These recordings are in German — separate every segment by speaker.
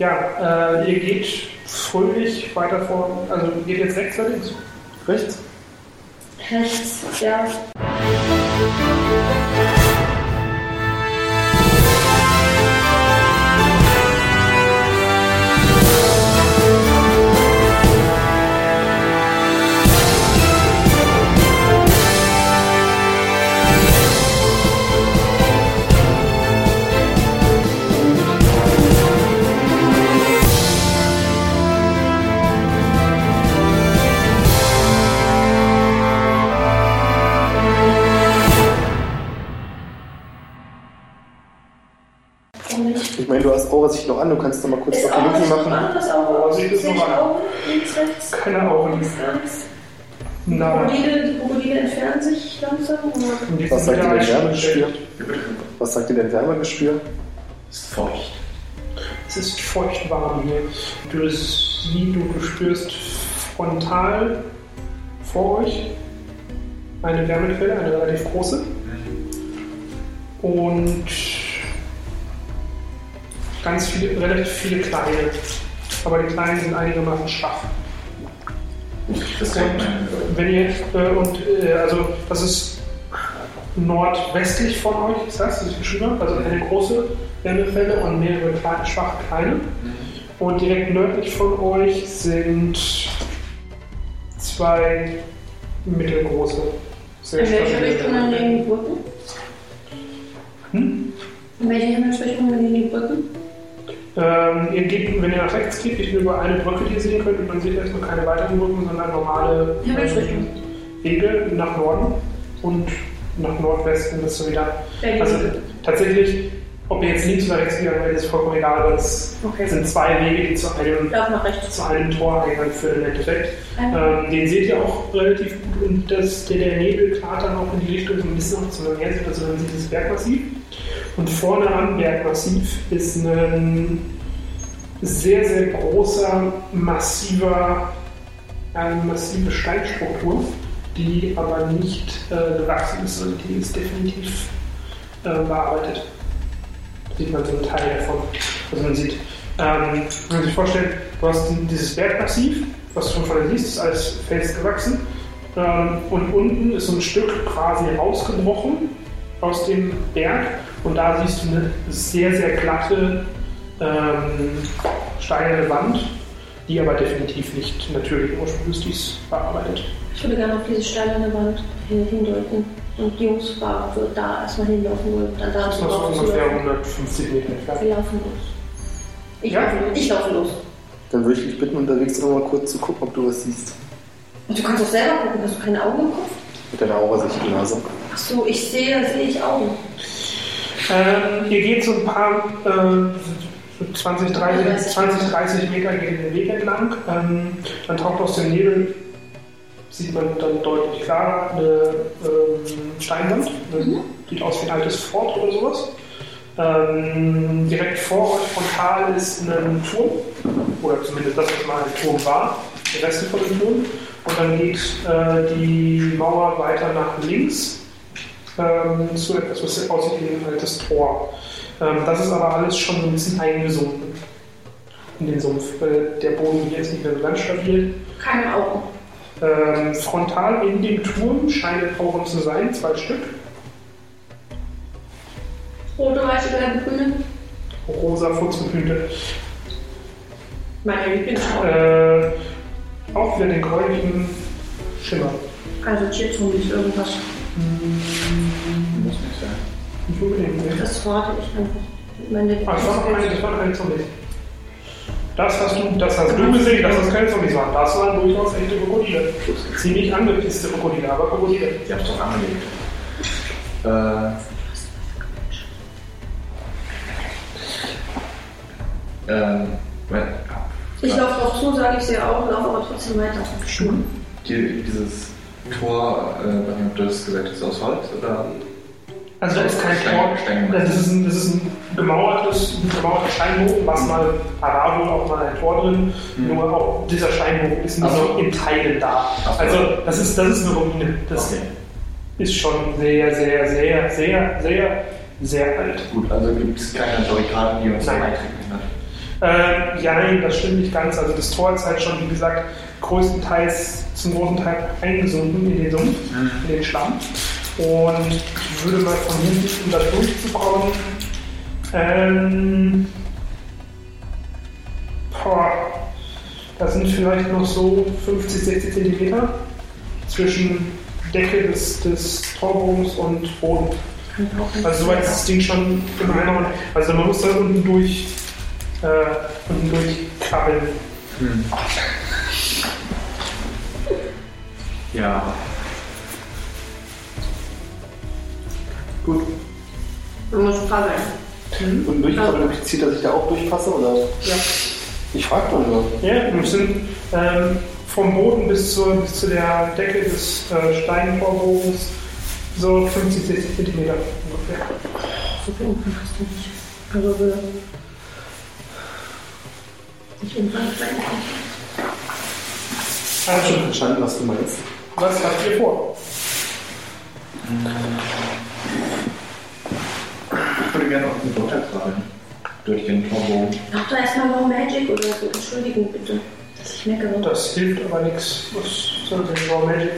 Speaker 1: Ja, äh, ihr geht fröhlich weiter vor. Also geht jetzt rechts oder links?
Speaker 2: Rechts?
Speaker 3: Rechts, ja. Warum nicht?
Speaker 2: Ich meine, du hast Aurasicht noch an, du kannst noch mal kurz
Speaker 3: Ist
Speaker 2: auf
Speaker 3: auch
Speaker 2: die
Speaker 3: nicht
Speaker 2: Lücken machen.
Speaker 3: dran, das Auge.
Speaker 1: Sieht es
Speaker 3: Sehe ich
Speaker 1: normal.
Speaker 3: Augen? Links, rechts?
Speaker 1: Keine Augen.
Speaker 3: Links, rechts.
Speaker 1: Nein.
Speaker 3: Krokodile, die Krokodile entfernen sich langsam. Oder?
Speaker 1: Und die
Speaker 2: Was
Speaker 1: sind
Speaker 2: sagt dir dein
Speaker 1: wieder
Speaker 2: Wärmegespür?
Speaker 4: Bitte?
Speaker 2: Was sagt dir dein Wärmegespür?
Speaker 4: Ist feucht.
Speaker 1: Es ist feucht warm hier. Du siehst, du spürst frontal vor euch eine Wärmequelle, eine relativ große. Und ganz viele, relativ viele kleine. Aber die kleinen sind einigermaßen schwach.
Speaker 4: Das
Speaker 1: Und
Speaker 4: kann man.
Speaker 1: wenn ihr, äh, und äh, also das ist nordwestlich von euch, ist das, das ist geschrieben, habe, also eine große Wärmefälle und mehrere kleine, schwache kleine. Und direkt nördlich von euch sind zwei mittelgroße. sehr
Speaker 3: In welche
Speaker 1: stabile
Speaker 3: Richtung dann
Speaker 1: Wärmefälle.
Speaker 3: gegen die Brücken?
Speaker 1: Hm?
Speaker 3: In welche Himmelsrichtung gegen die Brücken?
Speaker 1: Ähm, ihr geht, wenn ihr nach rechts geht, geht ihr über eine Brücke, die ihr sehen könnt, und dann seht ihr erstmal keine weiteren Brücken, sondern normale
Speaker 3: Ja, welche
Speaker 1: ähm,
Speaker 3: Richtung?
Speaker 1: Wege nach Norden und nach Nordwesten bis zu wieder.
Speaker 3: Gegen die
Speaker 1: Also
Speaker 3: Brücken.
Speaker 1: tatsächlich, ob ihr jetzt links oder rechts gegangen werdet, ist vollkommen egal, weil es
Speaker 3: Okay.
Speaker 1: sind zwei Wege, die zu
Speaker 3: Ich
Speaker 1: einem,
Speaker 3: laufe nach rechts.
Speaker 1: zu einem Tor eingegangen führen im Endeffekt.
Speaker 3: Einmal.
Speaker 1: Ähm, den seht ihr auch relativ gut und das, der, der Nebel kratert auch in die Richtung so ein bisschen noch zu einem her, also man sieht das Bergmassiv. Und vorne am Bergmassiv ist ein sehr, sehr großer, massiver, eine massive Steinstruktur, die aber nicht äh, gewachsen ist, sondern die ist definitiv äh, bearbeitet. Sieht man so einen Teil davon. Also man sieht, ähm, wenn man sich vorstellt, du hast die- dieses Bergmassiv, was du schon vorher siehst, ist alles festgewachsen. Ähm, und unten ist so ein Stück quasi rausgebrochen aus dem Berg. Und da siehst du eine sehr, sehr glatte, ähm, steile Wand, die aber definitiv nicht natürlich Ursprung ist, die ist bearbeitet.
Speaker 3: Ich würde gerne auf diese steinerne Wand hin- hindeuten. Und die Jungs fragen, ob wir da erstmal hinlaufen wollen. und Dann da
Speaker 1: Das ist
Speaker 5: genau
Speaker 1: noch so ungefähr 150 Meter entfernt.
Speaker 3: Wir laufen los. Ich,
Speaker 1: Ja.
Speaker 3: laufe, los. ich laufe los.
Speaker 2: Dann würde ich dich bitten, unterwegs noch mal kurz zu gucken, ob du was siehst.
Speaker 3: Und du kannst doch selber gucken, hast du keine Augen im Kopf?
Speaker 2: Mit deiner Aurasicht, Nase.
Speaker 3: Ach so, ich sehe, sehe ich Augen.
Speaker 1: Ähm, ihr geht so ein paar ähm, so 20, 30, 20, 30 Meter gegen den Weg entlang. Ähm, dann taucht aus dem Nebel, sieht man dann deutlich klarer, eine ähm, Steinwand. Sieht aus wie ein altes Fort oder sowas. Ähm, direkt vor euch frontal ist ein Turm, oder zumindest das, was mal ein Turm war, der Reste von dem Turm. Und dann geht äh, die Mauer weiter nach links ähm, zu etwas, was aussieht wie ein altes Tor. Ähm, das ist aber alles schon so ein bisschen eingesunken in den Sumpf. Äh, der Boden hier ist nicht mehr so ganz stabil.
Speaker 3: Keine Augen.
Speaker 1: Ähm, frontal in dem Turm scheinen Augen zu sein, zwei Stück.
Speaker 3: Rote, weiße, gelbe, grüne.
Speaker 1: Rosa Futzenblüte.
Speaker 3: Meine Lieblingsaugen.
Speaker 1: Äh, auch wieder den gräulichen Schimmer.
Speaker 3: Also Chipzombies, irgendwas.
Speaker 4: Muss nicht sein.
Speaker 1: Nicht unbedingt. ne?
Speaker 3: Das rate ich einfach. Meine
Speaker 1: Ah, das waren keine, das waren keine Zombies. Das hast du, das hast du gesehen, dass das keine Zombies waren. Das waren durchaus echte Krokodile. Ziemlich angepisste Krokodile, aber Krokodile.
Speaker 4: Ich hab's doch angelegt. Äh. Ähm. weil-
Speaker 3: Ich laufe drauf zu, sage ich sehe Augen, laufe aber trotzdem weiter.
Speaker 4: Hier, dieses Tor, äh, wann habt ihr das gesagt, ist aus Holz oder?
Speaker 1: Also da ist kein
Speaker 4: Stein-
Speaker 1: Tor.
Speaker 4: Stein-
Speaker 1: Das ist ein, das ist ein gemauertes, ein gemauerter Steinbogen, was mal Parado auch mal ein Tor drin.
Speaker 4: Hm.
Speaker 1: Nur auch dieser Steinbogen ist nur
Speaker 4: Ach so.
Speaker 1: noch in Teilen da.
Speaker 4: Also- Ach so.
Speaker 1: Also das ist, das ist eine Ruine. Das
Speaker 4: Okay.
Speaker 1: ist schon sehr, sehr, sehr, sehr, sehr, sehr alt.
Speaker 4: Gut, also gibt es keine Barrikaden, die uns
Speaker 1: Nein.
Speaker 4: eintreten können.
Speaker 1: Ähm, ja, nein, das stimmt nicht ganz. Also das Tor ist halt schon, wie gesagt, größtenteils, zum großen Teil eingesunken in den Sumpf, in den Schlamm. Und ich würde mal von hinten, um das durchzukommen, ähm, boah, das sind vielleicht noch so 50, 60 Zentimeter zwischen Decke des, des Torbogens und Boden. Also soweit ist das Ding schon im Einhorn. Also man muss da unten durch, äh, unten durchkrabbeln.
Speaker 6: Ja.
Speaker 2: Gut.
Speaker 5: Du musst krabbeln.
Speaker 2: Und durchfahren impliziert, dass ich da auch durchpasse, oder?
Speaker 1: Ja.
Speaker 2: Ich frag mal nur.
Speaker 1: Ja, wir sind ähm, vom Boden bis, zur, bis zu der Decke des äh, Steinvorbogens so 50, 60 Zentimeter ungefähr.
Speaker 3: So viel Umfang hast du nicht. Also, äh, Aber wir. Nicht Umfang sein.
Speaker 1: Also,
Speaker 2: Verstanden, was du meinst.
Speaker 1: was habt ihr vor?
Speaker 4: Ich würde gerne auf den Vorteil fallen. Durch den Turbo.
Speaker 3: Mach doch erstmal noch Magic oder so. Entschuldigung bitte, dass ich meckere.
Speaker 1: Das hilft aber nichts. Was soll denn Raw Magic?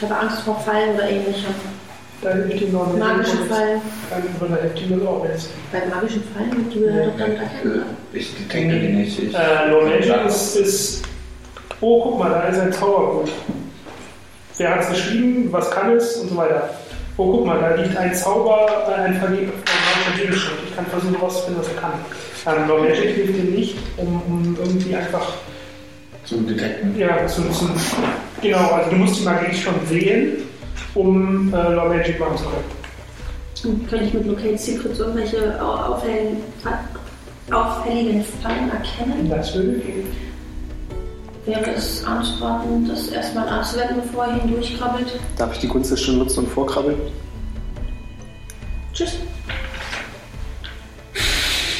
Speaker 3: Ich habe Angst vor Fallen oder ähnlichem.
Speaker 1: Da hilft die Raw Magic.
Speaker 3: Magischen Fallen.
Speaker 1: Dann würde hilft die mir auch nichts.
Speaker 3: Bei magischen Fallen wird die Bilder doch
Speaker 5: Äh,
Speaker 3: dann erkennen.
Speaker 4: Ich detecte die nicht. Ich
Speaker 1: Äh, Raw Magic ist, ist. Oh, guck mal, da ist ein Zauberbuch. Wer hat es geschrieben? Was kann es? Und so weiter. Oh, guck mal, da liegt ein Zauber, äh, ein Vergebung von Gegenstand. Ich kann versuchen herauszufinden, was er kann. Ähm, Raw Magic hilft dir nicht, um, um irgendwie einfach
Speaker 4: zu detekten.
Speaker 1: Ja, zum, zum, genau, also du musst die Magie schon sehen, um äh, Law Magic machen zu können.
Speaker 3: Und Könnte ich mit Locate Secrets irgendwelche au- auffälligen, fa- auffälligen Fallen erkennen?
Speaker 1: Das würde gehen.
Speaker 3: Wäre es anzuwarten, das erstmal anzuwenden, bevor er hindurchkrabbelt?
Speaker 2: Darf ich die Gunst jetzt schon nutzen und vorkrabbeln?
Speaker 3: Tschüss.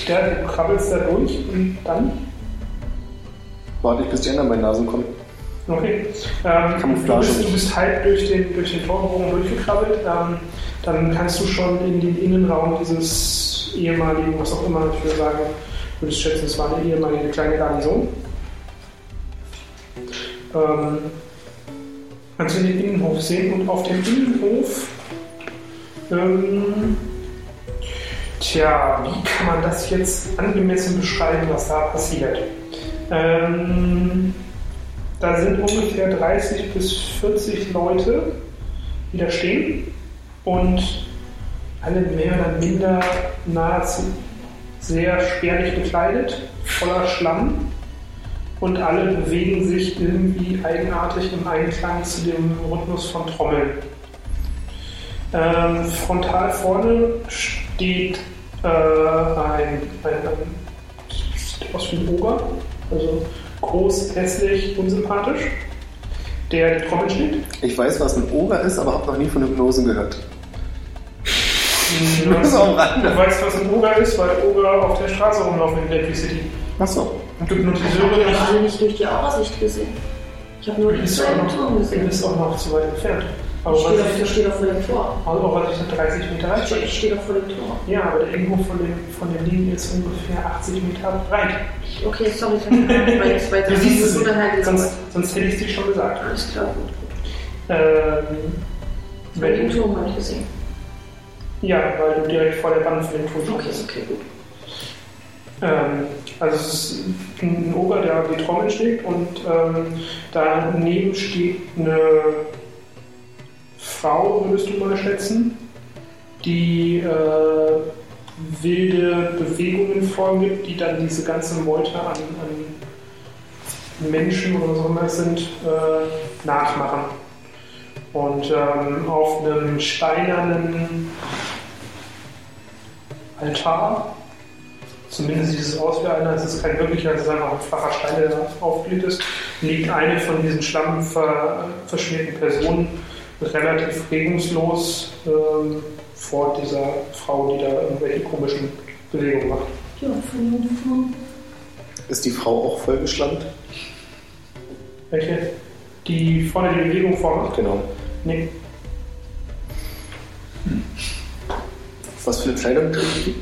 Speaker 1: Der, du krabbelst da durch und dann.
Speaker 2: Warte ich, bis die anderen beiden Nasen kommen.
Speaker 1: Okay. Ähm, du,
Speaker 2: Camouflage.
Speaker 1: bist, du bist halb durch den, durch den Torbogen durchgekrabbelt. Ähm, dann kannst du schon in den Innenraum dieses ehemaligen, was auch immer, ich würde sagen, würdest schätzen, es war eine ehemalige kleine Garnison. Ähm, kannst du den Innenhof sehen und auf dem Innenhof. Ähm, tja, wie kann man das jetzt angemessen beschreiben, was da passiert? Ähm, da sind ungefähr 30 bis 40 Leute, die da stehen und alle mehr oder minder nahezu sehr spärlich bekleidet, voller Schlamm und alle bewegen sich irgendwie eigenartig im Einklang zu dem Rhythmus von Trommeln. Ähm, frontal vorne steht äh, ein, ein, ein sieht aus wie ein Oger, also groß, hässlich, unsympathisch, der die Trommel schlägt.
Speaker 2: Ich weiß, was ein Oger ist, aber habe noch nie von Hypnose gehört.
Speaker 1: Du weißt, du weißt, was ein Oger ist, weil Oger auf der Straße rumlaufen in Deadly City.
Speaker 2: Achso.
Speaker 3: Ich habe den
Speaker 1: Hypnotiseure
Speaker 3: gerade nicht durch die Aurasicht gesehen. Ich habe nur die
Speaker 1: ist auch
Speaker 3: zweiten Turm
Speaker 1: noch,
Speaker 3: gesehen.
Speaker 1: ist auch noch zu weit entfernt. Aber
Speaker 3: Ich stehe doch,
Speaker 1: was
Speaker 3: ich
Speaker 1: ich,
Speaker 3: stehe doch vor dem Tor.
Speaker 1: also auch was ich sind 30 Meter
Speaker 3: Ich
Speaker 1: weit.
Speaker 3: stehe- Ich stehe doch vor dem Tor.
Speaker 1: Ja, aber der Innenhof von dem, von dem Ding ist ungefähr 80 Meter breit.
Speaker 3: Ich, okay, sorry, ich habe weil jetzt weiter.
Speaker 1: Du siehst es,
Speaker 3: so daher
Speaker 1: sonst, sonst hätte ich es dir schon gesagt.
Speaker 3: Alles klar, gut, gut.
Speaker 1: Ähm,
Speaker 3: Bei
Speaker 1: wenn
Speaker 3: dem Turm habe ich gesehen.
Speaker 1: Ja, weil du direkt vor der Wand von dem Tod
Speaker 3: Okay,
Speaker 1: bist.
Speaker 3: okay, gut.
Speaker 1: Ähm, also es ist ein Oger, der die Trommel schlägt und ähm, daneben steht eine Frau, würdest du mal schätzen, die äh, wilde Bewegungen vorgibt, die dann diese ganze Meute an, an Menschen oder so immer sind, äh, nachmachen. Und ähm, auf einem steinernen Altar Zumindest sieht es aus wie einer, es ist kein wirklicher, es ist einfach ein flacher Stein, der da aufgegliedert ist, liegt eine von diesen schlammverschmierten Personen relativ regungslos ähm, vor dieser Frau, die da irgendwelche komischen Bewegungen macht.
Speaker 3: Ja, von oben, von oben.
Speaker 2: Ist die Frau auch vollgeschlammt?
Speaker 1: Welche? Die vorne die Bewegung vormacht?
Speaker 2: Genau.
Speaker 1: Nee.
Speaker 2: Was für eine Kleidung trägt die?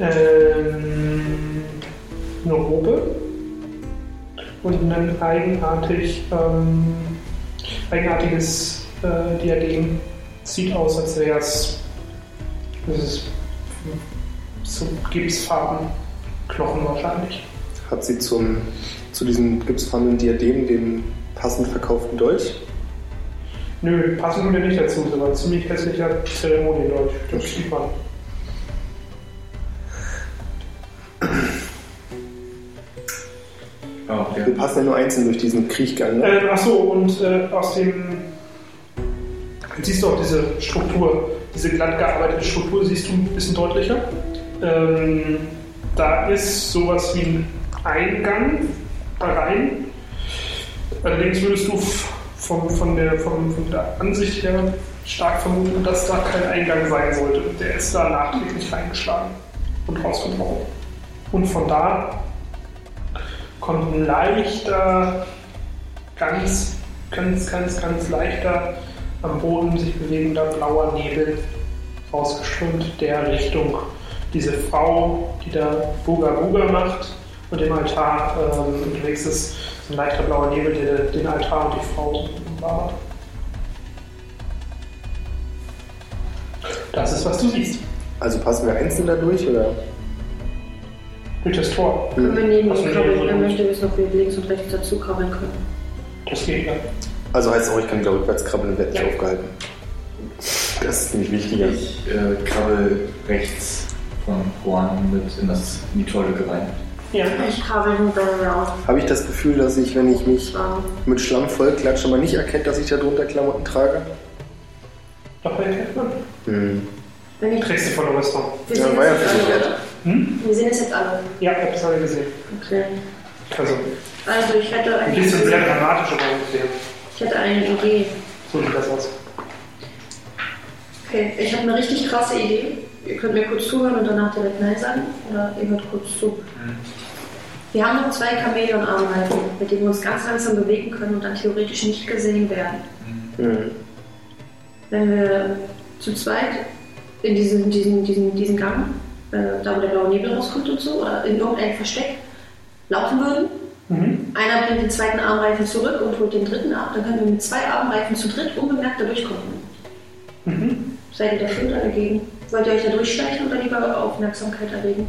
Speaker 1: ähm, eine Robe und ein eigenartig, ähm, eigenartiges äh, Diadem. Sieht aus, als wäre es ist so Gipsfarben, Knochen wahrscheinlich.
Speaker 2: Hat sie zum, zu diesem gipsfarbenen Diadem den passend verkauften Dolch?
Speaker 1: Nö, passen wir nicht dazu, das war ein ziemlich hässlicher Zeremoniendeutsch. Das sieht man.
Speaker 4: Ah, okay.
Speaker 2: Wir passen ja nur einzeln durch diesen Kriechgang. Ne?
Speaker 1: Ähm, Achso, und äh, aus dem. Jetzt siehst du auch diese Struktur, diese glatt gearbeitete Struktur, siehst du ein bisschen deutlicher. Ähm, da ist sowas wie ein Eingang rein. Allerdings würdest du f- vom, von, der, vom, von der Ansicht her stark vermuten, dass da kein Eingang sein sollte. Der ist da nachträglich reingeschlagen und rausgebrochen. Und von da kommt ein leichter, ganz, ganz, ganz, ganz leichter am Boden sich bewegender blauer Nebel rausgeströmt, der Richtung diese Frau, die da Buga Buga macht und im Altar ähm, unterwegs ist, so ein leichter blauer Nebel, der den Altar und die Frau umwahrt. Das ist, was du siehst.
Speaker 2: Also passen wir einzeln da durch oder?
Speaker 1: Durch das Tor.
Speaker 2: Hm.
Speaker 5: Wenn wir neben
Speaker 1: Was
Speaker 5: ihm
Speaker 1: wir
Speaker 5: krabbeln
Speaker 1: neben
Speaker 5: können,
Speaker 1: ihm-
Speaker 5: möchte wissen, ob wir links und rechts dazu krabbeln können.
Speaker 1: Das geht ne? ja.
Speaker 2: Also heißt es auch, ich kann wieder rückwärts krabbeln und werde nicht
Speaker 5: Ja.
Speaker 2: aufgehalten. Das ist nämlich wichtiger.
Speaker 4: Ich äh, krabbel rechts von Juan mit in, das, in die Torlücke rein.
Speaker 1: Ja.
Speaker 5: Ich krabbel nur bei mir aus.
Speaker 2: Habe ich das Gefühl, dass ich, wenn ich mich mit Schlamm vollklatsche, man nicht erkennt, dass ich da drunter Klamotten trage?
Speaker 1: Doch, erkennt man.
Speaker 2: Hm.
Speaker 5: Wenn ich,
Speaker 1: Kriegst du von der Rüstung.
Speaker 5: wir,
Speaker 2: Ja,
Speaker 5: sehen
Speaker 2: war ja
Speaker 5: das jetzt alle,
Speaker 2: versichert.
Speaker 5: oder?
Speaker 1: Hm?
Speaker 5: wir sehen das jetzt alle.
Speaker 1: Ja, ich hab's alle gesehen.
Speaker 5: Okay.
Speaker 1: Also,
Speaker 5: Also ich hätte
Speaker 1: ein
Speaker 5: eine
Speaker 1: bisschen sehr
Speaker 5: Idee.
Speaker 1: dramatisch, aber ungefähr.
Speaker 5: Ich hätte eine Idee.
Speaker 1: So sieht das aus.
Speaker 5: Okay, ich habe eine richtig krasse Idee. Ihr könnt mir kurz zuhören und danach direkt Nein sagen. Oder ihr hört kurz zu.
Speaker 2: Mhm.
Speaker 5: Wir haben noch zwei Chamäleon-Armhalten, mit denen wir uns ganz langsam bewegen können und dann theoretisch nicht gesehen werden.
Speaker 2: Hm.
Speaker 5: Wenn wir zu zweit in diesen, diesen, diesen, diesen Gang, äh, da wo der blaue Nebel rauskommt und so, oder in irgendein Versteck laufen würden,
Speaker 1: Mhm.
Speaker 5: einer bringt den zweiten Armreifen zurück und holt den dritten ab, dann können wir mit zwei Armreifen zu dritt unbemerkt da durchkommen.
Speaker 1: Mhm.
Speaker 5: Seid ihr dafür oder dagegen? Wollt ihr euch da durchschleichen oder lieber eure Aufmerksamkeit erregen?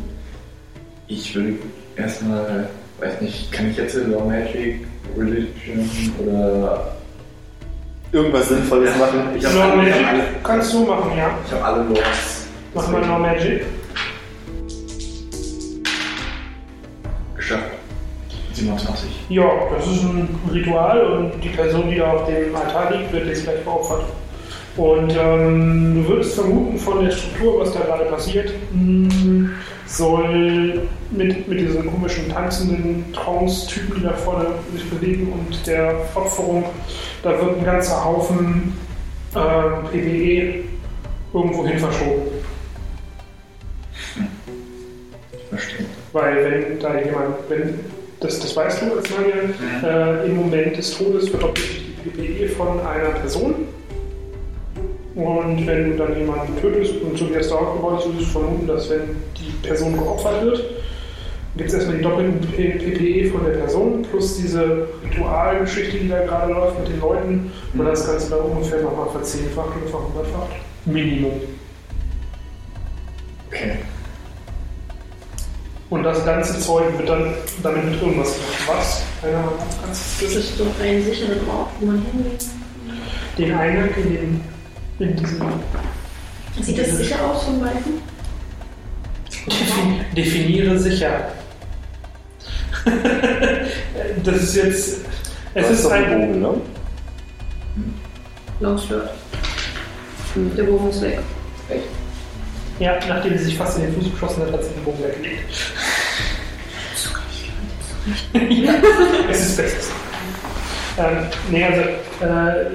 Speaker 4: Ich würde erstmal, weiß nicht, kann ich jetzt in Law Magic, Religion oder.
Speaker 2: Irgendwas Sinnvolles machen.
Speaker 4: Ich
Speaker 1: Ja,
Speaker 4: habe
Speaker 1: Law
Speaker 4: alle, ich
Speaker 1: Magic
Speaker 4: hab alle,
Speaker 1: kannst du machen, ja.
Speaker 4: ich hab alle Laws.
Speaker 1: Mach mal Law Magic.
Speaker 4: Geschafft. 27.
Speaker 1: Ja, das ist ein Ritual und die Person, die da auf dem Altar liegt, wird jetzt gleich geopfert. Und ähm, du würdest vermuten von der Struktur, was da gerade passiert, mh, soll mit, mit diesen komischen tanzenden Trance-Typen, die da vorne sich bewegen und der Opferung, da wird ein ganzer Haufen ähm, PWE irgendwo hin verschoben.
Speaker 4: Verstehe.
Speaker 1: Weil wenn da jemand, wenn, das, das weißt du als Magier, äh, im Moment des Todes verdoppelt sich die PPE von einer Person. Und wenn du dann jemanden tötest und so wie das da aufgebaut ist, würdest du vermuten, dass wenn die Person geopfert wird, gibt es erstmal die doppelten P- PPE von der Person plus diese Ritualgeschichte, die da gerade läuft mit den Leuten. Und
Speaker 4: Mhm.
Speaker 1: das Ganze dann ungefähr nochmal verzehnfacht oder verhundertfacht. Minimum.
Speaker 4: Okay.
Speaker 1: Und das ganze Zeug wird dann damit mit irgendwas gemacht. Was? Keine Ahnung, kannst du
Speaker 5: Das
Speaker 1: das wissen?
Speaker 5: ist doch ein sicheren Ort, wo man hingeht.
Speaker 1: Den Eingang in, den, in diesem.
Speaker 5: Sieht das sicher aus von Weitem?
Speaker 1: Definiere sicher. das ist jetzt. Es
Speaker 2: Das
Speaker 1: ist
Speaker 2: doch ein
Speaker 1: ein.
Speaker 2: Bogen, ne?
Speaker 5: Longshirt.
Speaker 2: Hm.
Speaker 5: Der Bogen ist weg.
Speaker 1: Ja, nachdem sie sich fast in den Fuß geschossen hat, hat sie den Bogen weggelegt. ja, es ist besser. Ähm, nee, also äh,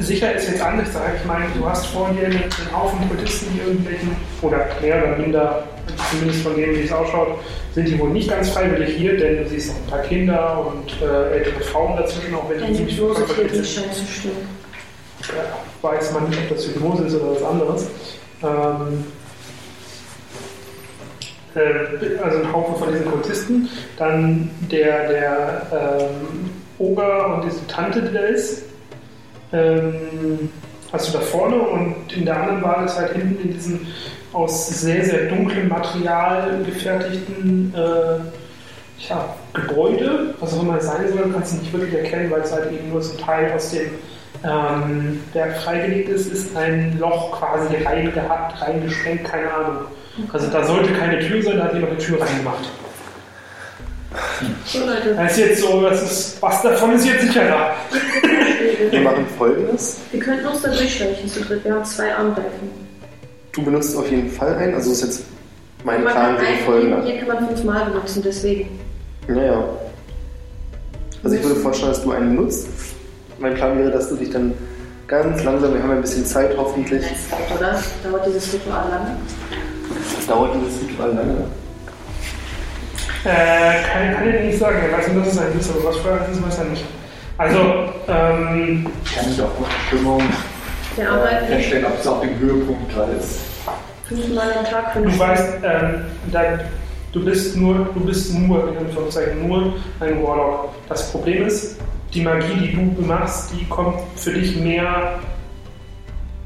Speaker 1: sicher ist jetzt Ansichtssache. Ich meine, du hast vor dir einen Haufen Kultisten, die irgendwelchen, oder mehr oder minder, zumindest von dem, wie es ausschaut, sind die wohl nicht ganz freiwillig hier, denn du siehst noch ein paar Kinder und äh, ältere Frauen dazwischen, auch wenn die
Speaker 5: Dann sind
Speaker 1: ziemlich
Speaker 5: Josef hier eh
Speaker 1: verrückt
Speaker 5: die
Speaker 1: sind.
Speaker 5: Scheiße stimmt.
Speaker 1: Ja, weiß man nicht, ob das Hypnose ist oder was anderes. Ähm, äh, also ein Haufen von diesen Kultisten, dann der, der ähm, Ober und diese Tante, die da ist, ähm, hast du da vorne und in der anderen Wahl ist halt hinten in diesem aus sehr, sehr dunklem Material gefertigten äh, ja, Gebäude, was auch immer es sein soll, kannst du nicht wirklich erkennen, weil es halt eben nur zum Teil aus dem ähm, Berg freigelegt ist, ist ein Loch quasi reingehabt, reingesprengt, keine Ahnung. Also da sollte keine Tür sein, da hat jemand eine Tür reingemacht.
Speaker 5: So, Leute,
Speaker 1: Das ist jetzt so, das ist, was davon ist jetzt sicherer?
Speaker 2: Wir machen folgendes.
Speaker 5: wir könnten uns da durchschleichen zu dritt. Wir haben zwei Armreifen.
Speaker 2: Du benutzt auf jeden Fall einen, also ist jetzt mein
Speaker 5: Man
Speaker 2: Plan
Speaker 5: kann
Speaker 2: wäre
Speaker 5: einen
Speaker 2: folgender.
Speaker 5: hier kann man fünfmal benutzen, deswegen.
Speaker 2: Ja, ja. Also ich würde vorschlagen, dass du einen nutzt. Mein Plan wäre, dass du dich dann ganz langsam, wir haben ja ein bisschen Zeit hoffentlich.
Speaker 5: Nice, oder? Dauert dieses Ritual lange?
Speaker 2: Das dauert dieses Ritual lange.
Speaker 1: Äh, kann, kann ich nicht sagen, er weiß nicht, dass es ein ist, aber was für ein ist, weiß er nicht. Also, ähm,
Speaker 4: Kann ich auch noch die Stimmung
Speaker 5: Der
Speaker 4: äh,
Speaker 5: Armreifen
Speaker 4: feststellen, ob es auf dem Höhepunkt gerade ist.
Speaker 5: fünfmal am Tag für
Speaker 1: du weißt, ähm, da, du bist nur, du bist nur, in Anführungszeichen, nur ein Warlock. Das Problem ist, die Magie, die du machst, die kommt für dich mehr,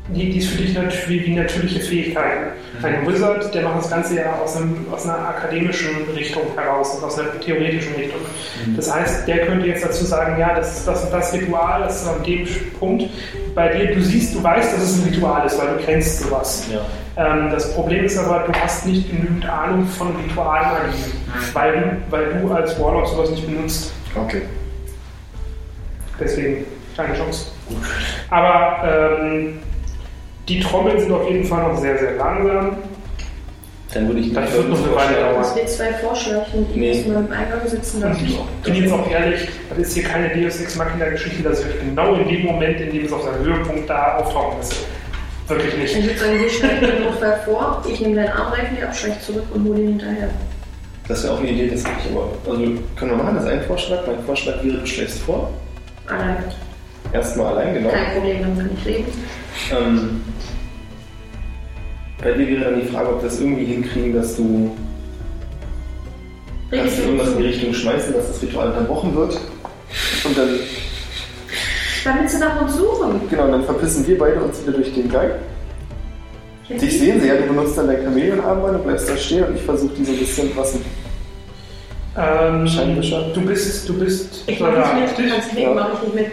Speaker 1: die, die ist für dich nat wie, wie natürliche Fähigkeiten. Ein Wizard, der macht das Ganze ja aus, einem, aus einer akademischen Richtung heraus und aus einer theoretischen Richtung. Das heißt, der könnte jetzt dazu sagen, ja, das ist das und das Ritual, das ist an dem Punkt. Bei dir, du siehst, du weißt, dass es ein Ritual ist, weil du kennst sowas.
Speaker 4: Ja.
Speaker 1: Ähm, das Problem ist aber, du hast nicht genügend Ahnung von Ritualmagie, weil, du- weil du als Warlock sowas nicht benutzt.
Speaker 4: Okay.
Speaker 1: Deswegen keine Chance. Aber ähm, die Trommeln sind auf jeden Fall noch sehr, sehr langsam.
Speaker 6: Dann würde ich
Speaker 1: Das wird noch eine Weile dauern.
Speaker 5: Dass wir zwei vorschleichen, die
Speaker 6: Nee.
Speaker 5: müssen mal im Eingang sitzen.
Speaker 1: Und
Speaker 5: Dann
Speaker 1: ich bin jetzt auch ehrlich, das ist hier keine Deus Ex Machina Geschichte, das wird genau in dem Moment, in dem es auf seinem Höhepunkt da auftauchen ist. Wirklich nicht.
Speaker 5: Ich würde sagen, wir schneiden den Notfall vor, ich nehme deinen Armreifen hier ab, schleich zurück und hole ihn hinterher.
Speaker 6: Das wäre auch eine Idee, das habe ich aber. Also können wir machen, das ist ein Vorschlag. Mein Vorschlag wäre, du schlägst vor.
Speaker 5: Allein.
Speaker 6: Erstmal allein, genau.
Speaker 5: Kein Problem, damit kann ich leben.
Speaker 6: Ähm, bei dir wäre dann die Frage, ob wir das irgendwie hinkriegen, dass du
Speaker 5: Richtig
Speaker 6: kannst du irgendwas in die
Speaker 5: zu.
Speaker 6: Richtung schmeißen, dass das Ritual unterbrochen
Speaker 2: Wochen wird. Und dann,
Speaker 5: Damit sie nach uns suchen.
Speaker 2: genau, dann verpissen wir beide uns wieder durch den Gang. Dich sehen sie, ja, du benutzt dann dein Chameleonarmband und bleibst da stehen und ich versuche die so ein bisschen was mit
Speaker 1: Ähm,
Speaker 2: Scheinwischer.
Speaker 1: du bist, du bist
Speaker 5: Ich mache
Speaker 1: Soldat,
Speaker 5: nicht mit,
Speaker 1: richtig?
Speaker 5: als Krieg
Speaker 2: Ja.
Speaker 5: mache ich nicht mit.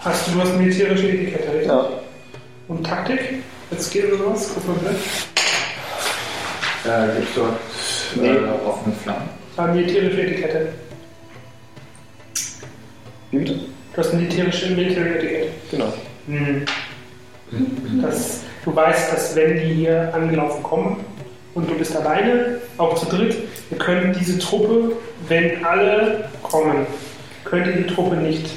Speaker 1: Hast du, du hast militärische Etikette, richtig?
Speaker 2: Ja,
Speaker 1: Und Taktik? Jetzt geht oder was? Guck mal ne? bitte.
Speaker 4: Da gibt es dort
Speaker 2: Nee.
Speaker 4: äh, offene Flammen.
Speaker 1: Ah, militärische Etikette.
Speaker 2: wie bitte?
Speaker 1: Du hast militärische militärische Etikette.
Speaker 2: Genau.
Speaker 1: Hm. Das, du weißt, dass wenn die hier angelaufen kommen und du bist alleine, auch zu dritt, ihr könnt diese Truppe, wenn alle kommen, könnt ihr die Truppe nicht.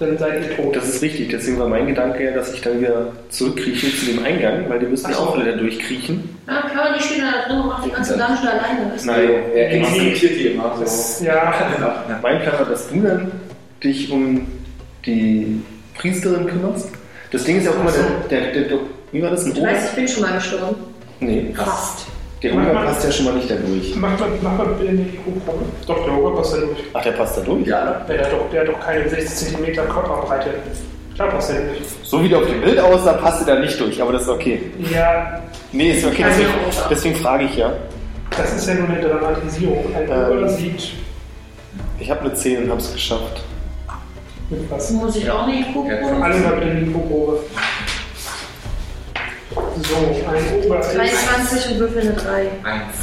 Speaker 1: Dann seid ihr tot.
Speaker 6: Das ist richtig, deswegen war mein Gedanke ja, dass ich dann wieder zurückkrieche zu dem Eingang, weil die müssen ja
Speaker 1: Ach so.
Speaker 6: auch alle da durchkriechen.
Speaker 5: Ja, kann man nicht stehen da drin und macht die ganze Dungeon alleine. weißt du?
Speaker 6: Nein,
Speaker 4: er exekutiert die immer
Speaker 1: Das,
Speaker 4: so.
Speaker 1: ja,
Speaker 6: Mein Plan war, dass du dann dich um die Priesterin kümmerst. Das Ding ist ja auch immer,
Speaker 1: Ach so.
Speaker 6: der, der, der, wie war das, ein
Speaker 5: Du weißt,
Speaker 6: Ober?
Speaker 5: ich bin schon mal gestorben.
Speaker 6: Nee,
Speaker 5: Fast.
Speaker 6: der Ober passt ja schon mal nicht da durch.
Speaker 1: mach mal, mach mal bitte eine IQ-Probe. Doch, der Ober passt da durch.
Speaker 6: Ach, der passt da durch?
Speaker 4: Ja,
Speaker 1: Der hat doch, der hat doch keine 60 cm Körperbreite. Klar passt er nicht.
Speaker 6: So wie der auf dem Bild aussah, passt er da nicht durch, aber das ist okay.
Speaker 1: Ja,
Speaker 6: Nee, ist okay,
Speaker 5: Also,
Speaker 6: deswegen, deswegen frage ich ja.
Speaker 1: das ist ja nur eine Dramatisierung. Ein
Speaker 6: Ähm.
Speaker 1: Ober sieht
Speaker 6: Ich habe eine 10 und habe es geschafft.
Speaker 1: mit
Speaker 5: Das
Speaker 1: was.
Speaker 5: muss ich auch nicht gucken.
Speaker 1: Alle mal bitte eine IQ-Probe. So, ein Ober ist.
Speaker 5: 23 und würfel eine 3.
Speaker 4: eins.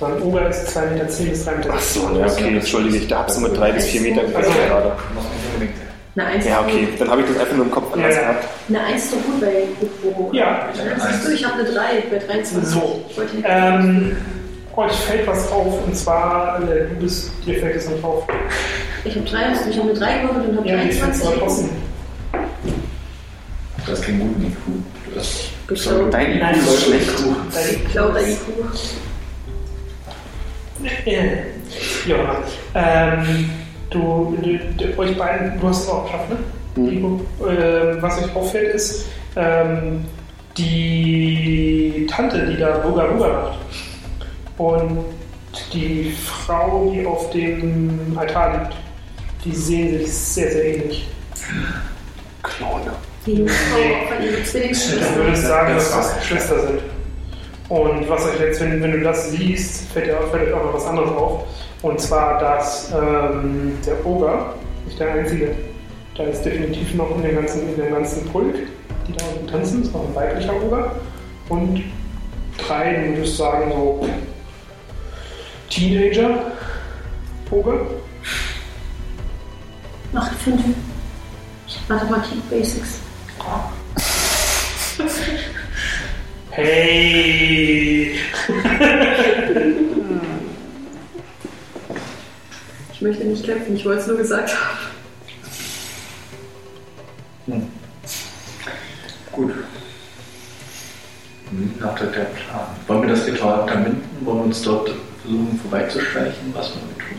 Speaker 1: Mein Ober ist 2,10 Meter bis 3,20 Meter.
Speaker 6: Ach so, ja, okay, entschuldige, ich habe so mit 3 bis 4 Metern gerechnet
Speaker 1: Also-
Speaker 6: gerade.
Speaker 4: Muss nicht unbedingt.
Speaker 5: Eine 1
Speaker 6: Ja, okay, dann habe ich das einfach nur im Kopf anders
Speaker 1: Ja, ja.
Speaker 6: gehabt.
Speaker 5: Eine 1 zu gut bei Kupo.
Speaker 1: Ja,
Speaker 5: Siehst du, ich habe eine 3 bei 23.
Speaker 1: So.
Speaker 5: Ich wollte-
Speaker 1: ähm, euch fällt was auf und zwar, äh, du bist, dir fällt es nicht auf.
Speaker 5: Ich habe 3, ich habe eine 3 gewürfelt und habe
Speaker 1: Ja, dir fällt es
Speaker 5: 23.
Speaker 1: aber trotzdem.
Speaker 4: Du hast keinen guten IQ. Das
Speaker 5: geklaut.
Speaker 6: Dein
Speaker 1: Nein,
Speaker 6: IQ ist
Speaker 1: das
Speaker 6: schlecht.
Speaker 5: Geklaut an die Kuh.
Speaker 1: Äh, Ja, ähm, du, du, du, euch beiden, du hast es auch geschafft, ne? Nico? Ähm, was euch auffällt ist, ähm, die Tante, die da Buga Buga macht. Und die Frau, die auf dem Altar liegt. Die sehen sich sehr, sehr ähnlich.
Speaker 2: Klone.
Speaker 5: Die Jungfrau von ihrem
Speaker 1: Dann
Speaker 5: Zwillingsschwester.
Speaker 1: würde ich sagen, dass
Speaker 4: Das war's.
Speaker 1: das Geschwister sind. Und was euch jetzt, wenn, wenn du das siehst, fällt dir auch- fällt euch auch noch was anderes auf. Und zwar, dass ähm, der Oger nicht der Einzige, da ist definitiv noch in der ganzen, in der ganzen Pulk, die da unten tanzen, ist noch ein weiblicher Oger. Und drei, du würdest sagen, so Teenager-Oger.
Speaker 3: Macht fünf. Ich hab Mathematik Basics.
Speaker 1: Hey!
Speaker 5: Ich möchte nicht kämpfen, ich wollte es nur gesagt haben.
Speaker 4: Gut. Hm, lautet der Plan. Wollen wir das Ritual unterbinden? Wollen wir uns dort versuchen vorbeizuschleichen? Was wollen wir tun?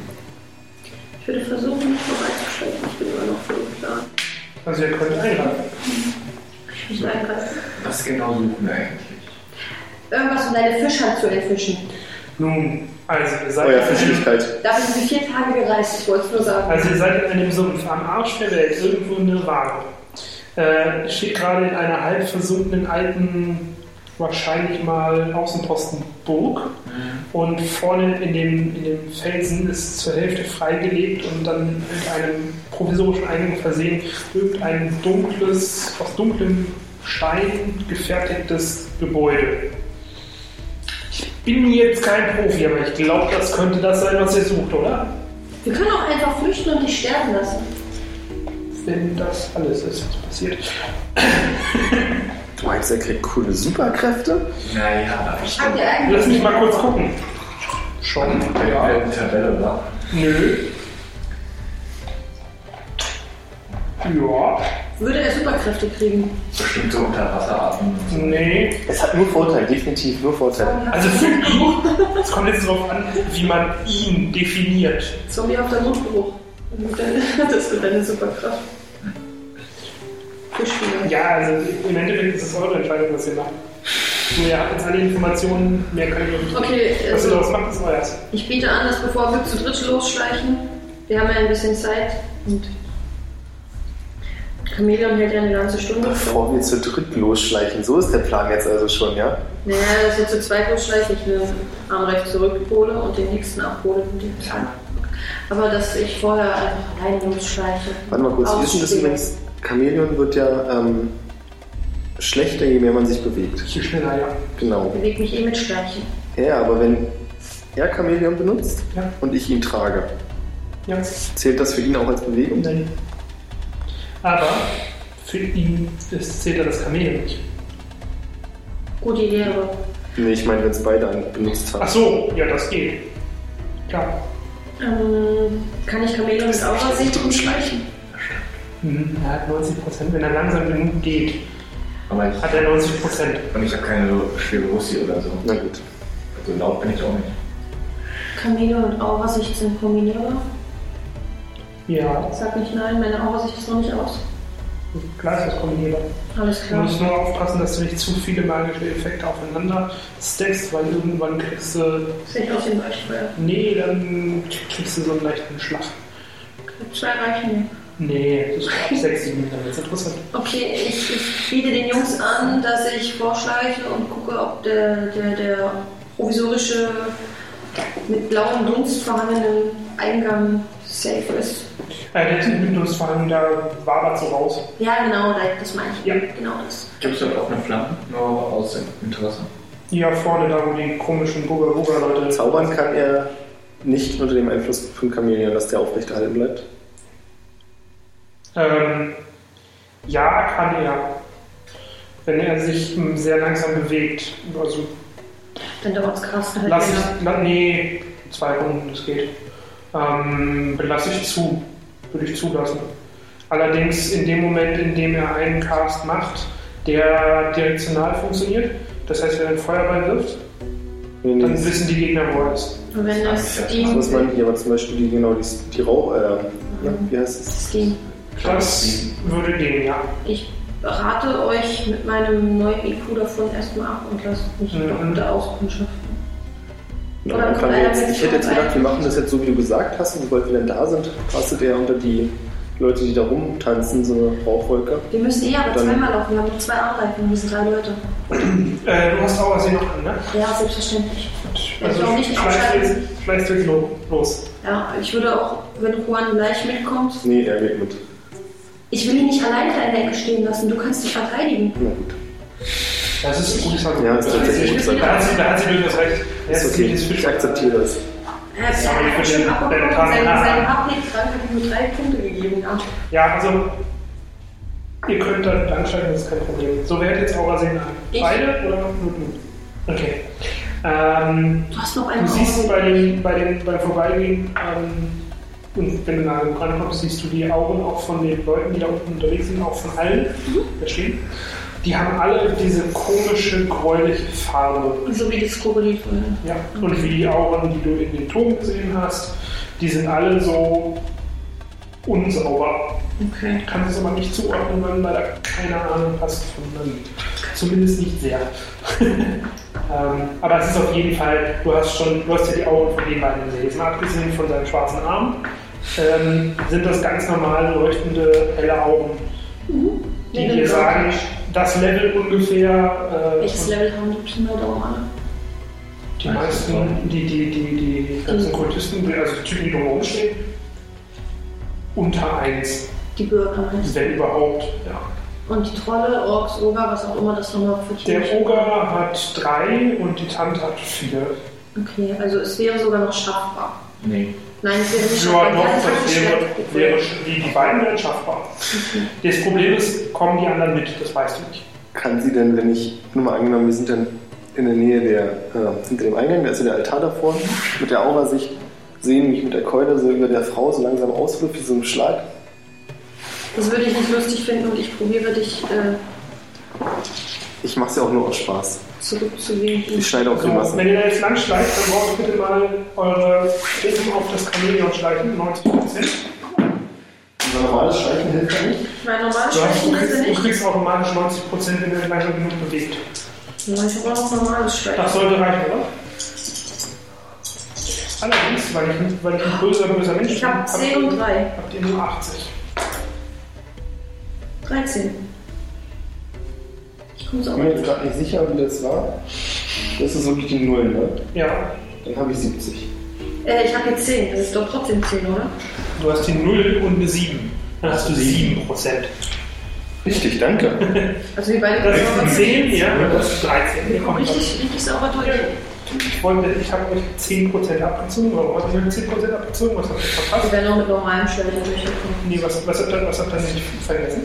Speaker 5: Ich würde versuchen, nicht vorbeizuschalten. Ich bin immer noch voll im Plan.
Speaker 1: Also ihr könnt einladen.
Speaker 5: Ich bin eingereist.
Speaker 4: Was genau suchen wir eigentlich?
Speaker 5: Irgendwas, um deine Fischheit zu erfischen.
Speaker 1: Nun, also ihr
Speaker 2: Oh
Speaker 1: seid
Speaker 6: Euer Fischlichkeit.
Speaker 5: Dafür sind wir vier Tage gereist, ich wollte es nur sagen.
Speaker 1: Also ihr seid in einem Sumpf, am Arsch der Welt, irgendwo in der Waage. Äh, steht gerade in einer halb versunkenen alten, wahrscheinlich mal Außenpostenburg. Und vorne in dem, in dem Felsen ist zur Hälfte freigelegt und dann mit einem provisorischen Eingang versehen irgendein dunkles, aus dunklem Stein gefertigtes Gebäude. Ich bin jetzt kein Profi, aber ich glaube, das könnte das sein, was ihr sucht, oder?
Speaker 5: Wir können auch einfach flüchten und dich sterben lassen.
Speaker 1: wenn das alles ist, was passiert.
Speaker 6: Du meinst, er kriegt coole Superkräfte?
Speaker 4: Naja, ich
Speaker 5: Habt ihr eigentlich.
Speaker 1: Lass mich mal kurz gucken. Schon? Ja.
Speaker 4: eine Tabelle, war.
Speaker 1: Nö. Ja.
Speaker 5: Würde er Superkräfte kriegen?
Speaker 4: Bestimmte Unterwasserarten. und so.
Speaker 1: Nee.
Speaker 6: Es hat nur Vorteile, definitiv nur Vorteile.
Speaker 1: Also für ihn, es kommt jetzt darauf an, wie man ihn definiert.
Speaker 5: Zombie auf der Mundgeruch. Das wird deine Superkraft. Fisch wieder.
Speaker 1: Ja, also im Endeffekt ist es eure Entscheidung, was ihr macht. Nur ihr habt jetzt alle Informationen, mehr könnt ihr nicht.
Speaker 5: Okay,
Speaker 1: Was ihr daraus
Speaker 5: also
Speaker 1: macht, ist euers.
Speaker 5: ich biete an, dass bevor wir zu dritt losschleichen, wir haben ja ein bisschen Zeit und. Chameleon hält ja eine ganze Stunde.
Speaker 6: Bevor wir zu dritt losschleichen, so ist der Plan jetzt also schon, ja?
Speaker 5: Naja, dass wir zu zweit losschleiche, ich mir Armrecht zurückhole und den nächsten abhole. und den- Aber dass ich vorher einfach alleine losschleiche.
Speaker 6: Warte mal kurz, wie ist denn das
Speaker 5: Ausstehen.
Speaker 6: übrigens? Chamäleon wird ja ähm, schlechter, je mehr man sich bewegt.
Speaker 1: Je schneller, ja.
Speaker 6: Genau.
Speaker 5: Ich bewege mich eh mit Schleichen.
Speaker 6: Ja, aber wenn er Chamäleon benutzt
Speaker 1: Ja.
Speaker 6: und ich ihn trage,
Speaker 1: Ja.
Speaker 6: zählt das für ihn auch als Bewegung?
Speaker 1: Nein. Aber für ihn ist, zählt er das Kamel nicht.
Speaker 5: Gute Idee, aber
Speaker 6: Nee, ich meine, wenn es beide einen benutzt
Speaker 1: Ach
Speaker 6: haben.
Speaker 1: so, ja, das geht. Klar.
Speaker 5: ähm, kann ich Chameleon mit Aura sehen?
Speaker 1: Mhm. Er hat 90 Prozent. Wenn er langsam genug geht,
Speaker 4: Aber ich,
Speaker 1: hat er 90 Prozent.
Speaker 4: und ich habe keine schwere Russi oder so.
Speaker 6: Na gut.
Speaker 4: Also laut bin ich auch nicht.
Speaker 5: Chameleon und Aurasicht sind kombinierbar.
Speaker 1: Ja,
Speaker 5: Sag nicht nein, meine Aurasicht ist noch nicht aus.
Speaker 1: gleich was kombinierbar.
Speaker 5: Alles
Speaker 1: Du
Speaker 5: klar.
Speaker 1: musst nur aufpassen, dass du nicht zu viele magische Effekte aufeinander stackst, weil irgendwann kriegst du.
Speaker 5: Sehe ich aus dem Weichfeuer.
Speaker 1: Nee, dann kriegst du so einen leichten Schlag.
Speaker 5: Zwei reichen mir.
Speaker 1: Nee, das ist ab 6, 7, dann wird's interessant.
Speaker 5: Okay, ich, ich biete den Jungs an, dass ich vorschleiche und gucke, ob der, der, der provisorische, mit blauem Dunst vorhandene Eingang safe ist.
Speaker 1: Äh, der ist in Windows-Verhandlung, da wabert so raus.
Speaker 5: Ja, genau, da- das meine ich.
Speaker 1: Ja.
Speaker 5: Genau das.
Speaker 4: Gibt es dort offene Flammen? Nur aus Interesse.
Speaker 1: Ja, vorne da, wo die komischen Bugger-Bugger-Leute
Speaker 6: Zaubern kann er nicht unter dem Einfluss von Chamäleon, dass der aufrechterhalten bleibt.
Speaker 1: Ähm, ja, kann er. Wenn er sich ähm, sehr langsam bewegt. Also,
Speaker 5: Dann dauert es krass halt
Speaker 1: lass
Speaker 5: länger.
Speaker 1: ich. La, nee, zwei Runden, das geht. Ähm, lasse ich zu. Würde ich zulassen. Allerdings in dem Moment, in dem er einen Cast macht, der direktional funktioniert, das heißt, wenn er einen Feuerball wirft,
Speaker 6: Nee,
Speaker 1: dann
Speaker 6: nee.
Speaker 1: wissen die Gegner, wo er ist.
Speaker 5: Und wenn das
Speaker 6: Das muss
Speaker 5: Steam.
Speaker 6: man hier aber zum Beispiel die, genau, die, die Rauch... Äh, ja, wie heißt es?
Speaker 5: Steam.
Speaker 1: Das würde gehen, ja.
Speaker 5: Ich rate euch mit meinem neuen IQ davon erstmal ab und lasst mich
Speaker 2: Mhm.
Speaker 5: noch unter auskundschaften.
Speaker 2: Ja,
Speaker 5: Oder
Speaker 2: dann
Speaker 5: kommt
Speaker 2: haben wir
Speaker 5: einer
Speaker 2: jetzt,
Speaker 5: mit
Speaker 2: ich hätte jetzt
Speaker 5: Schaum
Speaker 2: gedacht, wir
Speaker 5: rein?
Speaker 2: machen das jetzt so, wie du gesagt hast, und sobald wir dann da sind, rastet er unter die Leute, die da rumtanzen, so eine Rauchwolke.
Speaker 5: Wir müssen eh aber
Speaker 2: Dann-
Speaker 5: zweimal laufen, wir haben noch zwei Arbeiten, wir sind drei Leute.
Speaker 1: Äh, du hast auch was hier noch an, ne?
Speaker 5: Ja, selbstverständlich.
Speaker 1: Also
Speaker 5: auch nicht
Speaker 1: schleichst du
Speaker 5: abschalten.
Speaker 1: jetzt, schleichst du jetzt lo- los.
Speaker 5: Ja, ich würde auch, wenn Juan gleich mitkommt,
Speaker 2: Nee, er geht mit.
Speaker 5: ich will ihn nicht alleine da in der Ecke stehen lassen, du kannst dich verteidigen.
Speaker 2: Na gut.
Speaker 1: Das ist gut.
Speaker 2: Ja, das ist tatsächlich
Speaker 5: Ich
Speaker 2: gut.
Speaker 5: will
Speaker 2: sein.
Speaker 5: ihn
Speaker 1: Da hat sie, da hat sie durchaus recht. Er
Speaker 2: Ist okay,
Speaker 1: ziemliches
Speaker 2: ich
Speaker 1: Fischfleisch.
Speaker 2: akzeptiere das.
Speaker 5: Er hat
Speaker 1: Sorry für
Speaker 5: einfach schön
Speaker 1: den-
Speaker 5: abbekommen,
Speaker 1: den
Speaker 5: und seine,
Speaker 1: Kommentar.
Speaker 5: seine HP-Krank hat ihm nur drei Punkte gegeben. Ja.
Speaker 1: Ja, also ihr könnt dann ansteigen, das ist kein Problem. So werdet jetzt Aura sehen.
Speaker 5: Ich?
Speaker 1: Beide oder nur du? Okay. Ähm,
Speaker 5: Du hast noch
Speaker 1: du
Speaker 5: einen
Speaker 1: siehst
Speaker 5: Raum.
Speaker 1: bei dem, bei dem, beim Vorbeigehen, ähm, und wenn du nah genug rankommst, siehst du die Augen auch von den Leuten, die da unten unterwegs sind, auch von allen, da stehen. Die haben alle diese komische, gräuliche Farbe.
Speaker 5: So wie das Krokodil vorhin.
Speaker 1: Ja, und wie die Auren, die du in den Turm gesehen hast, die sind alle so unsauber.
Speaker 5: Okay.
Speaker 1: Ich kann es aber nicht zuordnen, weil man da keine Ahnung hast von dann. Zumindest nicht sehr. ähm, aber es ist auf jeden Fall, du hast schon, du hast ja die Augen von den beiden gesehen. Mal abgesehen von seinem schwarzen Arm ähm, sind das ganz normal leuchtende, helle Augen, die
Speaker 5: Ja,
Speaker 1: dir
Speaker 5: genau.
Speaker 1: sagen, das Level ungefähr. Äh,
Speaker 5: Welches Level haben die Pi mal Daumen alle?
Speaker 1: die meisten, die, die, die, die ganzen Kultisten, also die Typen, die drumherum stehen, unter 1,
Speaker 5: Die Bürger heißt.
Speaker 1: wenn überhaupt. Ja.
Speaker 5: Und die Trolle, Orks, Oger, was auch immer das nochmal für
Speaker 1: Der
Speaker 5: Tiere-
Speaker 1: Oger hat 3 und die Tante hat 4.
Speaker 5: Okay, also es wäre sogar noch schaffbar.
Speaker 4: Nee.
Speaker 5: Nein, es wäre nicht
Speaker 1: Ja,
Speaker 5: schaffbar.
Speaker 1: doch,
Speaker 5: Die hatten
Speaker 1: das
Speaker 5: keine
Speaker 1: wäre,
Speaker 5: Schwertgruppe.
Speaker 1: wäre sch- die, die beiden wären schaffbar. Das Problem ist, kommen die anderen mit, das weißt du nicht.
Speaker 2: Kann sie denn, wenn ich, nur mal angenommen, wir sind dann in der Nähe der, äh, hinter dem Eingang, da ist ja der Altar davor, mit der Aura sich sehen, mich mit der Keule so über der Frau so langsam auswirft, wie so ein Schlag.
Speaker 5: Das würde ich nicht lustig finden und ich probiere dich äh,
Speaker 2: Ich mach's ja auch nur aus Spaß.
Speaker 5: zurückzuwinken.
Speaker 2: Ich schneide auch
Speaker 1: So,
Speaker 2: Grimassen.
Speaker 1: Also, wenn ihr da jetzt lang schleicht, dann braucht ihr bitte mal eure Oben auf das Chameleon schleichen, 90%.
Speaker 2: Unser normales Schleichen hilft ja nicht.
Speaker 5: Mein normales
Speaker 1: Du, hast,
Speaker 5: Schleichen
Speaker 1: du,
Speaker 5: ist er
Speaker 1: kriegst, du
Speaker 5: nicht.
Speaker 1: kriegst automatisch 90%, wenn ihr euch langsam genug bewegt.
Speaker 5: Ja, ich habe auch noch normales
Speaker 1: Das
Speaker 5: Schleichen.
Speaker 1: sollte reichen, oder? Allerdings, weil ich, weil ich ein größer, größer Mensch bin,
Speaker 5: Ich habe 10 und 3.
Speaker 1: habt ihr nur 80.
Speaker 5: 13. Ich komme so
Speaker 2: Ich
Speaker 5: auf.
Speaker 2: bin mir jetzt gerade nicht sicher, wie das war. Das ist wirklich die Null, ne?
Speaker 1: Ja,
Speaker 2: Dann habe ich 70.
Speaker 5: Äh, ich habe jetzt 10. Das ist doch trotzdem 10, oder?
Speaker 1: Du hast die 0 und eine 7. Dann hast du 7 Prozent.
Speaker 2: Richtig, danke.
Speaker 5: Also wir beide
Speaker 1: Das
Speaker 5: aber
Speaker 1: ist 10, ja? Das ist 13. Wir kommen dann.
Speaker 5: Richtig, richtig sauber durch.
Speaker 1: Ich, wollte- ich habe euch 10 Prozent abgezogen. Warum habe ich euch 10 Prozent abgezogen? Was habt ihr
Speaker 5: Wir
Speaker 1: verpasst?
Speaker 5: werden noch mit normalem Schleichen durchgekommen.
Speaker 1: Nee, was, was habt ihr, was habt ihr nicht vergessen?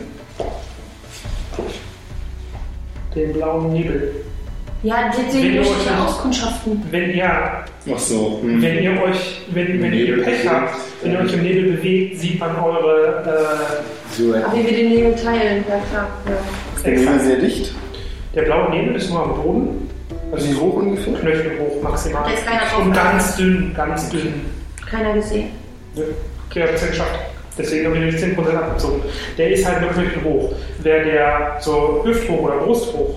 Speaker 1: Den blauen Nebel.
Speaker 5: Ja, den,
Speaker 1: Wenn
Speaker 5: den möchte
Speaker 1: du-
Speaker 5: ich ja auskundschaften.
Speaker 1: Wenn ja,
Speaker 2: Ach so. Hm.
Speaker 1: wenn ihr euch, wenn, wenn ihr
Speaker 4: Nebel
Speaker 1: Pech
Speaker 4: bewegt.
Speaker 1: habt, wenn ihr euch im Nebel bewegt, sieht man eure äh,
Speaker 4: So ein
Speaker 5: Aber wie wir den Nebel teilen, ja klar. Ja.
Speaker 2: Der Nebel sehr dicht.
Speaker 1: äh, der blaue Nebel ist nur am Boden.
Speaker 2: Also wie hoch ungefähr?
Speaker 1: Knöchel hoch maximal.
Speaker 5: Da ist keiner drauf.
Speaker 1: Und ganz dünn, ganz dünn.
Speaker 5: Keiner gesehen.
Speaker 1: Okay, habe es geschafft. Deswegen habe ich den 10% abgezogen. Der ist halt nur Knöchel hoch. Wäre der so hüfthoch oder brusthoch,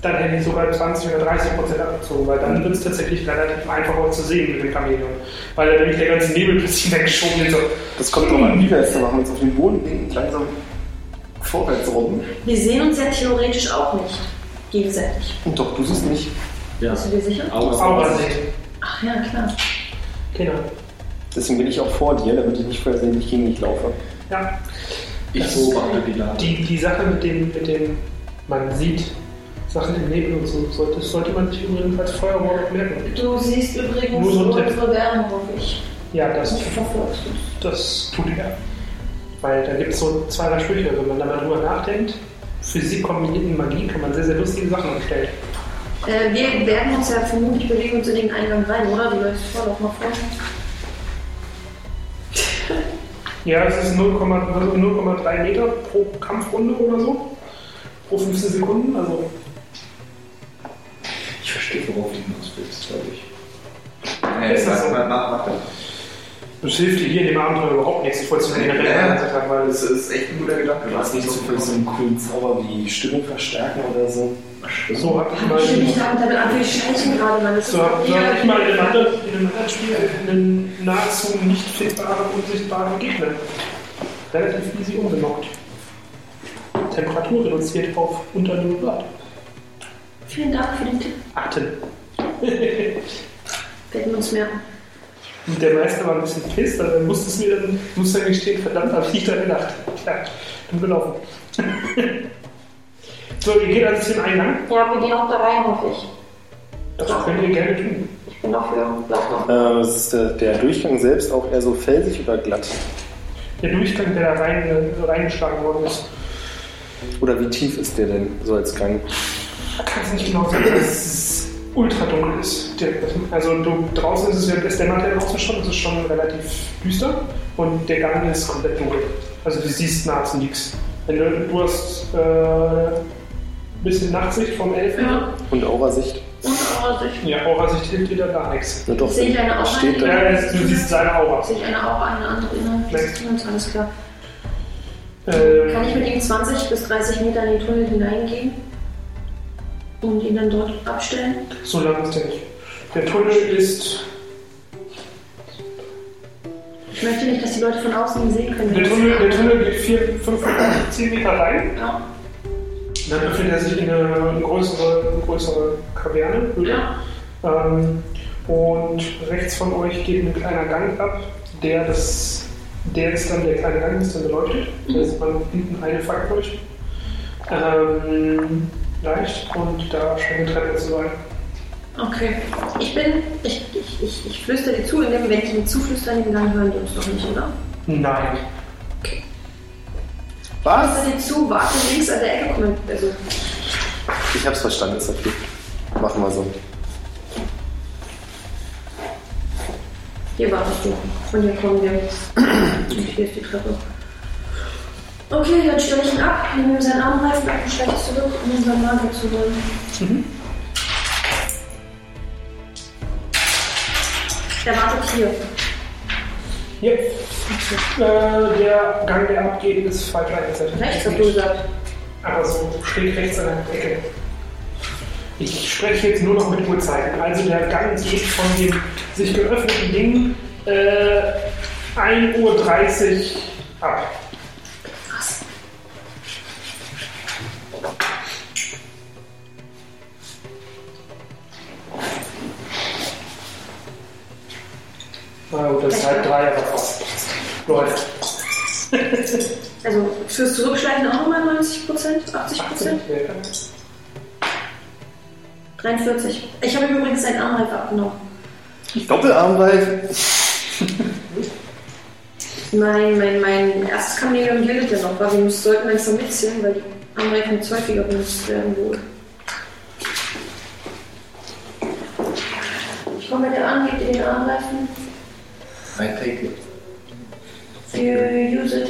Speaker 1: dann hätte ich sogar 20 oder 30% abgezogen, weil dann wird es tatsächlich relativ einfach auch zu sehen mit dem Chameleon. Weil dann nämlich der ganze Nebel plötzlich weggeschoben wird. So.
Speaker 2: Das kommt drauf an, wie wir es da machen. Wenn wir uns auf den Boden legen, langsam vorwärts robben.
Speaker 5: Wir sehen uns ja theoretisch auch nicht. Gegenseitig.
Speaker 2: Und doch, du siehst mich.
Speaker 4: Ja.
Speaker 5: Bist du dir sicher?
Speaker 1: Aura sieht.
Speaker 5: Ach ja, klar.
Speaker 1: Genau.
Speaker 2: Deswegen bin ich auch vor dir, damit ich nicht vorher sehe, wie ich gegen dich laufe.
Speaker 1: Ja.
Speaker 4: Ich beobachte die Lage.
Speaker 1: Die, die Sache mit dem, mit dem, man sieht Sachen im Nebel und so, sollte, sollte man sich übrigens als Feuerwall auch merken.
Speaker 5: Du siehst übrigens
Speaker 1: Nur so ein Tipp.
Speaker 5: unsere Wärme, hoffe ich.
Speaker 1: Ja, das
Speaker 5: Du verfolgst uns.
Speaker 1: Das tut er. Weil da gibt es so zwei, drei Sprüche, Also, wenn man da mal drüber nachdenkt. Physik kombiniert mit Magie kann man sehr, sehr lustige Sachen anstellen.
Speaker 5: Äh, wir werden uns ja vermutlich bewegen uns in den Eingang rein, oder? Du läufst vor, lauf mal vor.
Speaker 1: Ja, es ist 0,3 also 0,3 Meter pro Kampfrunde oder so. Pro 15 Sekunden. Also
Speaker 4: Ich verstehe, worauf du hinaus willst, glaube ich. Naja,
Speaker 1: Ist das
Speaker 4: sag
Speaker 1: so?
Speaker 4: mal, mach, mach das.
Speaker 1: Das hilft dir hier in dem Abenteuer überhaupt nichts. Ich wollte es nur generell
Speaker 4: Ja, ja.
Speaker 1: gesagt haben, weil
Speaker 4: Das ist echt ein guter Gedanke.
Speaker 6: Du hast nicht zufällig so einen coolen Zauber wie Stimmung verstärken oder so.
Speaker 1: so habe ich mal.
Speaker 5: Ich mich damit damit an, wir schleichen gerade, weil das
Speaker 1: So habe
Speaker 5: ist
Speaker 1: so
Speaker 5: ja-
Speaker 1: hab ich mal in einem anderen, in einem anderen Spiel einen nahezu nicht flippbaren, unsichtbaren Gegner relativ easy umgenockt. Temperatur reduziert auf unter 0 Grad.
Speaker 3: Vielen Dank für den Tipp.
Speaker 1: Atem.
Speaker 5: werden wir uns merken.
Speaker 1: Und der Meister war ein bisschen pissed, aber er musste es mir dann, musste dann gestehen, verdammt, habe ich nicht dran gedacht. Tja, bin gelaufen. so, ihr geht also den Eingang.
Speaker 5: Ja, wir gehen auch da rein, hoffe ich.
Speaker 1: Das könnt ihr gerne tun.
Speaker 5: Ich bin dafür. Bleib noch.
Speaker 2: Ähm, es ist der, der Durchgang selbst auch eher so felsig oder glatt?
Speaker 1: Der Durchgang, der da rein, reingeschlagen worden ist,
Speaker 2: Oder wie tief ist der denn so als Gang?
Speaker 1: kann es nicht genau sagen, dass es ultra dunkel ist. Der- Also du, draußen ist es ja, ist der Mantel draußen schon, es ist schon relativ düster und der Gang ist komplett dunkel. Also du siehst nahezu nichts. Wenn du, du hast äh, ein bisschen Nachtsicht vom Elfen.
Speaker 5: Ja.
Speaker 2: Und Aurasicht?
Speaker 5: Und eure Sicht.
Speaker 1: Ja, Aurasicht hilft dir dann gar nichts.
Speaker 2: Na doch,
Speaker 5: Sehe ich eine
Speaker 2: da
Speaker 5: Aura?
Speaker 2: steht
Speaker 1: Ja,
Speaker 2: da.
Speaker 1: es- du siehst seine Aura.
Speaker 5: Sich eine auch eine andere innere
Speaker 1: Nein.
Speaker 5: Distanz, alles klar.
Speaker 1: Äh,
Speaker 5: Kann ich mit ihm 20 bis 30 Meter in den Tunnel hineingehen und ihn dann dort abstellen?
Speaker 1: so lang ist der nicht. Der Tunnel ist.
Speaker 5: Ich möchte nicht, dass die Leute von außen ihn sehen können.
Speaker 1: Der Tunnel, der Tunnel geht 4, 5, 10 Meter rein.
Speaker 5: Ja.
Speaker 1: Dann öffnet er sich in eine größere, eine größere Kaverne. Höhle.
Speaker 5: ja.
Speaker 1: Ähm, und rechts von euch geht ein kleiner Gang ab, der das, der ist dann der kleine Gang ist dann beleuchtet. Da ist man hinten eine Fackleuchte. Ähm, leicht und da scheint eine Treppe zu sein.
Speaker 5: Okay. Ich bin, ich, ich, ich, ich flüster dir zu, indem, wenn ich ihm zuflüster, in dem Gang hören die uns doch nicht, oder?
Speaker 1: Nein.
Speaker 5: Ich
Speaker 2: Was?
Speaker 5: flüster dir zu, warte links an der Ecke, komm mal, also
Speaker 2: Ich hab's verstanden, ist okay. Machen wir so.
Speaker 5: hier wartest du und hier kommen wir. Und hier ist die Treppe. Okay, dann stelle ich ihn ab, nehme ihm seinen Armreifen ab und steige zurück, um ihn seinen Nagel zu holen. Der wartet hier.
Speaker 1: Ja. Äh, der Gang, der abgeht, ist falsch eingezeichnet.
Speaker 5: Rechts, hast du gesagt.
Speaker 1: Aber so schräg rechts an der Ecke. Ich spreche jetzt nur noch mit Uhrzeiten. Also der Gang geht von dem sich geöffneten Ding äh, 1.30 Uhr ab.
Speaker 5: Krass.
Speaker 1: Na gut, das ist halb drei, aber fast. Läuft.
Speaker 5: Also fürs Zurückschleichen auch nochmal 90 Prozent, 80 Prozent, 43. Ich habe ihm übrigens seinen Armreifen abgenommen.
Speaker 2: Doppelarmwald?
Speaker 5: Mein, mein, mein erstes Chameleon gilt ja noch, weil wir müssen- sollten langsam mitziehen, weil die Armreifen jetzt häufiger benutzt werden wohl. Ich komme mit dir an, gib dir den Armreifen.
Speaker 4: I take it.
Speaker 5: You use it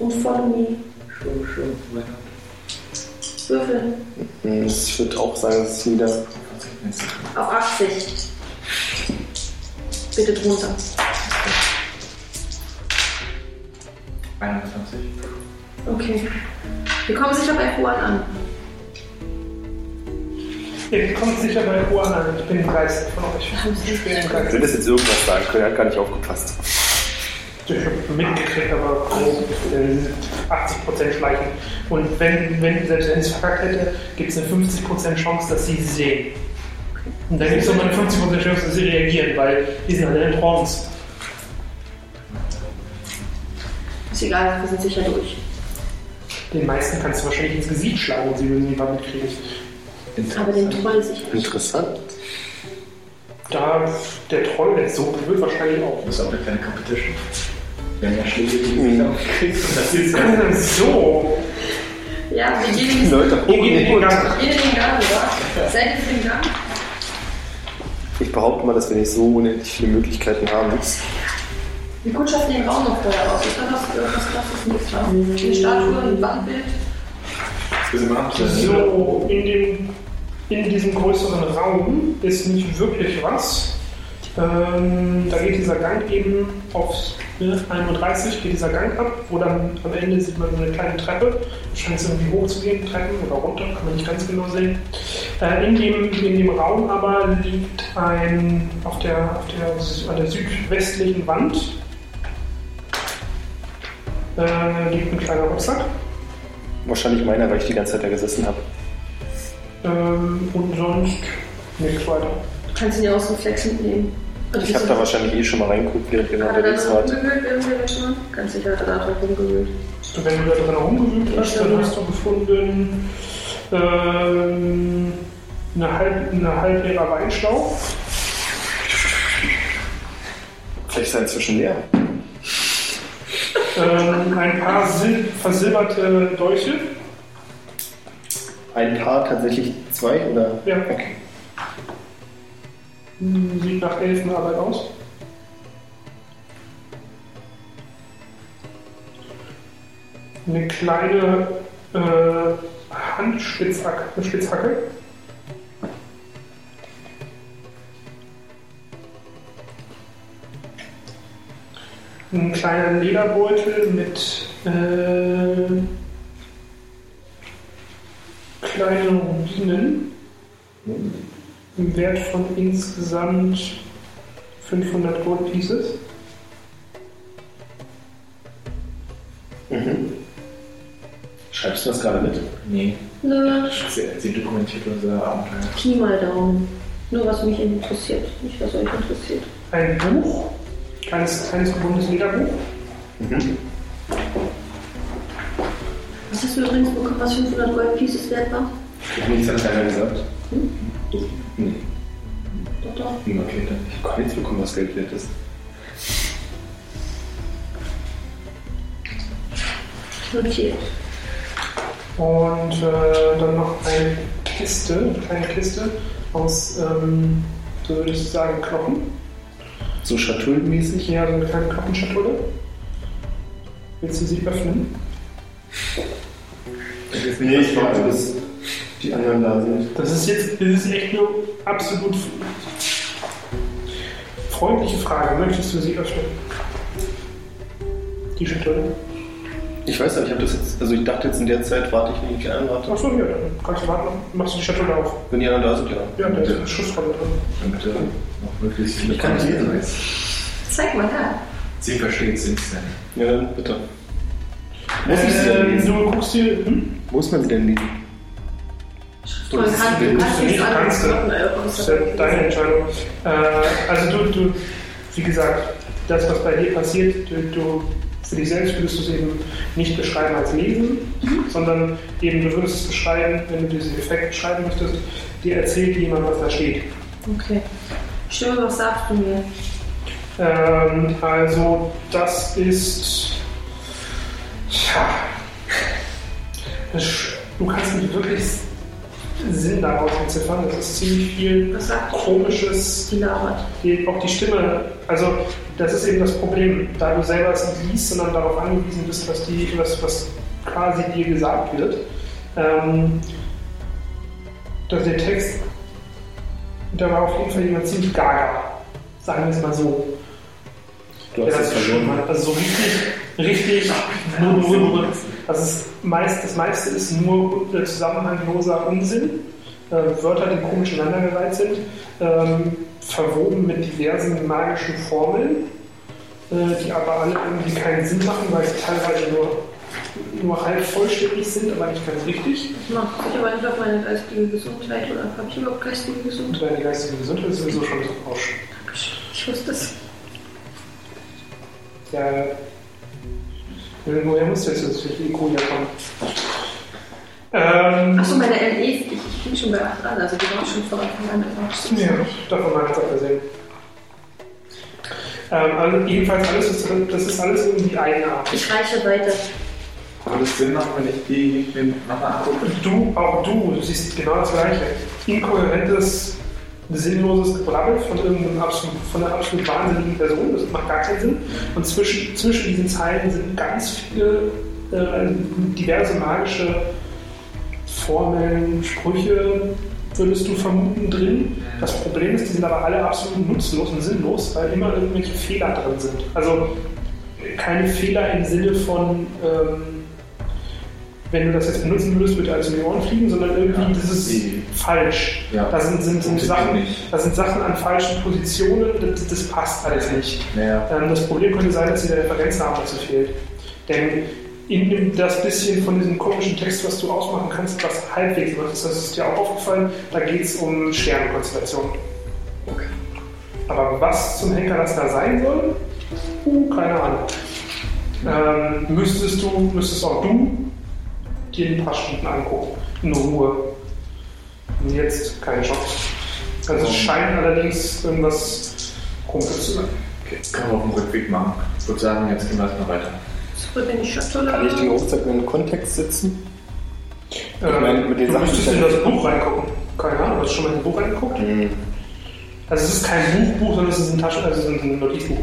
Speaker 5: und follow me.
Speaker 4: Sure, sure. Why not?
Speaker 5: Würfel
Speaker 2: Hm, Ich würde auch sagen, es ist wieder.
Speaker 4: Was ich jetzt sage.
Speaker 5: auf 80. Bitte drunter.
Speaker 4: 21.
Speaker 5: Okay. Wir kommen sicher bei Juan an.
Speaker 1: Ihr kommt sicher bei Juan an. Ich bin begeistert von euch. Ich bin
Speaker 2: Ich hätte
Speaker 1: begeistert.
Speaker 2: das jetzt irgendwas sagen können, er hat gar nicht aufgepasst.
Speaker 1: Ich habe mitgekriegt, aber grob, äh, 80% schleichen. Und wenn, wenn selbst wenn es verkackt hätte, gibt es eine 50% Chance, dass sie sie sehen. Und dann gibt es nochmal eine 50% Chance, dass sie reagieren, weil die sind alle in Trance.
Speaker 5: Ist egal, wir sind sicher durch.
Speaker 1: Den meisten kannst du wahrscheinlich ins Gesicht schlagen und sie würden nie was mitkriegen.
Speaker 5: Aber den Troll sicher.
Speaker 2: Interessant.
Speaker 1: Da der Troll, der ist so blöd, wahrscheinlich auch.
Speaker 4: Du bist auch eine kleine Competition. Wir haben ja Schläge, die du wieder kriegst und das ist ja.
Speaker 1: So,
Speaker 5: Ja, wir gehen
Speaker 2: Die Leute,
Speaker 1: ihr geht in den Gang.
Speaker 5: Ihr den Gang, oder? Seid ihr für den Gang?
Speaker 2: ich behaupte mal, dass wir nicht so unendlich viele Möglichkeiten haben.
Speaker 5: Wie gut schafft ihr den Raum noch vorher aus? Ich kann das, äh, das klappt das nicht schaffen. Eine Statue, ein Wandbild.
Speaker 4: Wir sind mal
Speaker 1: So, in, dem, in diesem größeren Raum ist nicht wirklich was. Ähm, da geht dieser Gang eben auf ne, 1.30 Uhr, geht dieser Gang ab, wo dann am Ende sieht man so eine kleine Treppe. Scheint es irgendwie hoch zu gehen, Treppen oder runter, kann man nicht ganz genau sehen. Äh, in, dem, in dem Raum aber liegt ein, auf der, auf der, an der südwestlichen Wand, äh, liegt ein kleiner Rucksack.
Speaker 2: Wahrscheinlich meiner, weil ich die ganze Zeit da gesessen habe.
Speaker 1: Ähm, und sonst nichts weiter.
Speaker 5: Du kannst ihn ja aus dem Flex mitnehmen. Und
Speaker 2: Ich habe da wahrscheinlich eh schon mal reingeguckt, während ihr noch
Speaker 5: Hat er da
Speaker 2: unterwegs
Speaker 5: drin
Speaker 2: wart.
Speaker 5: rumgewühlt irgendwer schon? Ganz sicher hat er da drin rumgewühlt.
Speaker 1: Und Also, Wenn du da drin rumgewühlt hast, dann hast du gefunden ähm, eine, halb, eine halbleere Weinschlauch.
Speaker 2: Vielleicht ist er inzwischen leer.
Speaker 1: Ähm, ein paar sil versilberte Dolche.
Speaker 2: Ein paar, tatsächlich zwei oder?
Speaker 1: Ja. Hm, Sieht nach Elfenarbeit aus. Eine kleine äh, Handspitzhacke. eine Spitzhacke. Ein kleiner Lederbeutel mit äh, kleinen Rubinen im Wert von insgesamt 500 Gold Pieces.
Speaker 2: Schreibst du das gerade mit?
Speaker 4: Nee.
Speaker 5: Nö,
Speaker 4: Sie, sie dokumentiert unser Abenteuer.
Speaker 5: Pi mal Daumen. Nur was mich interessiert, nicht was euch interessiert.
Speaker 1: Ein Buch, kleines, kleines gebundenes Lederbuch.
Speaker 5: Was hast du übrigens bekommen, was 500 Gold Pieces wert war?
Speaker 6: Ich habe nichts an keiner gesagt.
Speaker 5: Doch, doch.
Speaker 6: Hm, okay, dann. Ich habe gar nichts bekommen, was Geld wert ist.
Speaker 5: Notiert.
Speaker 1: Und äh, dann noch eine Kiste, eine kleine Kiste aus, ähm, so würde ich sagen, Knochen.
Speaker 2: So schatullenmäßig?
Speaker 1: Hier so eine kleine Knochenschatulle. Willst du sie öffnen?
Speaker 6: Nee, ich warte, bis die anderen da sind.
Speaker 1: Das ist jetzt, das ist echt nur absolut freundliche Frage. Möchtest du sie öffnen? Die Schatulle.
Speaker 2: Ich weiß nicht, ich habe das jetzt, also ich dachte jetzt in der Zeit warte ich, wenn ich die anderen warte.
Speaker 1: Achso, ja, dann kannst du warten. Machst du die Schatulle auf?
Speaker 2: Wenn die anderen da sind, ja.
Speaker 1: Ja, da ist eine Schussrolle drin.
Speaker 4: Damit er noch möglichst viel
Speaker 2: Ich kann nicht lesen.
Speaker 4: weiß.
Speaker 5: Zeig mal her.
Speaker 4: Sie versteht es instant.
Speaker 2: Ja, dann bitte. Muss ich sie denn
Speaker 1: Ähm,
Speaker 2: lesen?
Speaker 1: du guckst dir. Hm?
Speaker 2: Muss man sie denn lesen?
Speaker 5: Man
Speaker 2: das
Speaker 5: kann,
Speaker 2: ist-
Speaker 5: du kannst
Speaker 1: das
Speaker 5: nichts
Speaker 1: ist-
Speaker 5: anderes
Speaker 1: kannst du.
Speaker 5: machen, ey,
Speaker 1: Das ist ja deine Entscheidung. Äh, also, du, du, wie gesagt, das, was bei dir passiert, du, du, für dich selbst würdest du es eben nicht beschreiben als Lesen, sondern eben du würdest es beschreiben, wenn du diesen Effekt beschreiben möchtest, dir erzählt jemand, was da steht.
Speaker 5: Okay. Stimme, was sagst du mir?
Speaker 1: Ähm, also das ist. Tja. Das, sch- du kannst nicht wirklich Sinn daraus entziffern. Das ist ziemlich viel
Speaker 5: Was sagt
Speaker 1: komisches
Speaker 5: die labert?
Speaker 1: die, auch die Stimme, also das ist eben das Problem, da du selber es nicht liest, sondern darauf angewiesen bist, was, die, was, was quasi dir gesagt wird, ähm, dass der Text, da war auf jeden Fall jemand ziemlich gaga, sagen wir es mal so.
Speaker 2: Du
Speaker 1: Ja,
Speaker 2: hast
Speaker 1: das
Speaker 2: es
Speaker 1: ist schon
Speaker 2: verloren.
Speaker 1: mal. Also so richtig, richtig nur, nur, nur. Das, ist meist, das meiste ist nur äh, zusammenhangloser Unsinn. Äh, Wörter, die komisch ineinandergereiht sind, ähm, verwoben mit diversen magischen Formeln, äh, die aber alle irgendwie keinen Sinn machen, weil sie teilweise nur, nur halb vollständig sind, aber nicht ganz richtig.
Speaker 5: Ich mach mich aber nicht auf meine geistige Gesundheit oder hab ich überhaupt geistige Gesundheit?
Speaker 1: Und deine geistige Gesundheit ist sowieso schon so aus.
Speaker 5: Ich wusste es.
Speaker 1: Ja, woher musst du jetzt das IQ ja kommen? Ähm,
Speaker 5: Achso, meine LE, ich, ich bin schon bei 8 an, also die war schon vor Anfang an. erwartet.
Speaker 1: Ja, davon mal nichts abgesehen. Ähm, also jedenfalls alles, was drin, das ist alles irgendwie eigenartig.
Speaker 5: Ich reiche weiter.
Speaker 4: Aber das Sinn macht, wenn ich die mir nochmal angucke.
Speaker 1: Du, auch du, siehst genau das Gleiche. Inkohärentes, sinnloses Gebrabbel von irgendeinem absolut, von einer absolut wahnsinnigen Person, das macht gar keinen Sinn. Und zwischen, zwischen diesen Zeilen sind ganz viele äh, diverse magische Formeln, Sprüche, würdest du vermuten, drin. Das Problem ist, die sind aber alle absolut nutzlos und sinnlos, weil immer irgendwelche Fehler drin sind. Also keine Fehler im Sinne von, ähm, wenn du das jetzt benutzen würdest, würde alles in die Ohren fliegen, sondern irgendwie
Speaker 4: Ja,
Speaker 1: dieses
Speaker 4: die-
Speaker 1: falsch.
Speaker 4: Ja.
Speaker 1: Da sind, sind, sind
Speaker 4: Funktioniert
Speaker 1: Sachen,
Speaker 4: nicht.
Speaker 1: da sind Sachen an falschen Positionen, das, das passt alles nicht.
Speaker 4: Naja.
Speaker 1: Ähm, das Problem könnte sein, dass dir der Referenznamen dazu fehlt. Denn in dem, das bisschen von diesem komischen Text, was du ausmachen kannst, was halbwegs was ist, das ist dir auch aufgefallen, da geht es um Sternenkonstellationen.
Speaker 4: Okay.
Speaker 1: Aber was zum Henker das da sein soll, uh, keine Ahnung. Ähm, müsstest du, müsstest auch du dir in ein paar Stunden angucken, in Ruhe. Und jetzt keine Chance. Also es scheint allerdings irgendwas komisch zu sein.
Speaker 4: Okay, das können wir auf dem Rückweg machen. Ich würde sagen, jetzt gehen wir erstmal weiter.
Speaker 5: Zurück in die Schatulle.
Speaker 2: Kann ich den Rucksack in den Kontext setzen? Ich meine, mit den
Speaker 1: du
Speaker 2: Sachen,
Speaker 1: müsstest
Speaker 2: die
Speaker 1: in
Speaker 2: da-
Speaker 1: das Buch reingucken. Keine Ahnung, hast du schon mal in das Buch reingeguckt? Also es ist kein Buchbuch, sondern es ist ein Taschen, also es ist ein Notizbuch.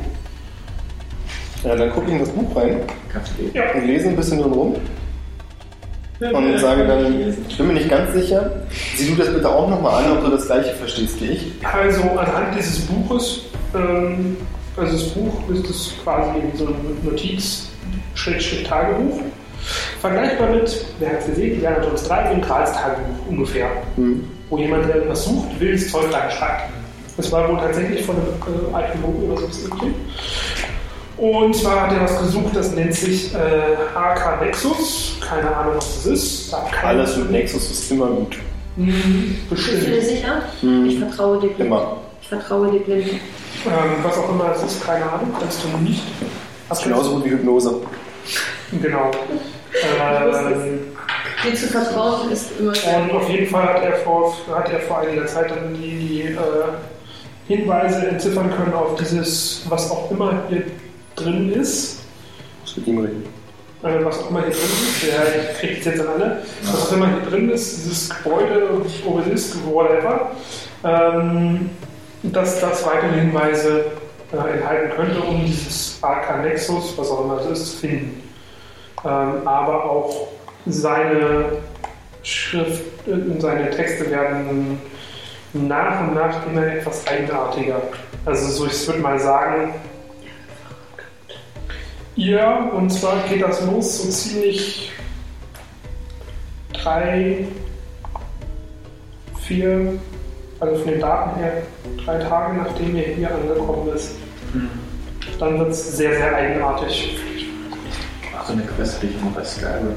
Speaker 2: Ja, dann gucke ich in das Buch rein
Speaker 4: Kannst du
Speaker 1: Ja.
Speaker 2: und lese ein bisschen drin rum und sage dann, ich bin mir nicht ganz sicher, sieh du das bitte auch nochmal an, ob du das gleiche verstehst wie ich.
Speaker 1: Also anhand dieses Buches, ähm, also das Buch ist es quasi so ein Notiz-Tagebuch. Vergleichbar mit, wer hat es gesehen, Werner Jones 3 im Grals Tagebuch ungefähr. Wo jemand, der etwas sucht, wildes Zeug da schreibt. Das war wohl tatsächlich von einem äh, Archäologen oder sonst irgendwie. Und zwar hat er was gesucht, das nennt sich äh, AK Nexus. Keine Ahnung, was das ist. Da hat keiner-
Speaker 2: Alles mit Nexus ist immer gut.
Speaker 1: Hm,
Speaker 5: Bist du
Speaker 1: Bestimmt.
Speaker 5: dir sicher? Ich vertraue dir blind.
Speaker 2: Immer.
Speaker 5: Ich vertraue dir blind.
Speaker 1: Ähm, was auch immer das ist, keine Ahnung, kannst du nicht.
Speaker 2: Das ist genauso gut wie Hypnose.
Speaker 1: Genau. Ähm,
Speaker 5: Dir zu vertrauen ist immer
Speaker 1: und auf jeden Fall hat er vor, hat er vor einiger Zeit dann die, die äh, Hinweise entziffern können auf dieses, was auch immer hier drin ist.
Speaker 2: Ich muss mit ihm reden.
Speaker 1: Äh, was auch immer hier drin ist, der kriegt jetzt an alle. Was auch immer hier drin ist, dieses Gebäude, Obelisk, whatever, ähm, dass das weitere Hinweise äh, enthalten könnte, um dieses Arcanexus, was auch immer das ist, zu finden. Ähm, aber auch seine Schrift, äh, seine Texte werden nach und nach immer etwas eigenartiger. Also so, ich würde mal sagen, ja, und zwar geht das los so ziemlich drei, vier, also von den Daten her, drei Tage nachdem ihr hier angekommen ist.
Speaker 2: Mhm.
Speaker 1: Dann wird es sehr, sehr eigenartig.
Speaker 4: Ach, so eine Quest, die ich immer bei Skyrim.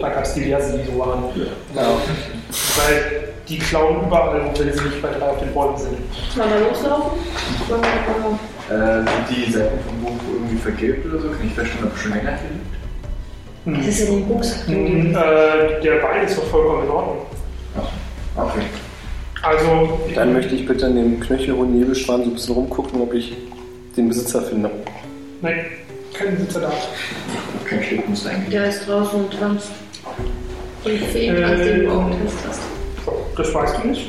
Speaker 1: Da gab es diverse, die so waren.
Speaker 4: Ja.
Speaker 2: Genau.
Speaker 1: Weil die klauen überall, wenn sie nicht bei drei auf den Bäumen sind.
Speaker 5: Sollen wir loslaufen? Wollen wir einfach mal-
Speaker 4: Äh, sind die Seiten vom Buch irgendwie vergilbt oder so? Kann ich verstehen, ob schon länger vergilbt?
Speaker 5: Es ist in den Rucksack.
Speaker 1: Mhm. Äh, der Wein ist doch vollkommen in Ordnung.
Speaker 4: Okay.
Speaker 1: Also,
Speaker 2: Dann möchte ich bitte an dem knöchelhohen Nebelschwan so ein bisschen rumgucken, ob ich den Besitzer finde.
Speaker 1: nein, kein Besitzer da.
Speaker 4: Kein Schild muss eigentlich.
Speaker 5: Der ist draußen und tanzt. Und fehlt, als
Speaker 1: Äh,
Speaker 5: den du auch tanzt hast.
Speaker 1: So, das weißt du nicht.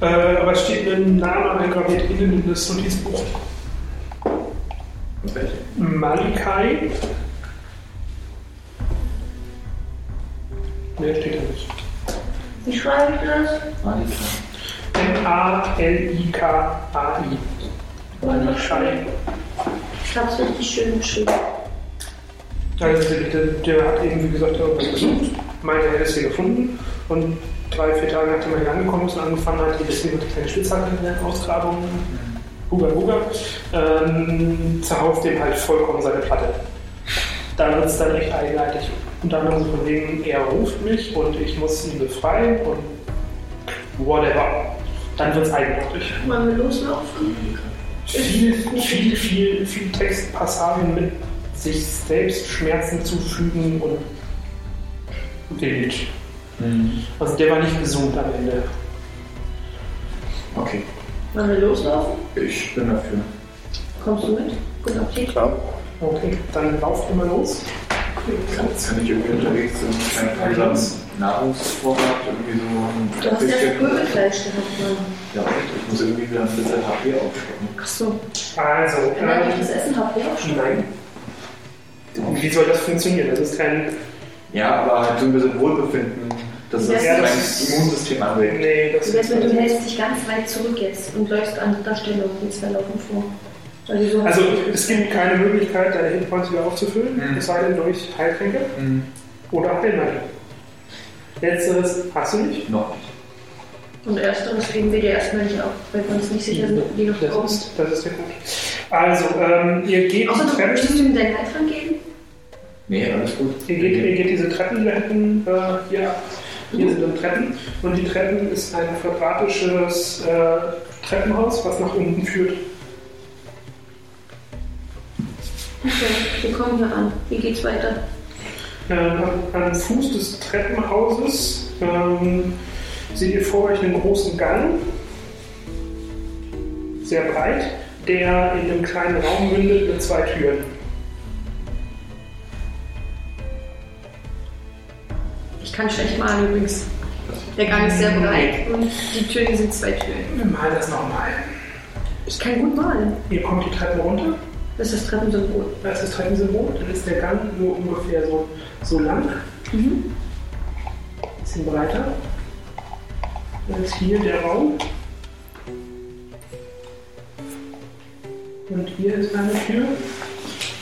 Speaker 1: Äh, aber es steht ein Name eingraviert innen in das Notizbuch.
Speaker 4: Und welche?
Speaker 1: Malikai. Mehr steht da nicht.
Speaker 5: Wie schreibe ich das?
Speaker 4: Ah, die
Speaker 1: M-A-L-I-K-A-I. Malikai.
Speaker 5: Ich habe es richtig schön geschrieben.
Speaker 1: Also der, der, der hat eben, wie gesagt, irgendwas gesucht. Meinte, er hätte es hier gefunden. Und drei, vier Tage nachdem er hier angekommen ist und angefangen hat, jedes Jahr mit kleinen Spitzhacken in den Ausgrabungen, Huga Huga, ähm, zerhauft dem halt vollkommen seine Platte. Da wird es dann echt eigenartig. Und dann haben sie von wegen, er ruft mich und ich muss ihn befreien und whatever. Dann wird es eigenartig
Speaker 5: Wollen wir loslaufen?
Speaker 1: viel, viel, viel, viel Textpassagen mit sich selbst Schmerzen zufügen und wild. Also der war nicht gesund am Ende.
Speaker 4: Okay.
Speaker 5: Wollen wir loslaufen?
Speaker 4: Ich bin dafür.
Speaker 5: Kommst du mit? Guten Appetit.
Speaker 2: Klar.
Speaker 1: Okay, dann lauft immer los.
Speaker 4: Kann, kann ich irgendwie unterwegs so einen kleinen Einsatz Nahrungsvorrat irgendwie so ein
Speaker 5: Du hast ja
Speaker 4: bisschen-
Speaker 5: Pulverfleisch gehabt, ne? Mann.
Speaker 4: Ja, ich muss irgendwie wieder ein bisschen HP aufstocken.
Speaker 5: Achso.
Speaker 1: Also,
Speaker 5: Kann man nicht
Speaker 1: ähm,
Speaker 5: das Essen HP auch schon?
Speaker 1: nein. Wie soll das funktionieren? Das ist kein.
Speaker 4: Ja, aber halt so ein bisschen Wohlbefinden dass
Speaker 5: Ja,
Speaker 4: das
Speaker 5: das
Speaker 1: ist-
Speaker 4: dein Immunsystem anregt.
Speaker 1: Nee, das
Speaker 5: Wie wär's, Also wenn du hältst dich ganz weit zurück jetzt und läufst an der Stelle und die zwei laufen vor? Weil die so
Speaker 1: Also es gibt keine Möglichkeit, deine Hitpoints wieder aufzufüllen,
Speaker 4: Mhm.
Speaker 1: es sei denn durch Heiltränke
Speaker 4: Mhm.
Speaker 1: oder Heilmittel. Letzteres hast du nicht.
Speaker 4: Noch nicht.
Speaker 5: und ersteres kriegen wir dir erstmal nicht auf, weil wir uns nicht sicher sind, ob die noch
Speaker 1: Das
Speaker 5: kommen.
Speaker 1: ist, das ist der Punkt. Also, ähm, ihr geht
Speaker 5: Außer
Speaker 1: die
Speaker 5: du
Speaker 1: Treppen,
Speaker 5: möchtest du ihm deinen Leitfaden geben?
Speaker 4: Nee, alles gut.
Speaker 1: ihr geht, ihr geht diese Treppen, die da hinten äh, hier, hier sind dann Treppen. Und die Treppen ist ein quadratisches äh, Treppenhaus, was nach unten führt.
Speaker 5: Okay, wir kommen hier an. Wie geht's weiter?
Speaker 1: Äh, am, am Fuß des Treppenhauses ähm, seht ihr vor euch einen großen Gang, sehr breit, der in einem kleinen Raum mündet mit zwei Türen.
Speaker 5: Ich kann schlecht malen übrigens. Der Gang ist sehr breit und die Türen sind zwei Türen.
Speaker 1: Wir malen das nochmal.
Speaker 5: Ich kann gut malen.
Speaker 1: Ihr kommt die Treppe runter,
Speaker 5: Das ist das Treppensymbol.
Speaker 1: da ist das Treppensymbol, dann ist der Gang nur ungefähr so, so lang. Mhm. Bisschen breiter. Dann ist hier der Raum. Und hier ist eine Tür.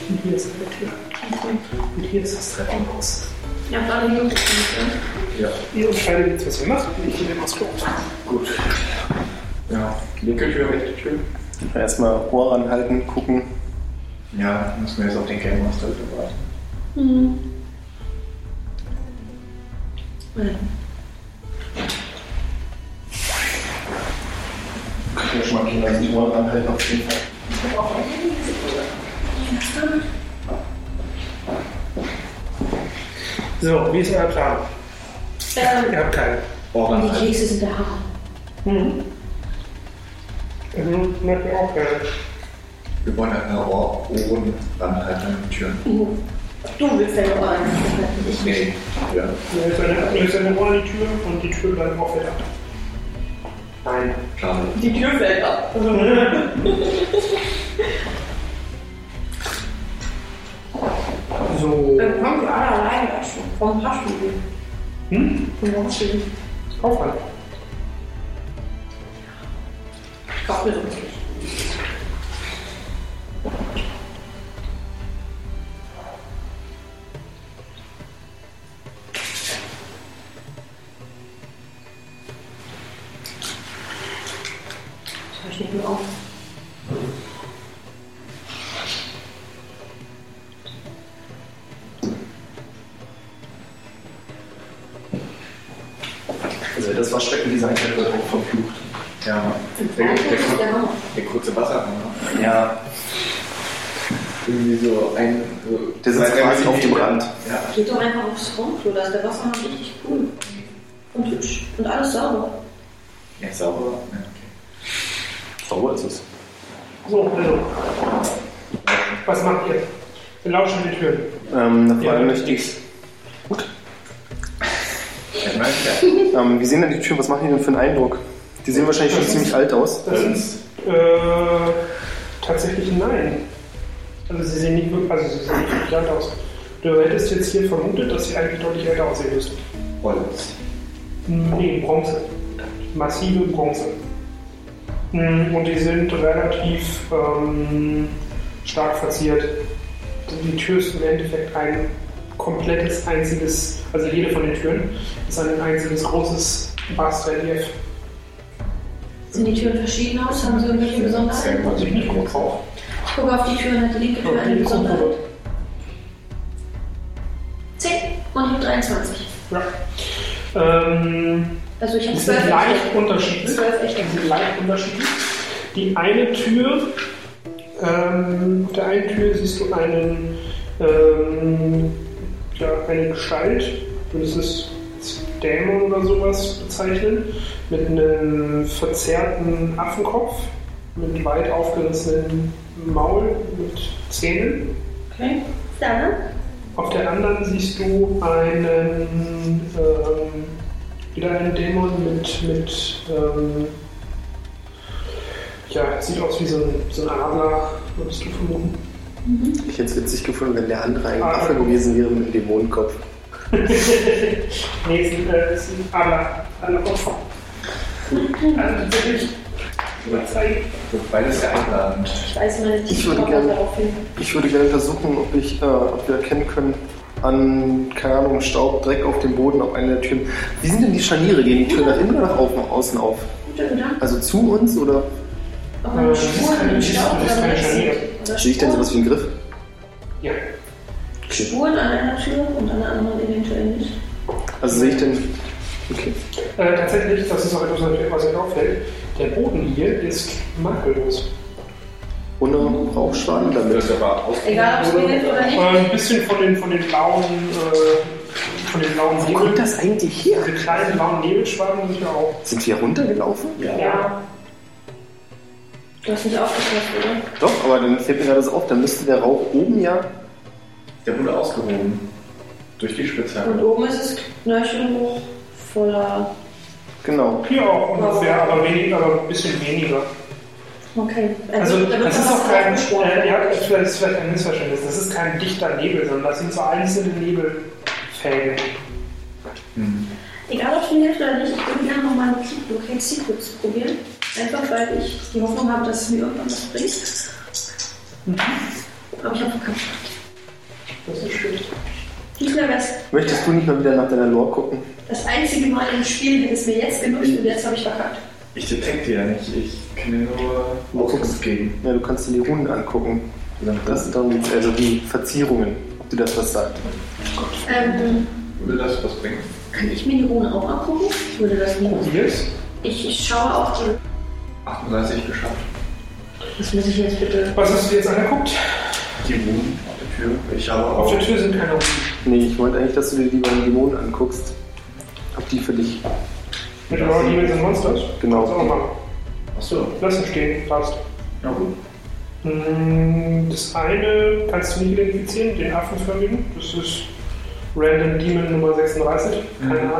Speaker 1: Und hier ist eine Tür. Und hier ist das Treppenhaus.
Speaker 5: Ihr habt alle die Möglichkeit. ne?
Speaker 4: Ja.
Speaker 1: Ihr entscheidet jetzt, was ihr macht. Ich nehme das Klo.
Speaker 4: Gut. Ja. Linke Tür, rechte Tür.
Speaker 2: Erstmal Ohr anhalten, gucken.
Speaker 4: Ja, müssen wir jetzt auf den Game Master wieder warten.
Speaker 6: Können wir schon mal Kinder die Ohren anhalten auf jeden Fall.
Speaker 1: So, wie ist euer Plan?
Speaker 5: Ähm,
Speaker 1: Ihr habt keinen.
Speaker 4: Ohren
Speaker 5: die
Speaker 4: halten.
Speaker 5: Kekse sind der Haare.
Speaker 1: Mhm. Mhm, merkt ihr auch gerne.
Speaker 4: Wir wollen einfach Ohr, Ohren ranhalten an den Türen.
Speaker 5: Mhm. Du willst deine Ohren anhalten. Ich nicht.
Speaker 4: Nee. Ja.
Speaker 1: Ihr hört seine- Ihr hört seine Ohren an die Tür und die Tür bleibt auch wieder. Nein.
Speaker 4: Klar.
Speaker 5: Die Tür fällt ab.
Speaker 1: So.
Speaker 5: Ähm.
Speaker 7: Dann kommen wir alle alleine da schon. Vom Haschel.
Speaker 1: Hm?
Speaker 7: Vom Haschel.
Speaker 1: Aufwand.
Speaker 7: Kauft mir sonst nicht. Das hör ich nicht mehr auf.
Speaker 6: Also das war schrecklich, dieser Einheit wird auch verflucht.
Speaker 4: Ja. Der, der, der, der kurze ne? Wasserhammer.
Speaker 6: Ja,
Speaker 4: Irgendwie so ein. So
Speaker 2: Der sitzt
Speaker 4: zwei, drei
Speaker 2: quasi auf dem
Speaker 4: Millimeter.
Speaker 2: Rand.
Speaker 4: Ja.
Speaker 5: Geht doch einfach aufs Raumklo, da ist der Wasserhahn richtig cool. Und hübsch. Und alles sauber.
Speaker 4: Ja, sauber. Ja, okay.
Speaker 2: Sauber ist es.
Speaker 1: So, also. Was macht ihr? Wir lauschen die Türen.
Speaker 2: Ähm, nach
Speaker 1: Ja,
Speaker 2: vorne
Speaker 1: das
Speaker 2: möchte ich.
Speaker 4: Ich meine, ja.
Speaker 2: Ähm, wie sehen denn die Türen? Was machen die denn für einen Eindruck? Die sehen wahrscheinlich schon ziemlich alt aus.
Speaker 1: Das ist äh, tatsächlich nein. Also sie sehen nicht wirklich, also sie sehen nicht wirklich alt aus. Du hättest jetzt hier vermutet, dass sie eigentlich deutlich älter aussehen müssten.
Speaker 4: Holz.
Speaker 1: Nee, Bronze. Massive Bronze. Mm, Und die sind relativ ähm, stark verziert. Die Tür ist im Endeffekt ein komplettes einziges, also jede von den Türen ist ein einziges großes Bastrelief.
Speaker 5: Sind die Türen verschieden aus? Haben sie irgendwelche
Speaker 4: Sehr
Speaker 5: Besonderheiten?
Speaker 4: gut.
Speaker 1: Sieht nicht groß aus.
Speaker 5: Ich gucke auf die Türen, hat die linke Tür eine Besonderheit. 10 und ich habe 23.
Speaker 1: Ja. Ähm,
Speaker 5: Also ich habe
Speaker 1: die sind
Speaker 5: 12.
Speaker 1: leicht unterschiedlich.
Speaker 5: Zwölf echte.
Speaker 1: Die sind leicht unterschiedlich. Die eine Tür, ähm, auf der einen Tür siehst du einen, ähm, ja, eine Gestalt, würdest es als Dämon oder sowas bezeichnen, mit einem verzerrten Affenkopf, mit weit aufgerissenem Maul, mit Zähnen.
Speaker 5: Okay. Dann?
Speaker 1: Auf der anderen siehst du einen ähm, wieder einen Dämon mit, mit ähm, ja, sieht aus wie so ein, so ein Adler, würdest du vermuten.
Speaker 2: Ich hätte es witzig gefunden, wenn der andere ein
Speaker 1: Ah.
Speaker 2: Affe gewesen wäre mit einem Dämonenkopf.
Speaker 1: nee, es ist ein, äh, es ist ein Adler. Adlerkopf. Also tatsächlich über zwei.
Speaker 4: Wird beides geeinladen.
Speaker 7: Ich weiß mal nicht,
Speaker 2: Ich würde
Speaker 7: komme
Speaker 2: gerne-
Speaker 7: darauf hin.
Speaker 2: Ich würde gerne versuchen, ob, ich, äh, ob wir erkennen können, an, keine Ahnung, Staub, Dreck auf dem Boden, auf einer der Türen. Wie sind denn die Scharniere? Gehen die Türen nach innen oder nach außen, nach außen auf?
Speaker 5: Gute Gedanken.
Speaker 2: Also zu uns oder
Speaker 7: Ob
Speaker 1: Äh,
Speaker 7: man
Speaker 1: das ist
Speaker 7: Spuren
Speaker 1: keine-
Speaker 7: im
Speaker 1: das ist
Speaker 7: Staub oder
Speaker 1: keine
Speaker 7: man
Speaker 1: Scharniere.
Speaker 7: Oder
Speaker 2: sehe ich denn sowas wie einen Griff?
Speaker 1: Ja.
Speaker 5: Spuren an einer Tür und an der anderen eventuell nicht.
Speaker 2: Also sehe ich denn. Okay.
Speaker 1: Äh, tatsächlich, das ist auch etwas, was euch- was euch auffällt. Der Boden hier ist makellos.
Speaker 2: Ohne Rauchschwaden damit.
Speaker 4: Wird aber aus.
Speaker 5: Egal, ob es mir hilft oder nicht.
Speaker 1: Äh, ein bisschen von den, von den blauen, äh, von den blauen Nebel,
Speaker 2: das eigentlich her?
Speaker 1: diese kleinen blauen Nebelschwaden sind ja auch.
Speaker 2: Sind wir runtergelaufen?
Speaker 1: Ja.
Speaker 5: Du hast nicht aufgepasst, oder?
Speaker 2: Doch, aber dann fällt mir gerade so auf, dann müsste der Rauch oben ja.
Speaker 4: Der wurde ausgehoben. Durch die
Speaker 5: Und
Speaker 4: Spitze.
Speaker 5: oben ist es knöchelhoch voller.
Speaker 2: Genau.
Speaker 1: Hier auch ungefähr, aber, wenig, aber ein bisschen weniger.
Speaker 5: Okay.
Speaker 1: Also,
Speaker 5: da wird
Speaker 1: das ist
Speaker 5: was
Speaker 1: auch kein,
Speaker 5: aufgesprochen.
Speaker 1: äh, ja, das ist vielleicht ein Missverständnis. Das ist kein dichter Nebel, sondern das sind so einzelne Nebelfäden.
Speaker 4: Hm.
Speaker 5: Egal, ob es mir hilft oder nicht, ich würde gerne nochmal Locate Secrets probieren. Einfach weil ich die Hoffnung habe, dass es mir irgendwann was bringt. Aber ich habe verkackt.
Speaker 1: Mhm. Das ist schön.
Speaker 5: Nicht mehr was.
Speaker 2: Möchtest du nicht mal wieder nach deiner Lore gucken?
Speaker 5: Das einzige Mal im Spiel hätte es mir jetzt genutzt und jetzt habe ich verkackt.
Speaker 4: Ich detekte ja nicht. Ich kann dir nur
Speaker 2: Wo
Speaker 4: Auskunft geben.
Speaker 2: Ja, du kannst dir die Runen angucken.
Speaker 4: Das
Speaker 2: Das, darum geht's, also die Verzierungen, ob dir das was sagt.
Speaker 5: Ähm,
Speaker 4: würde das was bringen.
Speaker 5: kann ich mir die Rune auch angucken? Ich würde das nie machen.
Speaker 1: Probier's.
Speaker 5: Ich, ich schaue auf die.
Speaker 4: 38 geschafft.
Speaker 5: Das muss ich jetzt bitte.
Speaker 1: Was hast du dir jetzt angeguckt?
Speaker 4: Die Runen auf der Tür. Ich habe
Speaker 1: Auf der
Speaker 4: auch.
Speaker 1: Tür sind keine Runen.
Speaker 2: Nee, ich wollte eigentlich, dass du dir die beiden Dämonen anguckst. Ob die für dich.
Speaker 1: Mit Raw Demons and Monsters?
Speaker 2: Genau.
Speaker 1: Kannst du auch machen.
Speaker 4: Achso.
Speaker 1: Lass uns stehen, passt.
Speaker 4: Na gut.
Speaker 1: Mm, Das eine kannst du nicht identifizieren, den affenförmigen. Das ist Random Demon Nummer 36, keine
Speaker 4: Mhm.
Speaker 1: Ahnung.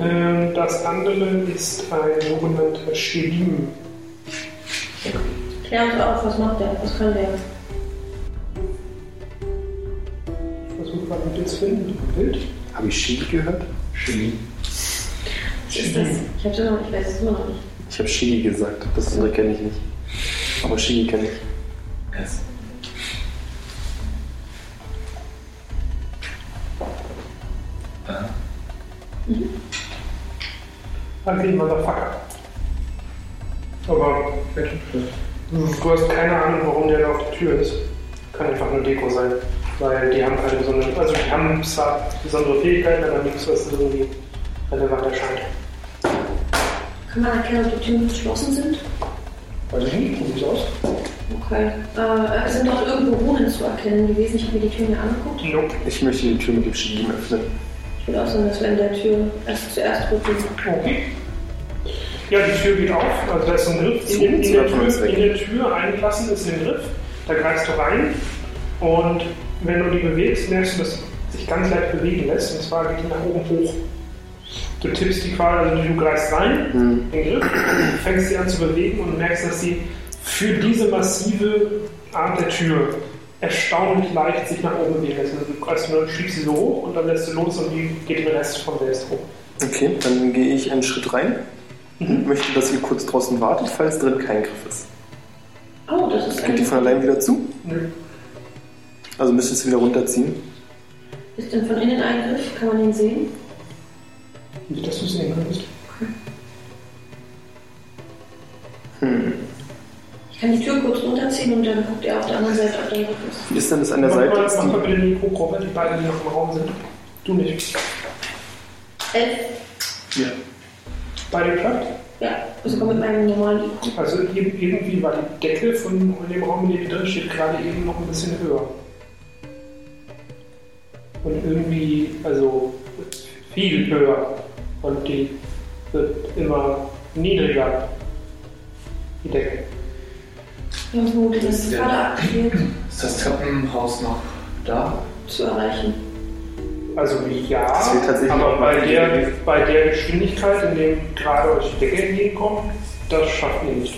Speaker 1: Ähm, Das andere ist ein sogenannter Shedim.
Speaker 5: Klär uns auf, was macht der? Was kann der?
Speaker 1: Ich versuche mal ein Bild zu finden, ein Bild.
Speaker 2: Habe ich Shidi gehört?
Speaker 4: Chemie.
Speaker 5: Was ist das? Ich, hab's immer noch, ich weiß es immer noch nicht.
Speaker 2: Ich habe Shidi gesagt. Das andere kenne ich nicht. Aber Shidi kenne ich.
Speaker 4: Es. Ah,
Speaker 1: Ugly Halt Motherfucker. Aber du hast keine Ahnung, warum der da auf der Tür ist. Kann einfach nur Deko sein. Weil die haben keine besonderen, also die haben zwar besondere Fähigkeiten, aber nichts, was irgendwie relevant erscheint.
Speaker 5: Kann man erkennen, ob die Türen geschlossen sind?
Speaker 1: Weiß ich nicht, wie sieht's aus?
Speaker 5: Okay. Äh, es sind dort irgendwo Runen zu erkennen gewesen. Ich habe mir die Tür mir angeguckt.
Speaker 1: Nope.
Speaker 2: Ich möchte die Tür mit dem Shidi öffnen.
Speaker 5: Ich würde auch sagen, dass wir an der Tür erst zuerst rufen.
Speaker 1: Okay. Ja, die Tür geht auf, also da ist ein Griff.
Speaker 2: Zu
Speaker 1: In, in,
Speaker 2: uns
Speaker 1: der,
Speaker 2: oder von uns
Speaker 1: Tür,
Speaker 2: weg?
Speaker 1: in der Tür einlassen ist ein Griff, da greifst du rein und wenn du die bewegst, merkst du, dass sie sich ganz leicht bewegen lässt und zwar geht die nach oben hoch. Du tippst die quasi, also du greifst rein,
Speaker 2: Hm.
Speaker 1: den Griff, fängst sie an zu bewegen und merkst, dass sie für diese massive Art der Tür erstaunlich leicht sich nach oben bewegen lässt. Also du- Also du schiebst sie so hoch und dann lässt du los und die geht den Rest von selbst hoch.
Speaker 2: Okay, dann gehe ich einen Schritt rein. und Möchte, dass ihr kurz draußen wartet, falls drin kein Griff ist.
Speaker 5: Oh, das ist
Speaker 2: Geht die
Speaker 5: ein.
Speaker 2: von allein wieder zu?
Speaker 1: Nö.
Speaker 2: Also müsst ihr es wieder runterziehen.
Speaker 5: Ist denn von innen ein Griff? Kann man ihn sehen?
Speaker 1: Nicht, dass du sehen könntest.
Speaker 2: Hm.
Speaker 5: Ich kann die Tür kurz runterziehen und dann guckt er auf der anderen Seite, ob der Griff ist.
Speaker 2: Ist dann das an der
Speaker 1: mach
Speaker 2: Seite? Hm.
Speaker 1: Mal,
Speaker 2: Ist
Speaker 1: mach mal
Speaker 2: die,
Speaker 1: bitte die Mikrogruppe, die beiden, die noch im Raum sind. Du nicht.
Speaker 5: Elf.
Speaker 1: Beide klappt.
Speaker 5: Ja, also sogar mit meinem normalen IQ.
Speaker 1: Also ir- irgendwie war die Decke von dem Raum, in dem ihr drin steht, gerade eben noch ein bisschen höher. Und irgendwie, also viel höher. Und die wird immer niedriger. Die Decke.
Speaker 5: Wir haben vermutet, dass es
Speaker 4: Ja.
Speaker 5: gerade abgespielt
Speaker 4: Ist das Treppenhaus noch da?
Speaker 5: zu erreichen.
Speaker 1: Also ja,
Speaker 2: Das wird tatsächlich
Speaker 1: aber
Speaker 2: auch
Speaker 1: bei
Speaker 2: mal
Speaker 1: der,
Speaker 2: niedriger.
Speaker 1: bei der Geschwindigkeit, in dem gerade euch die Decke entgegenkommt, das schafft ihr nicht.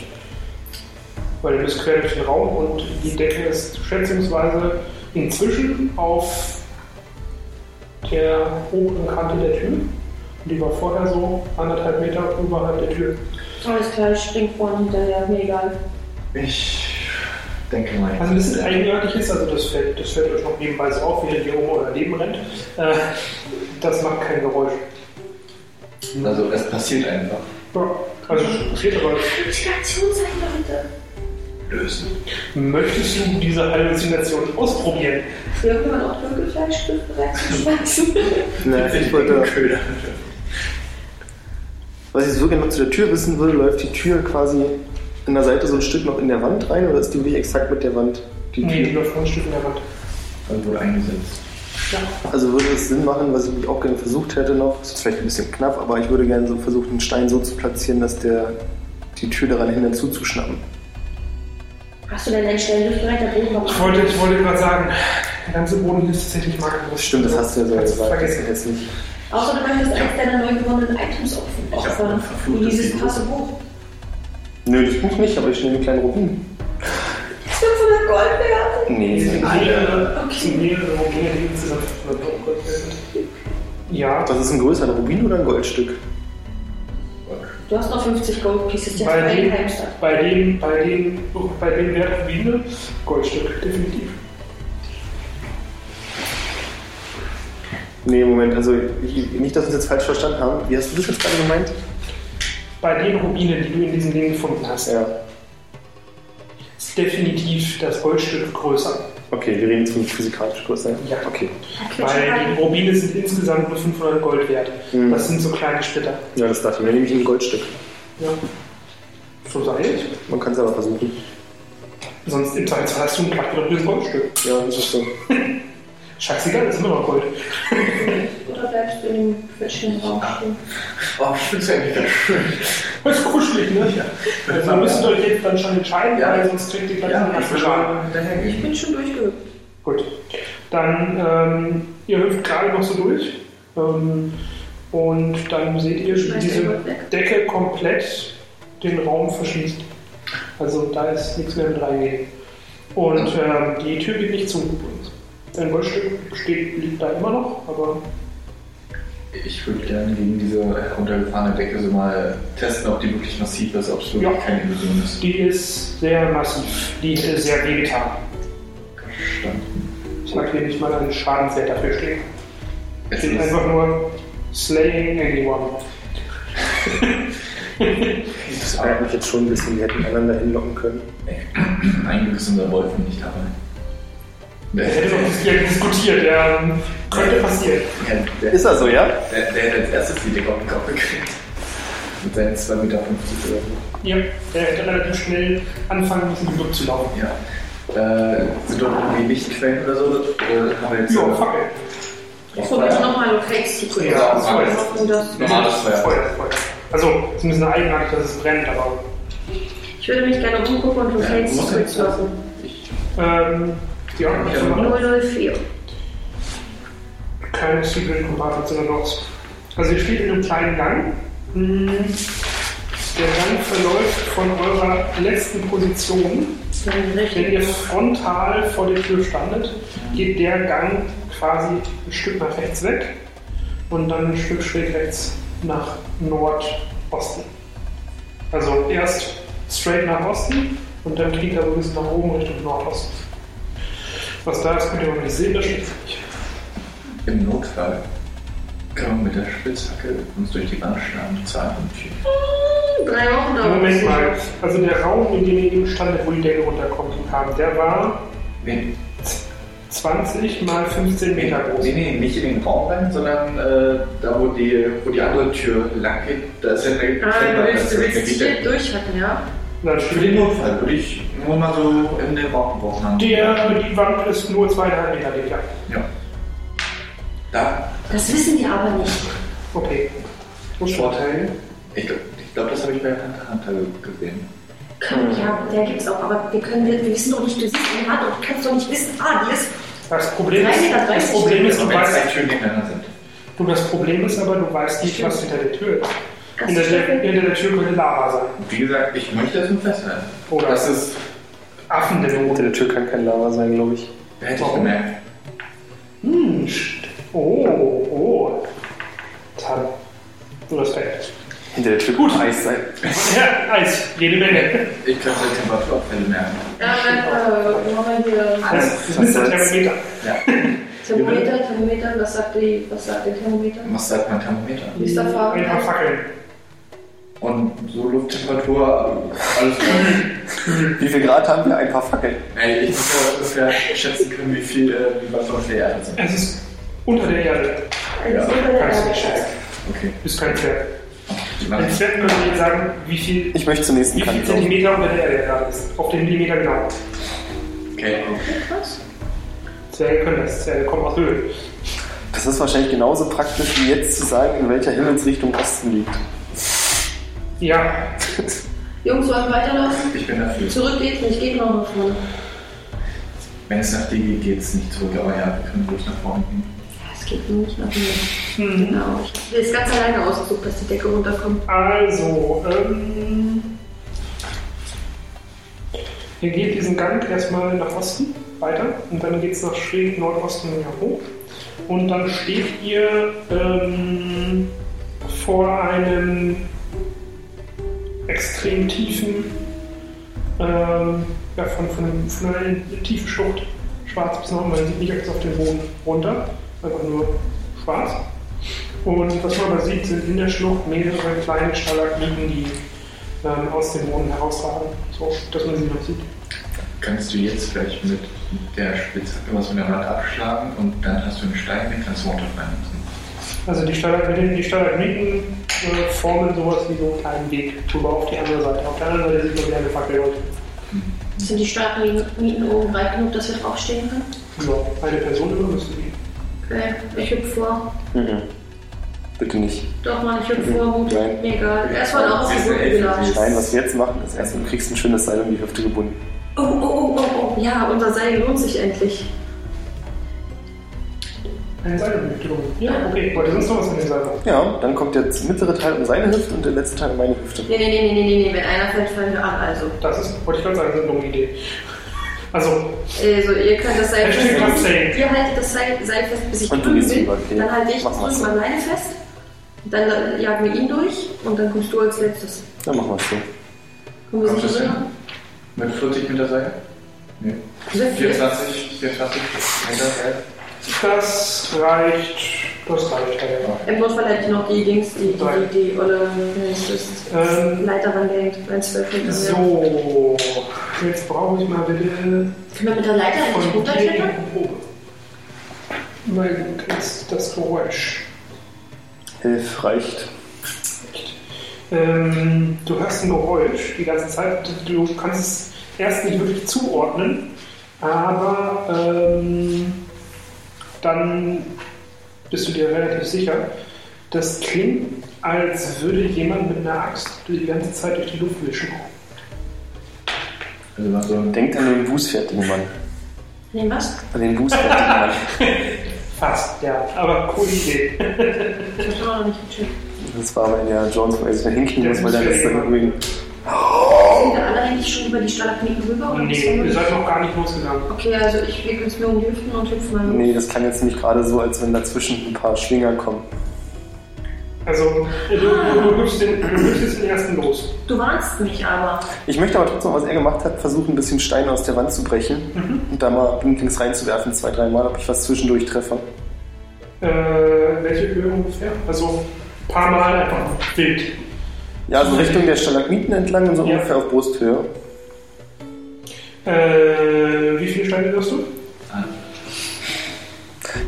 Speaker 1: Weil ihr müsst quer durch den Raum und die Decke ist schätzungsweise inzwischen auf der oberen Kante der Tür. Und die war vorher so anderthalb Meter oberhalb der Tür.
Speaker 7: Alles klar, ich spring vorne hinterher, mir egal.
Speaker 4: Ich denke mal.
Speaker 1: Also ein bisschen eigenartig ist, also das fällt, das fällt euch noch nebenbei so auf, wie ihr hier oben oder daneben rennt. Äh, das macht kein Geräusch.
Speaker 4: Also es passiert einfach.
Speaker 1: Ja, also es passiert aber nicht.
Speaker 3: Kommunikation sein, Leute.
Speaker 4: Lösen.
Speaker 1: Möchtest du diese Halluzination ausprobieren?
Speaker 7: Früher kann man auch Dunkelfleisch bereit schmeißen.
Speaker 2: Na, ich wollte,
Speaker 4: Köder.
Speaker 2: was ich so gerne noch zu der Tür wissen würde, läuft die Tür quasi an der Seite so ein Stück noch in der Wand rein oder ist die wirklich exakt mit der Wand die Tür?
Speaker 1: Nee, die läuft von Stück in der Wand.
Speaker 4: Also wurde eingesetzt.
Speaker 2: Also würde es Sinn machen, was ich mich auch gerne versucht hätte noch, ist vielleicht ein bisschen knapp, aber ich würde gerne so versuchen, einen Stein so zu platzieren, dass der die Tür daran hindert zuzuschnappen.
Speaker 5: Hast du denn einen stellenbereit Boden noch?
Speaker 1: Ich wollte, ich wollte gerade sagen, der ganze Boden hier ist tatsächlich makellos.
Speaker 2: Stimmt, das hast du ja so
Speaker 1: Kannst
Speaker 2: gesagt. Das ist
Speaker 1: vergessen.
Speaker 2: jetzt nicht.
Speaker 5: Außerdem möchtest du eines deiner neu gewonnenen Items
Speaker 4: Ich hab
Speaker 5: opfern.
Speaker 4: verflucht,
Speaker 5: Wie dieses
Speaker 4: das
Speaker 5: krasse Buch.
Speaker 2: Nö, das Buch nicht, aber ich nehme einen kleinen Rubin.
Speaker 5: 500 Gold wert?
Speaker 1: Die
Speaker 2: Nee,
Speaker 1: sind mehrere, okay. sind mehrere Romane, die insgesamt 500 Euro Gold wert sind. Ja,
Speaker 2: das ist ein größerer Rubin oder ein Goldstück?
Speaker 5: Du hast noch 50 Gold Pieces, die hast
Speaker 1: bei
Speaker 5: du
Speaker 1: dem,
Speaker 5: eingeheimstatt.
Speaker 1: bei dem, bei dem, bei dem Wert Rubine, Goldstück, definitiv.
Speaker 2: Nee, Moment, also ich, nicht, dass wir es jetzt falsch verstanden haben. Wie hast du das jetzt gerade gemeint?
Speaker 1: Bei den Rubinen, die du in diesem Ding gefunden hast,
Speaker 2: Ja.
Speaker 1: ist definitiv das Goldstück größer.
Speaker 2: Okay, wir reden jetzt von physikalisch größer.
Speaker 1: Ja.
Speaker 2: Okay.
Speaker 5: halt
Speaker 1: Weil die Rubine sind insgesamt nur 500 Gold wert.
Speaker 2: Hm.
Speaker 1: Das sind so kleine Splitter.
Speaker 2: Ja, das dachte ich mir. Nehme ich ein Goldstück.
Speaker 1: Ja. So sei es.
Speaker 2: Man kann es aber versuchen.
Speaker 1: Sonst im Zweifelsfall hast du ein plattgedrücktes Goldstück.
Speaker 2: Ja, das ist so.
Speaker 1: Scheißegal, ist immer noch Gold.
Speaker 5: Oder bleibst du in dem quetschenden Raum
Speaker 1: Ah.
Speaker 5: stehen?
Speaker 4: Oh, ich finde es eigentlich ganz schön.
Speaker 1: Das ist kuschelig, ne? Also wir müssen euch jetzt dann schon entscheiden,
Speaker 4: Ja.
Speaker 1: weil sonst kriegt ihr gleich einen
Speaker 4: Ja, ich
Speaker 1: ganzen
Speaker 4: würde
Speaker 1: Schaden.
Speaker 4: mal hinterhergehen.
Speaker 7: Ich bin schon durchgehüpft.
Speaker 1: Gut. Dann, ähm, ihr hüpft gerade noch so durch. Ähm, und dann seht ihr, wie
Speaker 5: Schmeißt den
Speaker 1: diese
Speaker 5: Gold weg.
Speaker 1: Decke komplett den Raum verschließt. Also da ist nichts mehr mit reingehen. Und ähm, die Tür geht nicht zu übrigens. Ein Goldstück steht, liegt da immer noch, aber
Speaker 4: Ich würde gerne gegen diese heruntergefahrene Decke so mal testen, ob die wirklich massiv ist, ob es wirklich
Speaker 1: Ja.
Speaker 4: keine Illusion ist.
Speaker 1: die ist sehr massiv. Die ist sehr wehgetan.
Speaker 4: Verstanden.
Speaker 1: Ich mag hier nicht mal einen Schadenswert dafür stehen.
Speaker 4: Es
Speaker 1: steht
Speaker 4: ist
Speaker 1: einfach nur Slaying Anyone.
Speaker 2: Das ärgert mich jetzt schon ein bisschen. Wir hätten einander hinlocken können.
Speaker 4: ein gewisser Wolf nicht dabei. Der,
Speaker 1: Er hätte noch
Speaker 4: der,
Speaker 1: nicht gerne diskutiert, ja, könnte passieren.
Speaker 4: der,
Speaker 2: Ist er so, ja?
Speaker 4: der, der hätte als erstes die Decke auf den Kopf gekriegt. Mit seinen 2,50 Meter oder so.
Speaker 1: Ja, er hätte relativ schnell anfangen müssen, zurückzulaufen.
Speaker 4: Ja. Äh, sind doch irgendwie Lichtquellen oder so? Oder haben wir jetzt.
Speaker 1: Ja, Fackel.
Speaker 4: äh,
Speaker 7: Ich probiere nochmal Locate Secret.
Speaker 1: Ja,
Speaker 7: aus.
Speaker 1: voll.
Speaker 7: Hoffen, dass-
Speaker 4: Normales Feuer.
Speaker 1: Feuer, Feuer. Also, es ist ein bisschen eigenartig, dass es brennt, aber.
Speaker 5: Ich würde mich gerne umgucken und Locate
Speaker 4: Ja, muss
Speaker 5: Secrets
Speaker 4: ich.
Speaker 5: machen.
Speaker 1: Ähm, ja,
Speaker 4: Ja,
Speaker 1: also
Speaker 4: ja.
Speaker 5: 004.
Speaker 1: keine Secret Compartment, sondern Logs. Also, ihr steht in einem kleinen Gang. Hm, Der Gang verläuft von eurer letzten Position Wenn ihr frontal vor der Tür standet, geht der Gang quasi ein Stück nach rechts weg und dann ein Stück schräg rechts nach Nordosten. Also erst straight nach Osten und dann geht er so ein bisschen nach oben Richtung Nordosten. Was da ist, könnt ihr aber nicht sehen, das steht nicht.
Speaker 4: Im Notfall können wir mit der Spitzhacke uns durch die Wand schlagen, zwei und vier.
Speaker 7: Drei Wochen dauert
Speaker 1: Moment
Speaker 7: es.
Speaker 1: mal,
Speaker 5: Ah,
Speaker 1: also der Raum, in dem ihr eben standet, wo die Decke runterkommt, kam, der war
Speaker 4: Nee,
Speaker 1: 20 mal 15
Speaker 4: nee,
Speaker 1: Meter groß.
Speaker 4: nee, nicht in den Raum rein, sondern äh, da, wo die, wo die andere Tür lang geht, da ist ja eine
Speaker 7: Ah, du willst, du willst dich
Speaker 4: Klemmband.
Speaker 7: hier durchhacken, ja?
Speaker 1: Natürlich.
Speaker 4: Für den Notfall würde ich nur mal so in den Raum geworfen haben.
Speaker 1: Der, die Wand ist nur zweieinhalb Meter dick, ja.
Speaker 4: Ja. Da,
Speaker 5: Das wissen die aber nicht.
Speaker 1: Okay. Muss schon.
Speaker 4: Vorteil. Ich glaube, ich glaub, das habe ich bei Hunter x Hunter ge- halt gesehen.
Speaker 5: Können, ja, der gibt's auch, aber wir können, wir wissen doch nicht, du siehst ihn an und du kannst doch nicht wissen, ah, die ist.
Speaker 1: Das Problem ist,
Speaker 5: 30,
Speaker 1: das Problem ist,
Speaker 4: Also
Speaker 1: du
Speaker 4: wenn zwei
Speaker 1: weißt,
Speaker 4: Türen nebeneinander sind.
Speaker 1: du, das Problem ist aber, du weißt nicht, was hinter der Tür ist. Hinter der, hinter der Tür könnte Lava sein.
Speaker 4: Wie gesagt, ich möchte das nur festhalten.
Speaker 1: Oder
Speaker 4: Das ist,
Speaker 1: Affen der
Speaker 2: Hinter
Speaker 1: Not.
Speaker 2: der Tür kann kein Lava sein, glaube ich.
Speaker 4: hätte ich
Speaker 1: Warum?
Speaker 4: gemerkt.
Speaker 1: Hm, st- Oh, oh. Tan. Respekt.
Speaker 2: Hinter der Tür gut Eis sein.
Speaker 1: Ja, Eis. Jede Menge.
Speaker 4: Ich könnte Temperaturabfälle merken.
Speaker 5: äh,
Speaker 7: Ja, dann äh, machen wir hier
Speaker 1: Das ist ein Thermometer.
Speaker 7: Thermometer, Thermometer, was sagt die, was sagt der Thermometer?
Speaker 4: Was sagt mein halt Thermometer?
Speaker 7: Wie ist der
Speaker 1: Ein paar
Speaker 7: Farbe?
Speaker 1: Fackeln.
Speaker 4: Und so Lufttemperatur, alles klar.
Speaker 2: Wie viel Grad haben wir? Ein paar Fackeln.
Speaker 4: Ey, ich muss ja ungefähr schätzen können, wie viel, äh, wie was auf der Erde sind.
Speaker 1: Es ist unter der Erde.
Speaker 4: Ja.
Speaker 7: Also,
Speaker 1: Du kannst nicht schätzen.
Speaker 4: Okay.
Speaker 1: Du bist kein Pferd.
Speaker 4: Die
Speaker 1: Ein
Speaker 4: Mann-
Speaker 1: Pferd könnte dir sagen, wie viel,
Speaker 2: Ich möchte zum nächsten
Speaker 1: wie viel
Speaker 2: Kanton.
Speaker 1: Zentimeter unter der Erde gerade ist. Auf den Millimeter genau.
Speaker 4: Okay.
Speaker 1: Zwerge können das. Zwerge kommen aus Höhlen.
Speaker 2: Das ist wahrscheinlich genauso praktisch wie jetzt zu sagen, in welcher Himmelsrichtung Osten liegt.
Speaker 1: Ja.
Speaker 7: Jungs, wollen wir weiterlaufen?
Speaker 4: Ich bin dafür.
Speaker 7: Zurück geht's nicht, geht noch nach vorne.
Speaker 4: Wenn es nach dir geht, geht es nicht zurück, aber ja, wir können ruhig nach vorne gehen.
Speaker 7: Ja, Es geht nur nicht nach
Speaker 5: Hm?
Speaker 7: mir.
Speaker 5: Mhm.
Speaker 7: Genau. Ich will jetzt ganz alleine ausgesucht, dass die Decke runterkommt.
Speaker 1: Also, ähm, ihr geht diesen Gang erstmal nach Osten weiter und dann geht es nach schräg Nordosten wieder hoch. Und dann steht ihr ähm, vor einem extrem tiefen, ähm, ja, von, von, einem- von einer tiefen Schlucht, schwarz bis nach oben, man sieht nicht alles auf den Boden runter, einfach nur schwarz. Und was man aber sieht, sind in der Schlucht mehrere kleine Stalagmiten, die ähm, aus dem Boden herausragen, so dass man sie noch sieht.
Speaker 4: Kannst du jetzt vielleicht mit der Spitzhacke was von der Wand abschlagen und dann hast du einen Stein, den kannst du runterfallen lassen.
Speaker 1: Also die Stalagmiten, die Stalagmiten äh, formen sowas wie so einen kleinen Weg drüber auf die andere Seite. Auf der anderen Seite sieht man wieder eine Fackel und
Speaker 5: Sind die starken Mieten oben breit genug, dass wir draufstehen können?
Speaker 1: so, eine Person über müsste gehen.
Speaker 5: Okay, ich hüpf vor.
Speaker 2: Mhm. Bitte nicht.
Speaker 5: Doch, Mann, ich hüpf vor. Gut,
Speaker 2: Nein.
Speaker 5: mir egal. Erstmal auch auf die Brücke gelatscht.
Speaker 2: Nein, was wir jetzt machen, ist erstmal, du kriegst ein schönes Seil um die Hüfte gebunden.
Speaker 5: Oh, oh, oh, oh, oh. Ja, unser Seil lohnt sich endlich.
Speaker 1: Eine Seilbewegung.
Speaker 5: Ja.
Speaker 1: Okay, wollte sonst noch was mit den Seilen? machen?
Speaker 2: Ja, dann kommt der mittlere Teil um seine Hüfte und der letzte Teil um meine Hüfte.
Speaker 5: Nee, nee, nee, nee, nee, nee. Wenn einer fällt, fallen wir ab. Also,
Speaker 1: Das ist, wollte ich gerade sagen, das ist eine dumme Idee. Also,
Speaker 5: also ihr könnt das Seil
Speaker 1: Hashtag Abseilen.
Speaker 5: festhalten. Ihr haltet das Seil, Seil fest, bis ich
Speaker 2: Und du
Speaker 5: drüben
Speaker 2: gehst
Speaker 5: bin.
Speaker 2: rüber, okay.
Speaker 5: Dann halte ich
Speaker 2: Mach mal
Speaker 5: das drüben
Speaker 2: so.
Speaker 5: alleine fest. Dann äh, jagen wir ihn durch und dann kommst du als letztes.
Speaker 2: Dann machen wir es so.
Speaker 5: Kommen wir
Speaker 4: Kommt das
Speaker 5: sicher
Speaker 4: hin?
Speaker 5: rüber?
Speaker 4: Mit 40 Meter Seil? Nee.
Speaker 5: Sehr viel.
Speaker 4: 24, 24 Meter Seil?
Speaker 1: das reicht. Das reicht. ja, ja.
Speaker 5: Im Notfall hätte ich noch die Dings, die, die, die, die olle
Speaker 1: Ähm,
Speaker 5: Leiter rangehängt, wenn es zwölf Meter sind.
Speaker 1: So, jetzt brauche ich mal bitte
Speaker 5: Können wir mit der Leiter eigentlich
Speaker 1: von dir
Speaker 5: runterklettern?
Speaker 1: die Probe. Weil du kennst das Geräusch.
Speaker 2: Hilf reicht.
Speaker 1: Ähm, du hörst ein Geräusch die ganze Zeit. Du du kannst es erst nicht wirklich zuordnen, aber ähm, dann bist du dir relativ sicher. Das klingt, als würde jemand mit einer Axt die ganze Zeit durch die Luft wischen.
Speaker 4: Also man so ein
Speaker 2: Denkt an den bußfertigen Mann.
Speaker 5: Nee, was?
Speaker 2: An den bußfertigen Mann.
Speaker 1: Fast, ja. Aber coole Idee.
Speaker 5: Ich hab immer noch nicht gecheckt.
Speaker 2: Das war mein Jahr Jones, wo er sich da hinknien muss, weil er das dann irgendwie.
Speaker 5: Sind wir alle eigentlich schon über die Stalagmiten rüber? oder ist Oh, das
Speaker 1: Nee,
Speaker 5: noch
Speaker 1: ihr
Speaker 5: nicht?
Speaker 1: seid noch gar nicht losgegangen.
Speaker 5: Okay, also ich wickel es mir um die Hüften und hüpfe mal.
Speaker 2: Nee, das klang jetzt nämlich gerade so, als wenn dazwischen ein paar Schwinger kommen.
Speaker 1: Also, du, du, du, gibst den, du gibst jetzt den ersten los.
Speaker 5: Du warnst mich aber.
Speaker 2: Ich möchte aber trotzdem, was er gemacht hat, versuchen, ein bisschen Steine aus der Wand zu brechen und da mal blindlings reinzuwerfen, zwei, dreimal, ob ich was zwischendurch treffe.
Speaker 1: Äh, welche Höhe ungefähr? Also, ein paar Mal einfach wild.
Speaker 2: Ja, so Richtung der Stalagmiten entlang und so
Speaker 1: Ja.
Speaker 2: ungefähr auf Brusthöhe.
Speaker 1: Äh, wie viele Steine wirst du?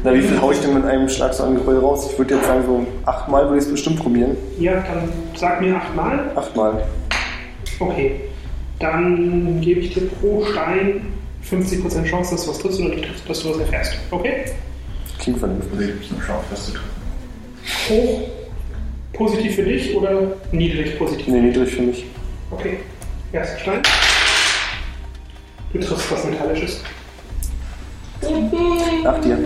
Speaker 2: Na, wie viel hau ich denn mit einem Schlag so an Geröll raus? Ich würde jetzt sagen, so achtmal würde ich es bestimmt probieren.
Speaker 1: Ja, dann sag mir achtmal.
Speaker 2: Achtmal.
Speaker 1: Okay. Dann gebe ich dir pro Stein 50% Chance, dass du was triffst oder du triffst, dass du was erfährst. Okay?
Speaker 2: Klingt vernünftig.
Speaker 4: Also ich muss noch schauen, was zu tun.
Speaker 1: Hoch positiv für dich oder niedrig positiv?
Speaker 2: Nee, niedrig für mich.
Speaker 1: Okay. Erster Stein. Du triffst was Metallisches.
Speaker 2: Nach dir.
Speaker 1: Ähm,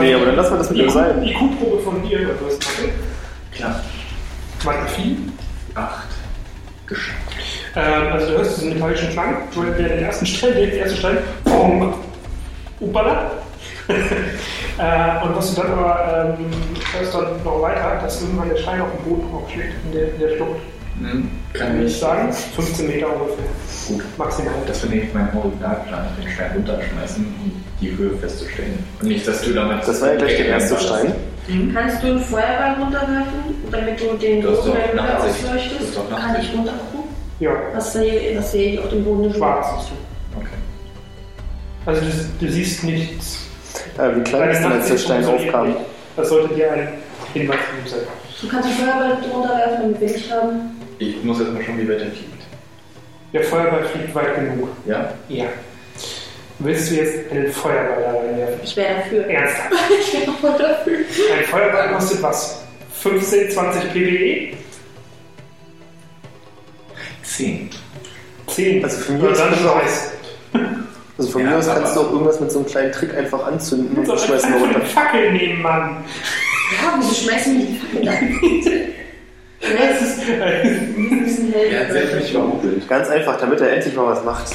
Speaker 2: Nee, aber dann lassen wir das mit dem Seil.
Speaker 1: IQ-Probe von dir, wenn du es machen.
Speaker 4: Klar.
Speaker 1: War viel.
Speaker 4: Acht. Geschafft.
Speaker 1: Ähm, also du hörst diesen metallischen Klang. Du hörst den ersten Stein, den ersten Stein. Boom. Upala. Äh, und was du dann aber ähm, hörst dann noch weiter, dass irgendwann der Stein auf dem Boden aufschlägt in der, in der Schlucht.
Speaker 4: Hm,
Speaker 1: Kann
Speaker 4: kann
Speaker 1: ich
Speaker 4: ich.
Speaker 1: sagen, 15 Meter ungefähr.
Speaker 4: Gut.
Speaker 1: Maximal.
Speaker 4: Das wäre nämlich mein Originalplan, den Stein runterschmeißen, um die Höhe festzustellen. Und nicht, dass du damit.
Speaker 2: Das war ja gleich der erste Stein.
Speaker 5: Kannst du einen Feuerball runterwerfen, damit du den
Speaker 4: Du hast
Speaker 5: Boden
Speaker 4: doch
Speaker 5: der Höhle
Speaker 4: Nachtsicht. Du hast
Speaker 5: ausleuchtest?
Speaker 4: doch
Speaker 5: Kann ich
Speaker 4: Nachtsicht.
Speaker 5: runtergucken?
Speaker 1: Ja,
Speaker 5: Was sehe, was sehe ich auf dem Boden?
Speaker 1: schwarz ist
Speaker 4: Okay.
Speaker 1: du. Also du, du siehst nichts.
Speaker 2: Äh, wie klein ist denn, als der Stein aufkam?
Speaker 1: Das sollte dir ein Hinweis geben sein.
Speaker 5: Du kannst einen Feuerball runterwerfen, damit wir nicht haben.
Speaker 4: Ich muss jetzt mal schauen, wie weit er fliegt.
Speaker 1: Der Feuerball fliegt weit genug.
Speaker 4: Ja?
Speaker 1: Ja. Willst du jetzt einen Feuerball da reinwerfen?
Speaker 5: Ich wäre dafür.
Speaker 1: Ernsthaft?
Speaker 5: Ich wäre voll dafür.
Speaker 1: Ein Feuerball kostet was? 15, 20 PBE?
Speaker 4: 10.
Speaker 1: 10.
Speaker 2: Also von mir
Speaker 1: Und
Speaker 2: aus
Speaker 1: dann
Speaker 2: kannst du auch-
Speaker 1: schmeißt.
Speaker 2: Also von
Speaker 4: Ja,
Speaker 2: mir aus
Speaker 4: aber-
Speaker 2: kannst du auch irgendwas mit so einem kleinen Trick einfach anzünden und dann schmeißen wir
Speaker 1: einfach
Speaker 2: runter.
Speaker 1: eine Fackel nehmen, Mann.
Speaker 5: Ja, wieso schmeißen wir die Fackel an?
Speaker 1: Das ist, äh,
Speaker 5: Wir müssen helfen.
Speaker 4: Er hat selbst mich überrumpelt.
Speaker 2: Ganz einfach, damit er endlich mal was macht.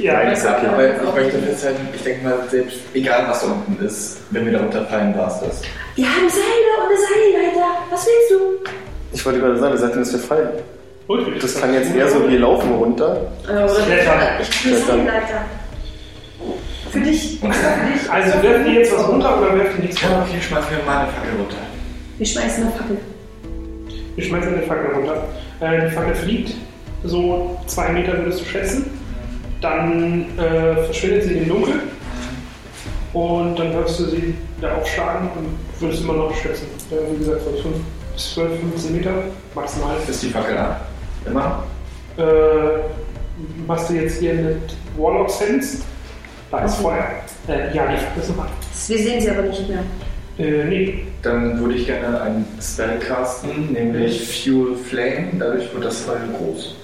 Speaker 1: ja,
Speaker 4: Nein, ist okay. Aber ich möchte festhalten, ich denke mal, selbst egal was da unten ist, wenn wir da runterfallen, war es das.
Speaker 5: Wir haben Seile und eine Seilleiter. Was willst du?
Speaker 2: Ich wollte gerade sagen, wir sagten, dass wir fallen.
Speaker 1: Und?
Speaker 2: Das klang jetzt eher so, wir laufen runter.
Speaker 5: Äh, oder
Speaker 1: Klettern.
Speaker 5: ich habe eine
Speaker 2: Klettern.
Speaker 5: Seilleiter. Für dich.
Speaker 4: Und
Speaker 1: Also werft ihr jetzt was runter oder werft ihr nichts runter?
Speaker 4: okay, schmeißen wir mal eine Fackel runter.
Speaker 5: Wir schmeißen eine Fackel.
Speaker 1: Wir schmeißen eine Fackel runter. Äh, die Fackel fliegt, so zwei Meter würdest du schätzen. Dann äh, verschwindet sie im Dunkel und dann hörst du sie wieder aufschlagen und würdest immer noch schätzen. Äh, wie gesagt, so 5, 12, 15 Meter maximal.
Speaker 4: Ist die Fackel an? Immer?
Speaker 1: Äh, machst du jetzt hier mit Warlock Sense? Da ist Feuer. Äh, ja, die Fackel ist noch an.
Speaker 5: Wir sehen sie aber nicht mehr.
Speaker 1: Äh, nee,
Speaker 4: Dann würde ich gerne einen Spell casten, nämlich Fuel Flame. Dadurch wird das Feuer groß.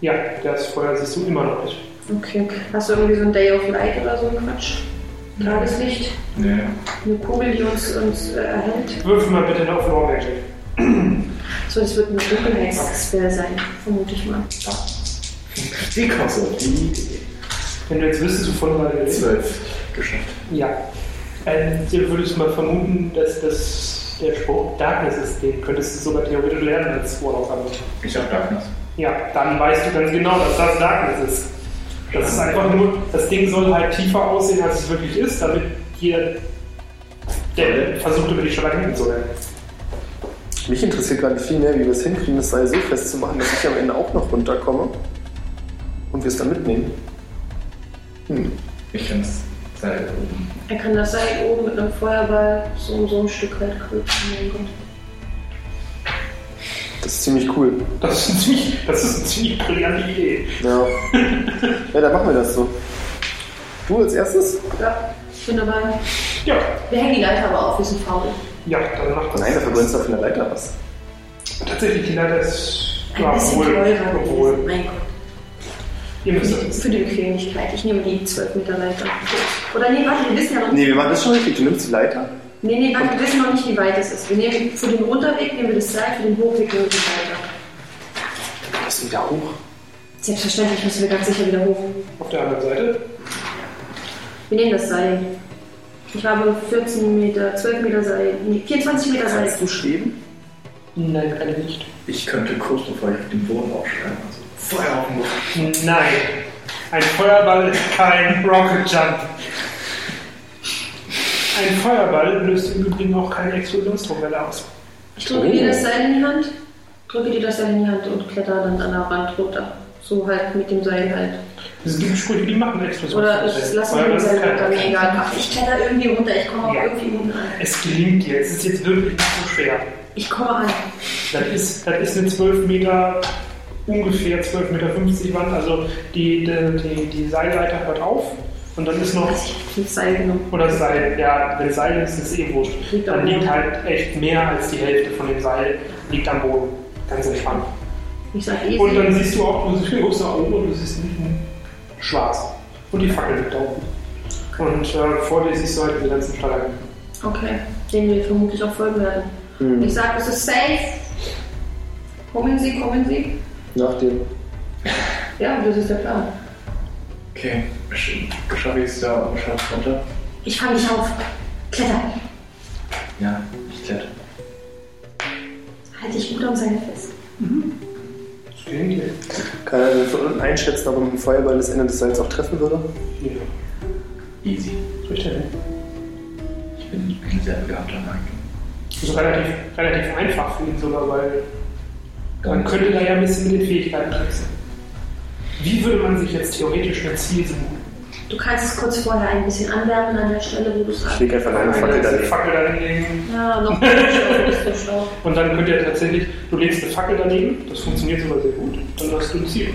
Speaker 1: ja, das Feuer siehst du immer noch nicht.
Speaker 5: Okay. Hast du irgendwie so ein Day of Light oder so ein Quatsch? Tageslicht?
Speaker 4: Nee.
Speaker 5: Eine Kugel, die uns, uns äh, erhält?
Speaker 1: Würfel mal bitte auf Law Magic.
Speaker 5: So, das wird ein Dunkelheitsspell sein, vermute ich mal.
Speaker 4: Die kostet die
Speaker 1: Wenn du jetzt wüsstest, wovon gerade redest.
Speaker 4: 12 geschafft.
Speaker 1: Ja. Ähm, hier würdest du mal vermuten, dass das der Spruch Darkness ist, den könntest du sogar theoretisch lernen als Warlock haben.
Speaker 4: Ich habe Darkness.
Speaker 1: Ja, dann weißt du ganz genau, dass das Darkness ist. Das ist einfach nur, das Ding soll halt tiefer aussehen, als es wirklich ist, damit jeder der versucht, über die Schweigen zu lernen.
Speaker 2: Mich interessiert gerade viel mehr, wie wir es hinkriegen, das Seil so festzumachen, dass ich am Ende auch noch runterkomme und wir es dann mitnehmen. Hm,
Speaker 4: Ich kann es Seil oben.
Speaker 5: Er kann das Seil oben mit einem Feuerball so, so ein Stück halt knüpfen.
Speaker 2: Das ist ziemlich cool.
Speaker 1: Das ist eine ziemlich, das ist eine ziemlich brillante Idee.
Speaker 2: Ja. ja, dann machen wir das so. Du als erstes?
Speaker 5: Ja, ich bin dabei.
Speaker 1: Ja,
Speaker 5: Wir hängen die Leiter aber auf, wir sind faul.
Speaker 1: ja, dann macht das.
Speaker 2: Nein, da verbrennst du auf der Leiter was.
Speaker 1: Tatsächlich, die Leiter ist
Speaker 5: Ein bisschen
Speaker 1: obwohl-
Speaker 5: teurer.
Speaker 1: obwohl.
Speaker 5: gewesen. Mein Gott.
Speaker 1: Ihr müsst das
Speaker 5: Für die- Für die Bequemlichkeit. Ich nehme die 12 Meter Leiter. Oder nee, warte, wir wissen ja noch
Speaker 2: Nee, wir machen das schon richtig. Du nimmst die Leiter.
Speaker 5: Nee, nee, warte, wir wissen noch nicht, wie weit es ist. Wir nehmen für den Runterweg nehmen wir das Seil, für den Hochweg nehmen wir die Leiter.
Speaker 2: Das ist wieder hoch.
Speaker 5: Selbstverständlich müssen wir ganz sicher wieder hoch.
Speaker 1: auf der anderen Seite.
Speaker 5: Wir nehmen das Seil. Ich habe 14 Meter, 12 Meter Seil, nee, 24 Meter Seil.
Speaker 2: Kannst du schweben?
Speaker 1: Nein, kann ich nicht.
Speaker 4: Ich könnte kurz bevor ich auf den Boden aufschreiben. Also Feuer auf dem Boden.
Speaker 1: Nein. Ein Feuerball ist kein Rocket Jump. Ein Feuerball löst im Übrigen auch keine Explosionsdruckwelle aus.
Speaker 5: Ich drücke dir das Seil in die Hand, drücke dir das Seil in die Hand und kletter dann an der Wand runter. So halt mit dem Seil halt.
Speaker 1: Es gibt Sprüche, die machen
Speaker 5: Oder
Speaker 1: Explosionsdruckwelle.
Speaker 5: ich lasse mich
Speaker 1: Feuerball
Speaker 5: mit dem
Speaker 1: ist
Speaker 5: Seil runter, mir
Speaker 1: kein-
Speaker 5: egal. Ach, ich kletter irgendwie runter, ich komme auch
Speaker 1: Ja.
Speaker 5: irgendwie unten an.
Speaker 1: Es gelingt dir. Es ist jetzt wirklich nicht so schwer.
Speaker 5: Ich komme an.
Speaker 1: Das ist, das ist eine 12 Meter, ungefähr 12,50 Meter Wand. Also die, die, die, die Seilleiter hört auf. Und dann ist noch
Speaker 5: Also ich habe das Seil genommen.
Speaker 1: Oder Seil, ja, wenn Seil ist, ist es eh wurscht.
Speaker 5: Liegt am
Speaker 1: Dann liegt
Speaker 5: Boden.
Speaker 1: halt echt mehr als die Hälfte von dem Seil liegt am Boden. Ganz entspannt.
Speaker 5: Ich eh sage easy.
Speaker 1: Und dann siehst du auch, du siehst nach oben und du siehst hinten schwarz. Und die Fackel liegt da oben. Und äh, vor dir siehst du halt die ganzen Stalagmiten.
Speaker 5: Okay, den wir vermutlich auch folgen werden.
Speaker 2: Hm,
Speaker 5: Ich sage, es ist safe. Kommen Sie, kommen Sie.
Speaker 2: Nach dem.
Speaker 5: Ja, das ist der Plan.
Speaker 4: Okay, schaffe ich es da unbeschafft runter?
Speaker 5: Ich fange dich auf. Kletter.
Speaker 4: Ja, ich kletter.
Speaker 5: Halte dich gut am Seil fest.
Speaker 2: Kann er von unten einschätzen, ob er mit dem Feuerball das Ende des Seils auch treffen würde?
Speaker 4: Easy.
Speaker 2: Richtig.
Speaker 4: Ich bin ein sehr begabter Mann.
Speaker 1: Das ist relativ, relativ einfach für ihn sogar, weil man könnte da ja ein bisschen mit den Fähigkeiten tricksen. Wie würde man sich jetzt theoretisch ein Ziel suchen?
Speaker 5: Du kannst es kurz vorher ein bisschen anwärmen an der Stelle, wo du es
Speaker 2: Ich leg einfach eine Fackel daneben.
Speaker 1: Fackel daneben.
Speaker 5: Ja, noch nicht so schlau.
Speaker 1: Und dann könnt ihr tatsächlich, du legst eine Fackel daneben, das funktioniert sogar sehr gut, dann hast du ein Ziel.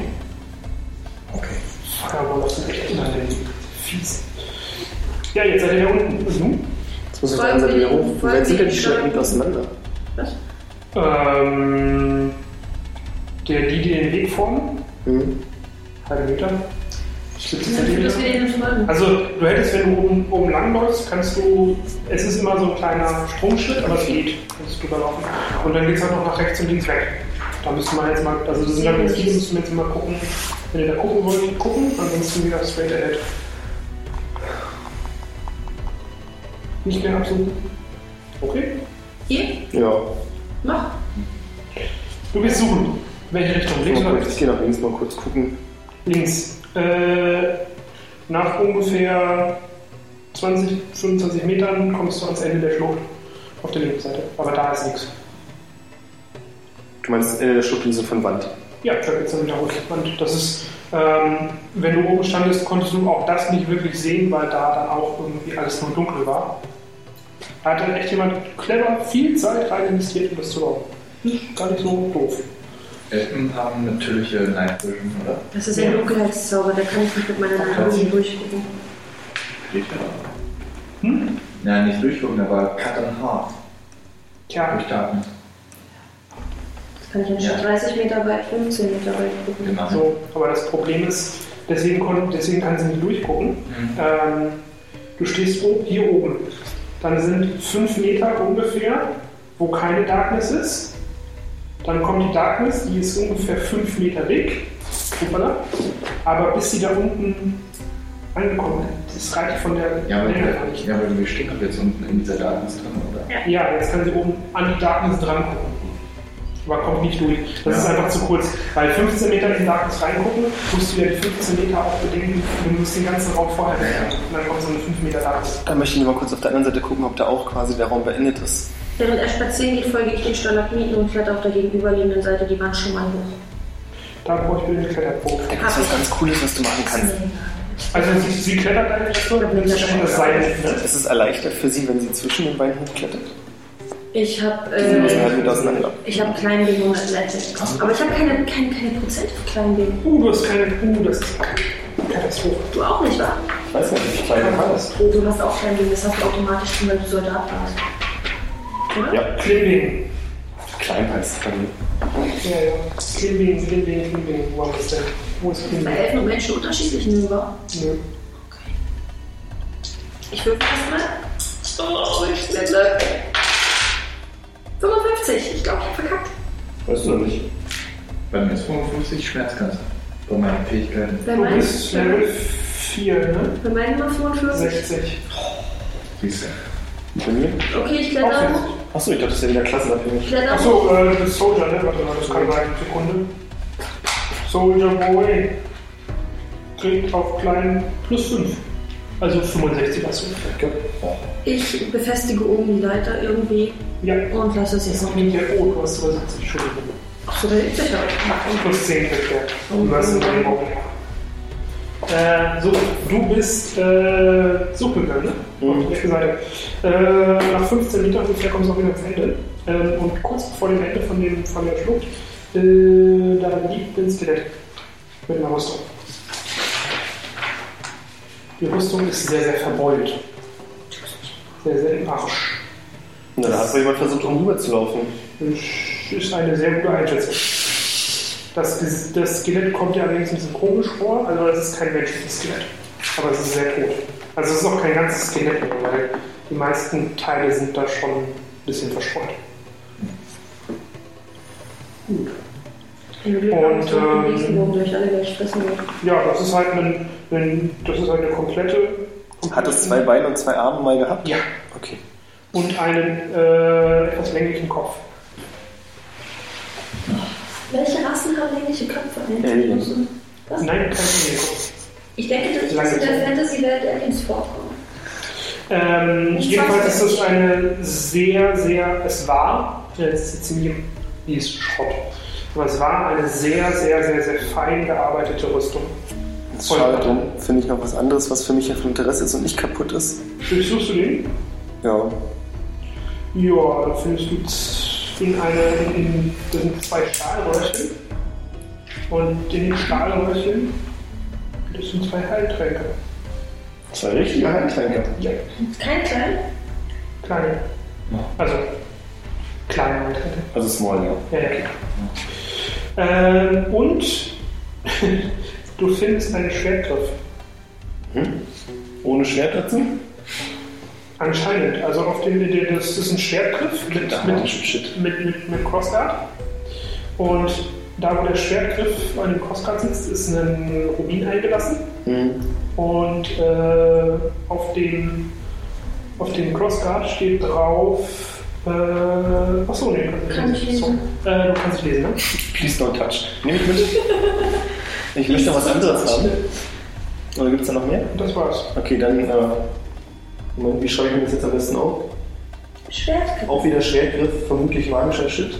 Speaker 4: Okay.
Speaker 1: Fuck, aber was ist echt unangenehm. Fies. Ja, jetzt seid ihr da unten. Was nun?
Speaker 2: Jetzt muss ich auf der anderen Seite wieder hoch. Wie weit sind denn die Schnecken auseinander?
Speaker 1: Ähm, der, die, die den Weg formen,
Speaker 2: Hm.
Speaker 1: halbe Meter, 70
Speaker 5: Ja,
Speaker 1: Zentimeter.
Speaker 5: dass wir denen folgen.
Speaker 1: Also du hättest, wenn du oben, oben lang läufst, kannst du, es ist immer so ein kleiner Stromschritt, aber es geht, kannst du überlaufen. Und dann geht es halt noch nach rechts und links weg. Da müssen wir jetzt mal, also das sind dann jetzt viele, müssen wir jetzt mal gucken, wenn ihr da gucken wollt, gucken, ansonsten wieder straight ahead. Nicht mehr absolut. Okay.
Speaker 5: Hier,
Speaker 2: Ja.
Speaker 5: mach.
Speaker 1: Du gehst suchen. Welche Richtung? Links oder
Speaker 2: Mal kurz-
Speaker 1: rechts?
Speaker 2: Ich gehe nach links mal kurz gucken.
Speaker 1: Links. Äh, nach ungefähr 20, 25 Metern kommst du ans Ende der Schlucht. Auf der linken Seite. Aber da ist nichts.
Speaker 2: Du meinst äh, der Schublise von Wand.
Speaker 1: Ja, da geht es dann wieder hoch. Und das ist, ähm, wenn du oben standest, konntest du auch das nicht wirklich sehen, weil da dann auch irgendwie alles nur dunkel war. Da hat dann echt jemand clever viel Zeit rein investiert, um das zu bauen. Nicht- Gar nicht so doof.
Speaker 4: Elfen haben natürliche Night Vision, oder?
Speaker 5: Das ist ein Dunkelheitszauber, da kann ich nicht mit meiner Nase durchgucken.
Speaker 4: Geht ja.
Speaker 1: Hm?
Speaker 4: Nein, nicht durchgucken, aber cut and half.
Speaker 1: Tja,
Speaker 4: Durchdaten.
Speaker 5: Das kann ich ja schon 30 Meter weit, 15 Meter weit gucken.
Speaker 4: Genau.
Speaker 1: so. Aber das Problem ist, deswegen, kon- deswegen kann sie nicht durchgucken.
Speaker 4: Mhm.
Speaker 1: Ähm, du stehst oben, hier oben. Dann sind fünf Meter ungefähr, wo keine Darkness ist. Dann kommt die Darkness, die ist ungefähr fünf Meter dick. Hoppala. Aber bis sie da unten angekommen ist, das reicht von der
Speaker 4: Ja, aber,
Speaker 1: Länge gar nicht.
Speaker 4: ja, aber wir stehen doch jetzt unten in dieser Daten drin, oder?
Speaker 1: Ja, jetzt kann sie oben an die Darkness dran gucken. Aber kommt nicht durch. Das
Speaker 4: Ja.
Speaker 1: ist einfach zu kurz. Weil 15 Meter in die Darkness reingucken, musst du ja die 15 Meter auch bedenken. Du musst den ganzen Raum vorher bedenken. Und dann kommt so eine 5 Meter Darkness.
Speaker 2: Da möchte ich nur mal kurz auf der anderen Seite gucken, ob da auch quasi der Raum beendet ist.
Speaker 5: Während er spazieren geht, folge ich den Stalagmiten und kletter auf der gegenüberliegenden Seite die Wand schon mal hoch.
Speaker 1: Da brauche ich bitte eine Kletterprobe.
Speaker 2: Da gibt's was ganz Cooles, was du machen kannst.
Speaker 1: Also sie, sie klettert eigentlich so, dann nimmt sie schon das Seil. Ne?
Speaker 2: Es ist erleichtert für sie, wenn sie zwischen den Beinen hochklettert.
Speaker 5: Ich habe
Speaker 2: Sie müssen halt
Speaker 5: äh,
Speaker 2: mit auseinander.
Speaker 5: ich hab Kleinbeben und Athletik. Aber ich habe keine, keine, keine Prozent auf Kleinbeben.
Speaker 1: Uh, du hast keine... Uh, das ist... Katastrophe.
Speaker 5: Du auch nicht, wa?
Speaker 2: Ich weiß nicht, wie klein war das?
Speaker 5: Oh, du hast auch Kleinbeben, das hast du automatisch schon, weil du Soldat warst.
Speaker 2: Ja,
Speaker 1: Klimbing.
Speaker 2: klein heißt es dann.
Speaker 1: Ja, ja. Klimbing, Klimbing, Klimbing. Wo haben wir es denn? Wo ist
Speaker 5: Bei
Speaker 1: Klimbing?
Speaker 5: Elfen und Menschen unterschiedlich, ne, wa?
Speaker 1: Nö.
Speaker 5: Ich würfel das mal. Oh, ich blende. 55, ich glaube, ich habe verkackt.
Speaker 2: Weißt du noch nicht?
Speaker 4: Bei mir ist 55 Schmerzgrenze. Bei meinen Fähigkeiten
Speaker 5: Bei
Speaker 1: Du
Speaker 5: meinem,
Speaker 1: bist
Speaker 5: bei
Speaker 1: Level
Speaker 5: meinem,
Speaker 1: 4, ne?
Speaker 5: bei meinem war 55.
Speaker 1: 60.
Speaker 4: siehst du.
Speaker 2: Bei mir?
Speaker 5: Okay, ich kletter hoch.
Speaker 2: Achso, ich dachte, das ist ja wieder klassenabhängig.
Speaker 5: Kletter hoch.
Speaker 1: Achso, äh, du bist Soldier, ne? Warte mal, das kann sein. Sekunde. Soldier Boy. Kriegt auf kleinen plus 5. Also 65 hast du.
Speaker 5: Ich befestige oben die Leiter irgendwie
Speaker 1: Ja.
Speaker 5: und lasse es
Speaker 1: Jetzt
Speaker 5: jetzt
Speaker 1: noch
Speaker 5: noch.
Speaker 1: nicht der O, du hast sogar 70. Entschuldigung.
Speaker 5: Ach so, da hilft sicher.
Speaker 1: Und plus 10 kriegt er. Und was in deinem Augen. Äh, so, du bist äh, zurückgegangen, ne?
Speaker 2: Mhm.
Speaker 1: Auf die rechte Seite. Äh, nach 15 Metern ungefähr kommst du auch wieder ans Ende. Ähm, und kurz vor dem Ende von, dem, von der Schlucht, äh, da liegt ein Skelett mit einer Rüstung. Die Rüstung ist sehr, sehr verbeult. Sehr, sehr im Arsch.
Speaker 2: Na, da hat wohl jemand versucht, um rüber zu laufen.
Speaker 1: ist eine sehr gute Einschätzung. Das, das Skelett kommt ja allerdings ein bisschen komisch vor, also das ist kein menschliches Skelett. Aber es ist sehr tot. Also es ist auch kein ganzes Skelett mehr, weil die meisten Teile sind da schon ein bisschen verstreut.
Speaker 5: Wenn du Glück
Speaker 1: Und,
Speaker 5: hast, dann kommt
Speaker 1: ähm,
Speaker 5: den nächsten Bogen durch alle Weltstressen.
Speaker 1: Ja, das ist halt ein, ein, das ist halt eine komplette
Speaker 2: Hat es zwei Beine und zwei Arme mal gehabt?
Speaker 1: Ja.
Speaker 2: Okay.
Speaker 1: Und einen äh, etwas länglichen Kopf.
Speaker 3: Welche Rassen haben ähnliche Köpfe?
Speaker 2: Aliens.
Speaker 3: Was?
Speaker 1: Nein, kein Kopf.
Speaker 3: Ich denke, das
Speaker 1: Lange
Speaker 3: ist in der
Speaker 1: Zunge.
Speaker 3: Fantasy-Welt Aliens vorkommen.
Speaker 1: Ähm,
Speaker 3: Ich
Speaker 1: jedenfalls
Speaker 3: weiß
Speaker 1: ist
Speaker 3: es
Speaker 1: es eine sehr, sehr, es war, jetzt ist ziemlich, die ist Schrott, aber es war eine sehr, sehr, sehr, sehr fein gearbeitete Rüstung.
Speaker 2: Das ist
Speaker 1: Voll.
Speaker 2: schade, dann finde ich noch was anderes, was für mich ja von Interesse ist und nicht kaputt ist.
Speaker 1: Durchsuchst du den?
Speaker 2: Ja.
Speaker 1: Ja, da findest du in einer, in, das sind zwei Stahlröhrchen und in den Stahlröhrchen, das sind zwei Heiltränke.
Speaker 6: Zwei richtige Handtränke.
Speaker 1: Ja,
Speaker 3: Kein Teil?
Speaker 1: kleine. Also, kleine Heiltränke.
Speaker 6: Also small, ja.
Speaker 1: Ja, ja. Ähm, und du findest einen Schwertgriff.
Speaker 6: Ohne Schwert dazu?
Speaker 1: Anscheinend. Also auf dem, der- der- das ist ein Schwertgriff mit,
Speaker 2: Genau.
Speaker 1: mit,
Speaker 6: Shit.
Speaker 1: mit, mit, mit Crossguard. Und da, wo der Schwertgriff an dem Crossguard sitzt, ist ein Rubin eingelassen.
Speaker 2: Mhm.
Speaker 6: Hm.
Speaker 1: Und äh, auf dem, auf dem Crossguard steht drauf. Äh, achso, nee,
Speaker 3: Kann ich lesen?
Speaker 1: So, äh, du kannst lesen, ne?
Speaker 6: Please don't touch. Nehm ich mit. Ich möchte noch was anderes haben. Oder gibt es da noch mehr?
Speaker 1: Und das war's.
Speaker 6: Okay, dann. Äh, Moment, wie schreibe ich mir das jetzt am besten auf?
Speaker 3: Schwertköpfe.
Speaker 6: Auch wieder Schwertgriff, vermutlich magischer Shit.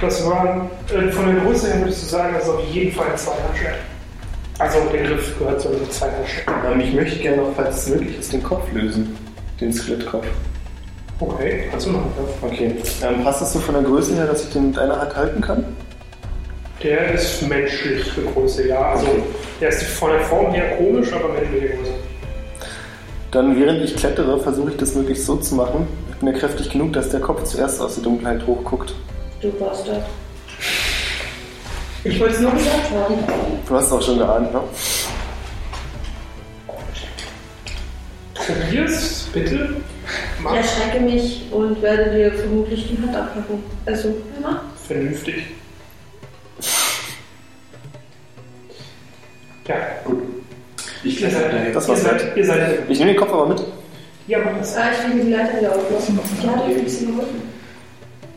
Speaker 1: Das war, äh, von der Größe her würdest du sagen, das ist auf jeden Fall ein Zweihandschwert. Also der Griff gehört zu einem Zweihandschwert.
Speaker 6: Ähm, ich möchte gerne noch, falls es möglich ist, den Kopf lösen. Den Skelettkopf.
Speaker 1: Okay, kannst du machen. Ja.
Speaker 6: Okay.
Speaker 2: Ähm, passt das so von der Größe her, dass ich den mit einer Hand halten kann?
Speaker 1: Der ist menschlich für Größe, ja. Also der ist von der Form her komisch, aber menschliche Größe.
Speaker 2: Dann, während ich klettere, versuche ich das möglichst so zu machen. Ich bin ja kräftig genug, dass der Kopf zuerst aus der Dunkelheit hochguckt.
Speaker 5: Du Bastard.
Speaker 1: Ich wollte es nur gesagt
Speaker 2: Du hast es auch schon geahnt, ne?
Speaker 1: Probier's, bitte. Mach
Speaker 5: Ich erschrecke mich und werde dir vermutlich die Hand abhacken. Also, ja.
Speaker 1: vernünftig. Ja,
Speaker 4: Ich
Speaker 1: ihr
Speaker 4: kletter
Speaker 1: seid,
Speaker 4: da
Speaker 2: Das
Speaker 1: ihr
Speaker 2: war's
Speaker 1: seid, ihr seid,
Speaker 2: Ich nehme den Kopf aber mit.
Speaker 1: halt ja, mach das.
Speaker 5: Ah, ich will die Leiter wieder auflassen. Ja, du kriegst sie geholfen.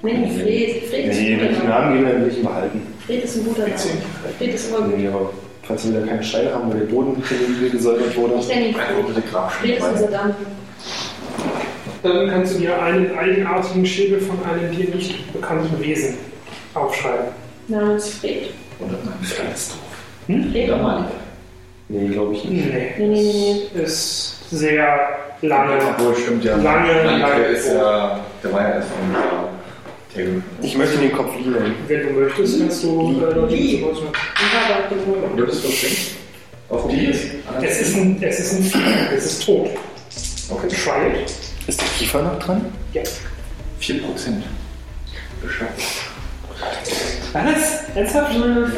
Speaker 5: Nein, Fred. Fred ist
Speaker 6: Nee, wenn ich einen
Speaker 5: ein guter Mann.
Speaker 6: Namen gebe, dann will ich ihn behalten.
Speaker 5: Fred ist ein guter Mann. Fred ist immer gut.
Speaker 6: Nee, aber falls wir wieder keine Steine haben, weil der Boden irgendwie gesäubert wurde.
Speaker 5: Ich nenne ihn
Speaker 4: Einfach
Speaker 5: Fred.
Speaker 4: unter der Grabsteine.
Speaker 5: Fred ist unser Dampf.
Speaker 1: Dann kannst du dir einen eigenartigen Schädel von einem dir nicht bekannten Wesen aufschreiben.
Speaker 5: Namens Fred.
Speaker 4: Unter meinem Fenster.
Speaker 5: Fred?
Speaker 4: Ja,
Speaker 5: Nee,
Speaker 4: Mann.
Speaker 6: Nee, glaube ich nicht.
Speaker 1: Nee.
Speaker 5: nee, nee.
Speaker 1: ist sehr lange.
Speaker 4: Obwohl, stimmt ja.
Speaker 1: Lange,
Speaker 4: Nein,
Speaker 1: lange
Speaker 4: Der ist ja. Der war ja erst von Tegel.
Speaker 6: Ich möchte den Kopf liegen. lassen.
Speaker 1: Wenn du möchtest, kannst du äh, Leute
Speaker 5: Wie?
Speaker 1: zum Beispiel-
Speaker 5: Ich habe auch geholt.
Speaker 4: Würdest du das sehen? Auf die ist?
Speaker 1: Es ist ein, es ist ein Vieh, es ist tot.
Speaker 4: Okay.
Speaker 1: Try it.
Speaker 6: Ist der Kiefer noch dran?
Speaker 1: Ja.
Speaker 4: 4%. Bescheid.
Speaker 1: Was? Ernsthaft?
Speaker 5: Ja.
Speaker 1: Alter,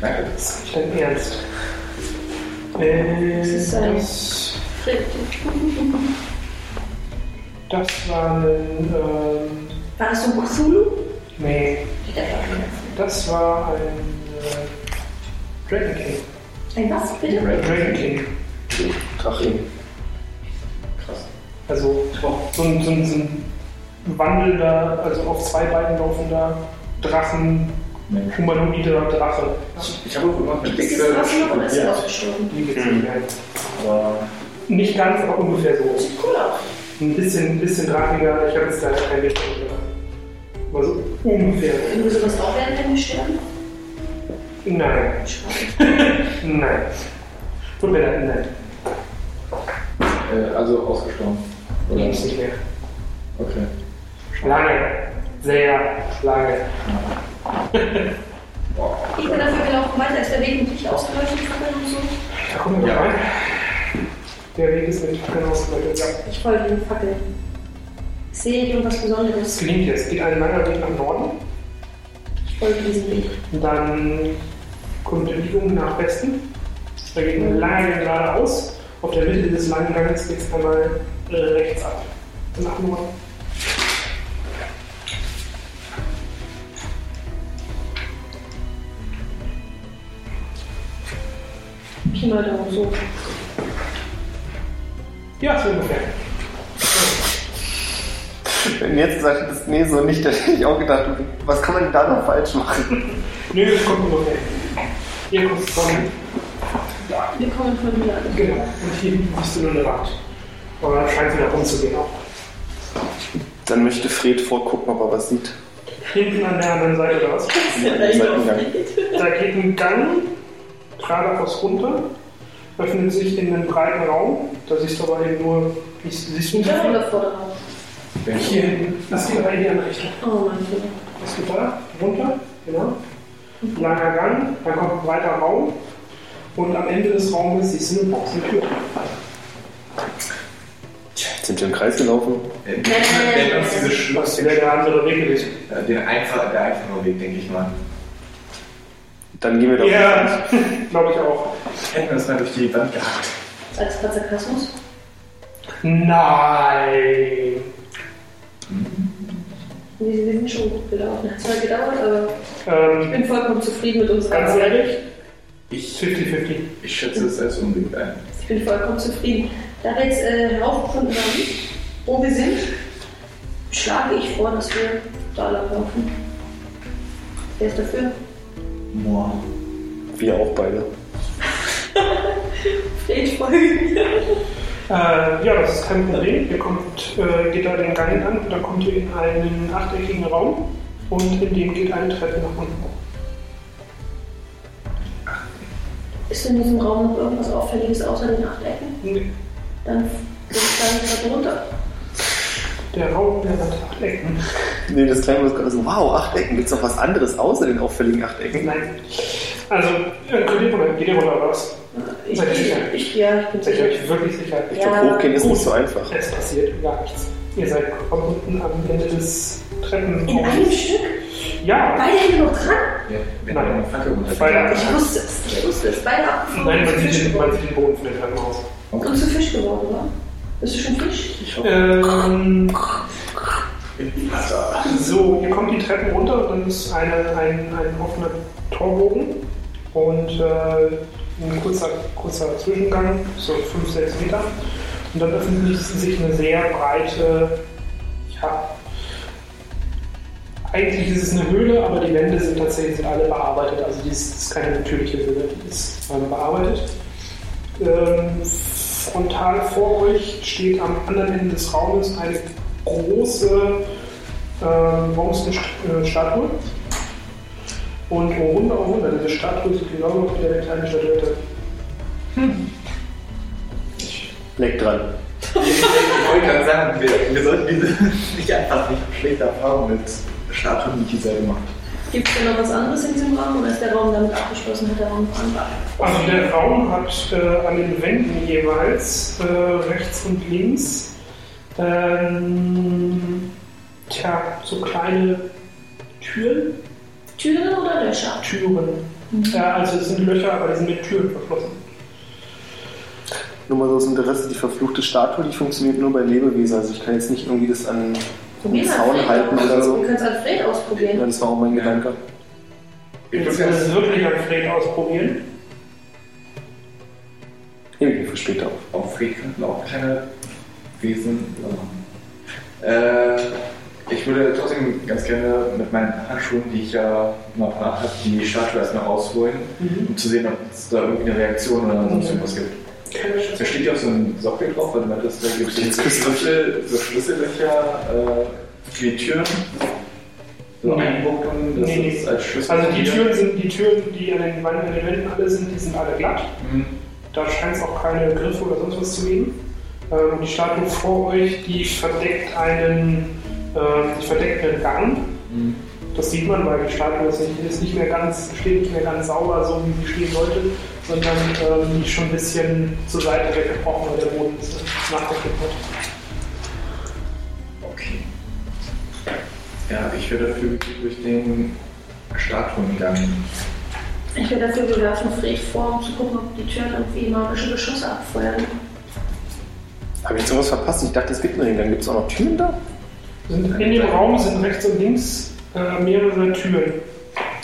Speaker 4: Danke.
Speaker 1: das ist nicht dein Ernst. Äh,
Speaker 5: ist ein-
Speaker 1: das,
Speaker 5: Fred.
Speaker 1: das war ein. Ähm,
Speaker 5: War das so ein Cthulhu?
Speaker 1: nee,
Speaker 5: Wieder
Speaker 1: das war ein. Äh, Dragon King.
Speaker 5: Ein was, bitte?
Speaker 1: Dragon King.
Speaker 6: Drache.
Speaker 1: Also so ein, so ein, so ein wandelnder, also auf zwei Beinen laufender Drachen,
Speaker 4: Mensch.
Speaker 1: humanoider Drache.
Speaker 4: Ich habe auch immer
Speaker 5: Ist es das noch oder ist
Speaker 4: Ja.
Speaker 5: er ausgestorben?
Speaker 1: Die geht's
Speaker 6: Mhm.
Speaker 1: nicht mehr.
Speaker 4: Aber
Speaker 1: Nicht ganz, aber ungefähr so.
Speaker 5: Sieht cool aus.
Speaker 1: Ein bisschen, ein bisschen drachiger, ich habe jetzt leider kein Bild mehr. Aber so ungefähr.
Speaker 5: Wenn du sowas auch werden, wenn wir sterben?
Speaker 1: Nein, nein. Tut mir leid, nein.
Speaker 4: Äh, also ausgestorben. Oder?
Speaker 1: Gibt's nicht mehr.
Speaker 4: Okay.
Speaker 1: Lange. Sehr lange.
Speaker 4: Wow.
Speaker 5: Ich bin dafür gelaufen weiter, ist der Weg mit dich ausgeleuchtet, Fackeln und so.
Speaker 1: Da kommen wir
Speaker 4: Ja.
Speaker 1: rein. Der Weg ist mit Fackeln ausgeleitet. Ja.
Speaker 5: Ich folge den Fackeln. Sehe ich irgendwas
Speaker 1: Es
Speaker 5: Besonderes?
Speaker 1: gelingt jetzt. Geht ein langer Weg nach Norden.
Speaker 5: Ich folge diesem Weg.
Speaker 1: Dann kommt der Biegung nach Westen. Da geht eine lange geradeaus. Auf der Mitte dieses langen Ganges geht es einmal äh, rechts ab. Nach Norden.
Speaker 5: Pi mal Daumen so.
Speaker 1: Ja, so ungefähr.
Speaker 2: Wenn du jetzt gesagt hättest, nee, so nicht, dann hätte ich auch gedacht, was kann man denn da noch falsch machen?
Speaker 1: Nö, das kommt ungefähr. Hier kommst du vorne.
Speaker 3: Wir kommen von hier an.
Speaker 1: Genau. Und hier hinten bist du nur eine Wand. Aber dann scheint wieder rumzugehen auch.
Speaker 2: Dann möchte Fred vorgucken, ob er was sieht.
Speaker 1: Hinten an der anderen Seite oder was? Da geht ein Gang geradeaus runter, öffnet sich in einen breiten Raum. Da siehst du aber eben nur, wie siehst du
Speaker 5: Ja,
Speaker 1: nicht
Speaker 5: oder Vorderhaus.
Speaker 1: Hier hinten. Das geht aber in die andere Richtung.
Speaker 5: Oh mein Gott.
Speaker 1: Das geht da runter, genau. Langer Gang, dann kommt ein breiter Raum. Und am Ende des Raumes siehst du eine Boxentür.
Speaker 2: Sind wir im Kreis gelaufen?
Speaker 4: Wenn wenn uns diese
Speaker 1: Das
Speaker 4: Schluss,
Speaker 1: wäre der andere Weg gewesen.
Speaker 4: den einfach, der einfache Weg, denke ich mal.
Speaker 2: Dann gehen wir da
Speaker 1: Ja, glaube ich auch.
Speaker 4: Hätten wir uns mal durch die Wand gehackt.
Speaker 5: Als Platz Sarkasmus?
Speaker 1: Nein.
Speaker 5: Wir, wir sind schon gut gelaufen. Hat zwar gedauert, aber ich
Speaker 1: Ähm,
Speaker 5: bin vollkommen zufrieden mit unserer
Speaker 1: ganz
Speaker 5: Arbeit.
Speaker 1: ehrlich,
Speaker 4: Ich,
Speaker 1: 50-50.
Speaker 4: ich schätze es als unbedingt ein.
Speaker 5: Ich bin vollkommen zufrieden. Da wir jetzt äh, heraufgefunden haben, wo wir sind, schlage ich vor, dass wir da lang laufen. Wer ist dafür?
Speaker 4: Boah.
Speaker 2: Wir auch beide.
Speaker 5: Ich folge mir.
Speaker 1: Äh, ja, das ist kein Problem. Ihr kommt, äh, geht da den Gang an und dann kommt ihr in einen achteckigen Raum und in dem geht eine Treppe nach unten.
Speaker 5: Ist in diesem Raum noch irgendwas Auffälliges außer den acht Ecken?
Speaker 1: Nee,
Speaker 5: Dann würde ich sagen, ich habe runter.
Speaker 1: Der Raum der hat acht Ecken.
Speaker 2: Nee, das Kleine ist gerade so, wow, Achtecken, gibt's noch was anderes außer den auffälligen Achtecken?
Speaker 1: Nein. Also, äh, könnt ihr runter, geht ihr runter oder was?
Speaker 5: Ich,
Speaker 1: Seid ihr
Speaker 5: ich,
Speaker 1: sicher?
Speaker 5: ich, ja, ich bin
Speaker 1: Seid ihr
Speaker 5: sicher.
Speaker 1: euch wirklich sicher?
Speaker 2: Ich glaube,
Speaker 5: Ja.
Speaker 2: hochgehen ist nicht so einfach.
Speaker 1: Es passiert gar nichts. Ihr seid am unten am Ende des
Speaker 5: In einem
Speaker 1: Treppenraums.
Speaker 5: Stück?
Speaker 1: Ja,
Speaker 5: Beide hängen noch dran?
Speaker 4: Ja, wenn
Speaker 1: Nein.
Speaker 4: wir eine Fackel
Speaker 1: Feuer.
Speaker 4: runterfällt.
Speaker 5: Ich wusste es. Ich wusste es. Beide abgefangen
Speaker 1: nein,
Speaker 5: und
Speaker 1: man
Speaker 5: zu Fisch
Speaker 1: sieht, den, man
Speaker 5: geworden.
Speaker 1: sieht den Boden von dem Treppenhaus.
Speaker 5: Und zu Fisch geworden, oder? Bist du schon Fisch?
Speaker 4: Ich hoffe,
Speaker 1: Ähm,
Speaker 4: ich Wasser.
Speaker 1: So, ihr kommt die Treppen runter und dann ist eine, ein, ein offener Torbogen und äh, ein kurzer, kurzer Zwischengang, so 5, 6 Meter. Und dann öffnet sich eine sehr breite, ja, eigentlich ist es eine Höhle, aber die Wände sind tatsächlich sind alle bearbeitet. Also die ist, ist keine natürliche Höhle, die ist ähm, bearbeitet. Ähm, frontal vor euch steht am anderen Ende des Raumes eine große äh, Bronzenstatue. Und oh Wunder, oh Wunder, diese Statue sieht genau aus wie der kleine Statue.
Speaker 2: Leck dran.
Speaker 4: Ich wollte gerade sagen, wir, wir sollten diese nicht einfach nicht schlechte Erfahrung mit Statuen, die dieser gemacht
Speaker 5: Gibt es denn noch was anderes in diesem Raum oder ist der Raum damit abgeschlossen? Hat der Raum noch andere?
Speaker 1: Also der Raum hat äh, an den Wänden jeweils äh, rechts und links ähm, tja, so kleine Türen.
Speaker 5: Türen oder Löcher?
Speaker 1: Türen. Äh, also es sind Löcher, aber die sind mit Türen verschlossen.
Speaker 2: Nur mal so aus Interesse, die verfluchte Statue, die funktioniert nur bei Lebewesen. Also ich kann jetzt nicht irgendwie das an den
Speaker 5: Probier's
Speaker 2: Zaun
Speaker 5: Alfred
Speaker 2: halten
Speaker 5: aus.
Speaker 2: oder
Speaker 5: Wir
Speaker 2: so.
Speaker 5: können es Alfred
Speaker 2: Ja,
Speaker 5: ausprobieren.
Speaker 2: das war auch mein Gedanke.
Speaker 4: Ich
Speaker 1: Jetzt
Speaker 4: muss
Speaker 1: kann
Speaker 4: jetzt
Speaker 1: es wirklich an Fred ausprobieren.
Speaker 2: Hebe ich mir für später auf.
Speaker 4: auf Fried könnten auch kleine Wesen. Äh, ich würde trotzdem ganz gerne mit meinen Handschuhen, die ich ja noch nach habe, die Statue erstmal rausholen,
Speaker 1: Mhm.
Speaker 4: um zu sehen, ob es da irgendwie eine Reaktion oder sonst irgendwas gibt. Da steht ja auch so ein Sockel drauf, weil du meintest, da gibt es
Speaker 2: Jetzt
Speaker 4: so
Speaker 2: kriegst du-
Speaker 4: Schlüssel, so Schlüssellöcher äh, für die Türen. So
Speaker 1: Nee.
Speaker 4: Einbuchtungen, das
Speaker 1: Nee, nee.
Speaker 4: ist als Schlüssel.
Speaker 1: Also die
Speaker 4: hier.
Speaker 1: Türen sind die Türen, die an den, Wand- an den Wänden alle sind, die sind alle glatt.
Speaker 4: Mhm.
Speaker 1: Da scheint es auch keine Griffe oder sonst was zu geben. Ähm, die Statue vor euch, die verdeckt einen, ähm, die verdeckt einen Gang.
Speaker 4: Mhm.
Speaker 1: Das sieht man, weil die Statue ist nicht, ist nicht mehr ganz, steht nicht mehr ganz sauber, so wie sie stehen sollte, sondern ähm, die ist schon ein bisschen zur Seite weggebrochen, weil der Boden ist nachgekippt hat.
Speaker 4: Okay. Ja, ich wäre dafür durch den Statuen gegangen.
Speaker 5: Ich wäre dafür, wir werfen Fred vor, um zu gucken, ob die Türen irgendwie magische Geschosse abfeuern.
Speaker 2: Habe ich jetzt irgendwas verpasst? Ich dachte, es gibt nur den Gang. Gibt es auch noch Türen da?
Speaker 1: Sind- In dem Raum sind rechts und links äh, mehrere Türen.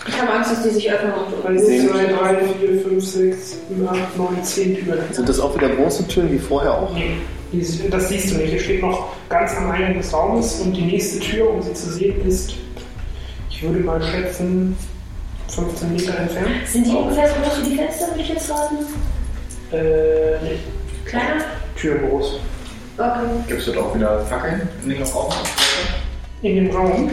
Speaker 5: Ich habe Angst, dass die sich öffnen und
Speaker 1: 1, 2, 3, 4, 5, 6, 7, 8, 9, 10 Türen.
Speaker 2: Sind das auch wieder Bronzetüren wie vorher auch?
Speaker 1: Nee, die- das siehst du nicht. Hier steht noch ganz am Eingang des Raumes und die nächste Tür, um sie zu sehen, ist, ich würde mal schätzen, 15 Meter entfernt.
Speaker 7: Sind die ungefähr so groß wie die Fenster, würde ich jetzt raten?
Speaker 1: Äh, nee,
Speaker 7: Kleiner?
Speaker 1: Tür groß.
Speaker 7: Okay.
Speaker 4: Gibt es dort auch wieder Fackeln in dem Raum?
Speaker 1: In dem
Speaker 2: Mhm.
Speaker 1: Raum?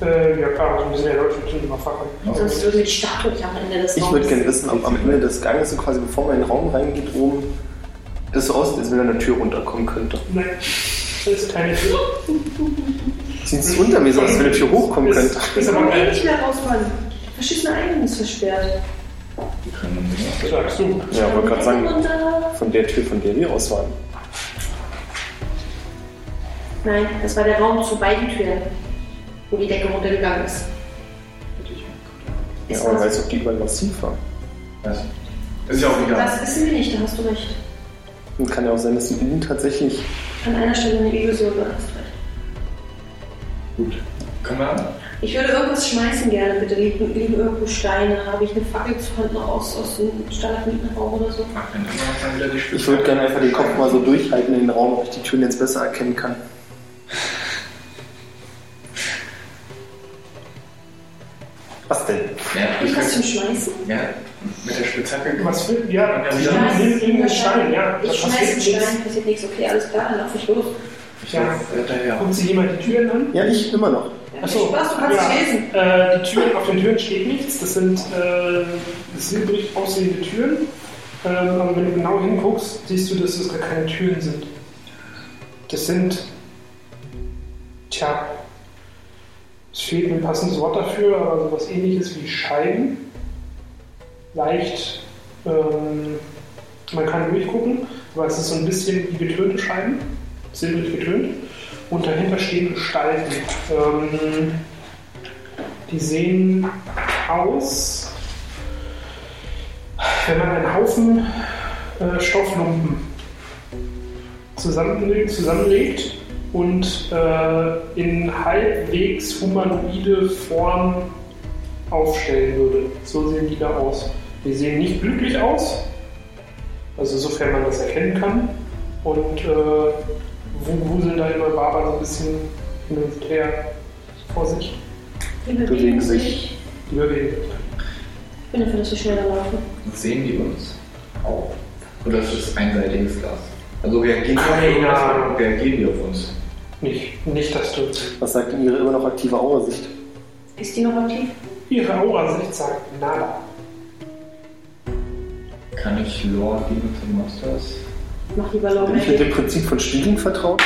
Speaker 1: Äh, ja klar, so ein bisschen erläutert sind immer Fackeln.
Speaker 5: sonst würde die Statue am Ende des
Speaker 2: Ich
Speaker 5: Raums.
Speaker 2: würde gerne wissen, ob am Ende des Ganges, so quasi bevor man in den Raum reingeht, oben das so aussieht, als wenn da eine Tür runterkommen könnte.
Speaker 1: Nein, das ist keine Tür.
Speaker 2: Sieht es unter mir so aus, als wenn eine Tür hochkommen
Speaker 1: Ist,
Speaker 2: könnte?
Speaker 1: ist
Speaker 5: Wir
Speaker 1: aber
Speaker 5: kommen eh
Speaker 1: keine
Speaker 5: nicht mehr raus, Mann. Verschissene Eingang ist versperrt.
Speaker 4: Wir können
Speaker 1: Sagst du.
Speaker 2: Ja, wollte gerade sagen,
Speaker 5: Und, äh,
Speaker 2: von der Tür, von der wir aus waren.
Speaker 5: Nein, das war der Raum zu beiden Türen, wo die Decke runtergegangen ist.
Speaker 2: Ja,
Speaker 5: Ist
Speaker 2: aber
Speaker 5: das-
Speaker 2: weißt du, ob die überall massiv war?
Speaker 4: Das ist ja auch egal.
Speaker 5: Das wissen wir nicht, da hast du recht.
Speaker 2: Und kann ja auch sein, dass die innen tatsächlich.
Speaker 5: An einer Stelle eine Illusion, du hast recht.
Speaker 4: Gut. Können wir an?
Speaker 5: Ich würde irgendwas schmeißen gerne, bitte. Liegen, liegen irgendwo Steine? Habe ich eine Fackel zur Hand noch aus, aus dem Standardmietenraum oder so?
Speaker 4: Ach, dann haben wir dann wieder die Spiel-
Speaker 2: Ich würde gerne einfach den Kopf mal so durchhalten in den Raum, ob ich die Türen jetzt besser erkennen kann. Was denn?
Speaker 4: Ja,
Speaker 5: Habe ich
Speaker 4: ich
Speaker 5: was zum
Speaker 4: könnte,
Speaker 5: Schmeißen?
Speaker 4: ja, mit der Spitzhacke
Speaker 1: Was für, ja,
Speaker 4: Ja,
Speaker 1: nimm nimm den Stein, ja.
Speaker 5: Ich
Speaker 1: Das
Speaker 5: schmeiße einen
Speaker 1: passiert nichts.
Speaker 5: Stein, passiert nichts. Okay, alles klar, dann lauf ich los.
Speaker 4: Ich laufe hinterher.
Speaker 1: Guckt sich jemand die Türen an?
Speaker 2: Ja, ich immer noch.
Speaker 5: Ja,
Speaker 1: Ach so.
Speaker 5: Spaß, du kannst
Speaker 1: Ja.
Speaker 5: es lesen.
Speaker 1: Äh, die Türen, auf den Türen steht nichts. Das sind äh, silbrig aussehende Türen. Ähm, aber wenn du genau hinguckst, siehst du, dass das gar keine Türen sind. Das sind. Tja. Es fehlt mir ein passendes Wort dafür, aber sowas ähnliches wie Scheiben. Leicht. Ähm, man kann durchgucken, aber es ist so ein bisschen wie getönte Scheiben. Silbrig getönt. Und dahinter stehen Gestalten. Ähm, die sehen aus, wenn man einen Haufen äh, Stofflumpen zusammenlegt, zusammenlegt und äh, in halbwegs humanoide Form aufstellen würde. So sehen die da aus. Die sehen nicht glücklich aus, also sofern man das erkennen kann. Und äh, wo wuseln da immer Barbara so ein bisschen hin und her vor sich.
Speaker 5: Wir
Speaker 2: Bewegen sich.
Speaker 1: Die Bewegung.
Speaker 5: Ich bin dafür, dass wir schneller laufen.
Speaker 4: Sehen die uns auch? Oder ist es einseitiges Glas? Also reagieren die auf
Speaker 1: Keiner.
Speaker 4: uns? Reagieren die auf uns?
Speaker 1: Nicht, nicht das Tod.
Speaker 2: Was sagt denn Ihre immer noch aktive Aura-Sicht?
Speaker 5: Ist die noch aktiv?
Speaker 1: Ihre Aura-Sicht sagt nada.
Speaker 4: Kann ich Lore geben zu Monsters?
Speaker 5: Mach lieber Long
Speaker 2: Bin ich mit dem Prinzip von Spiegeln vertraut?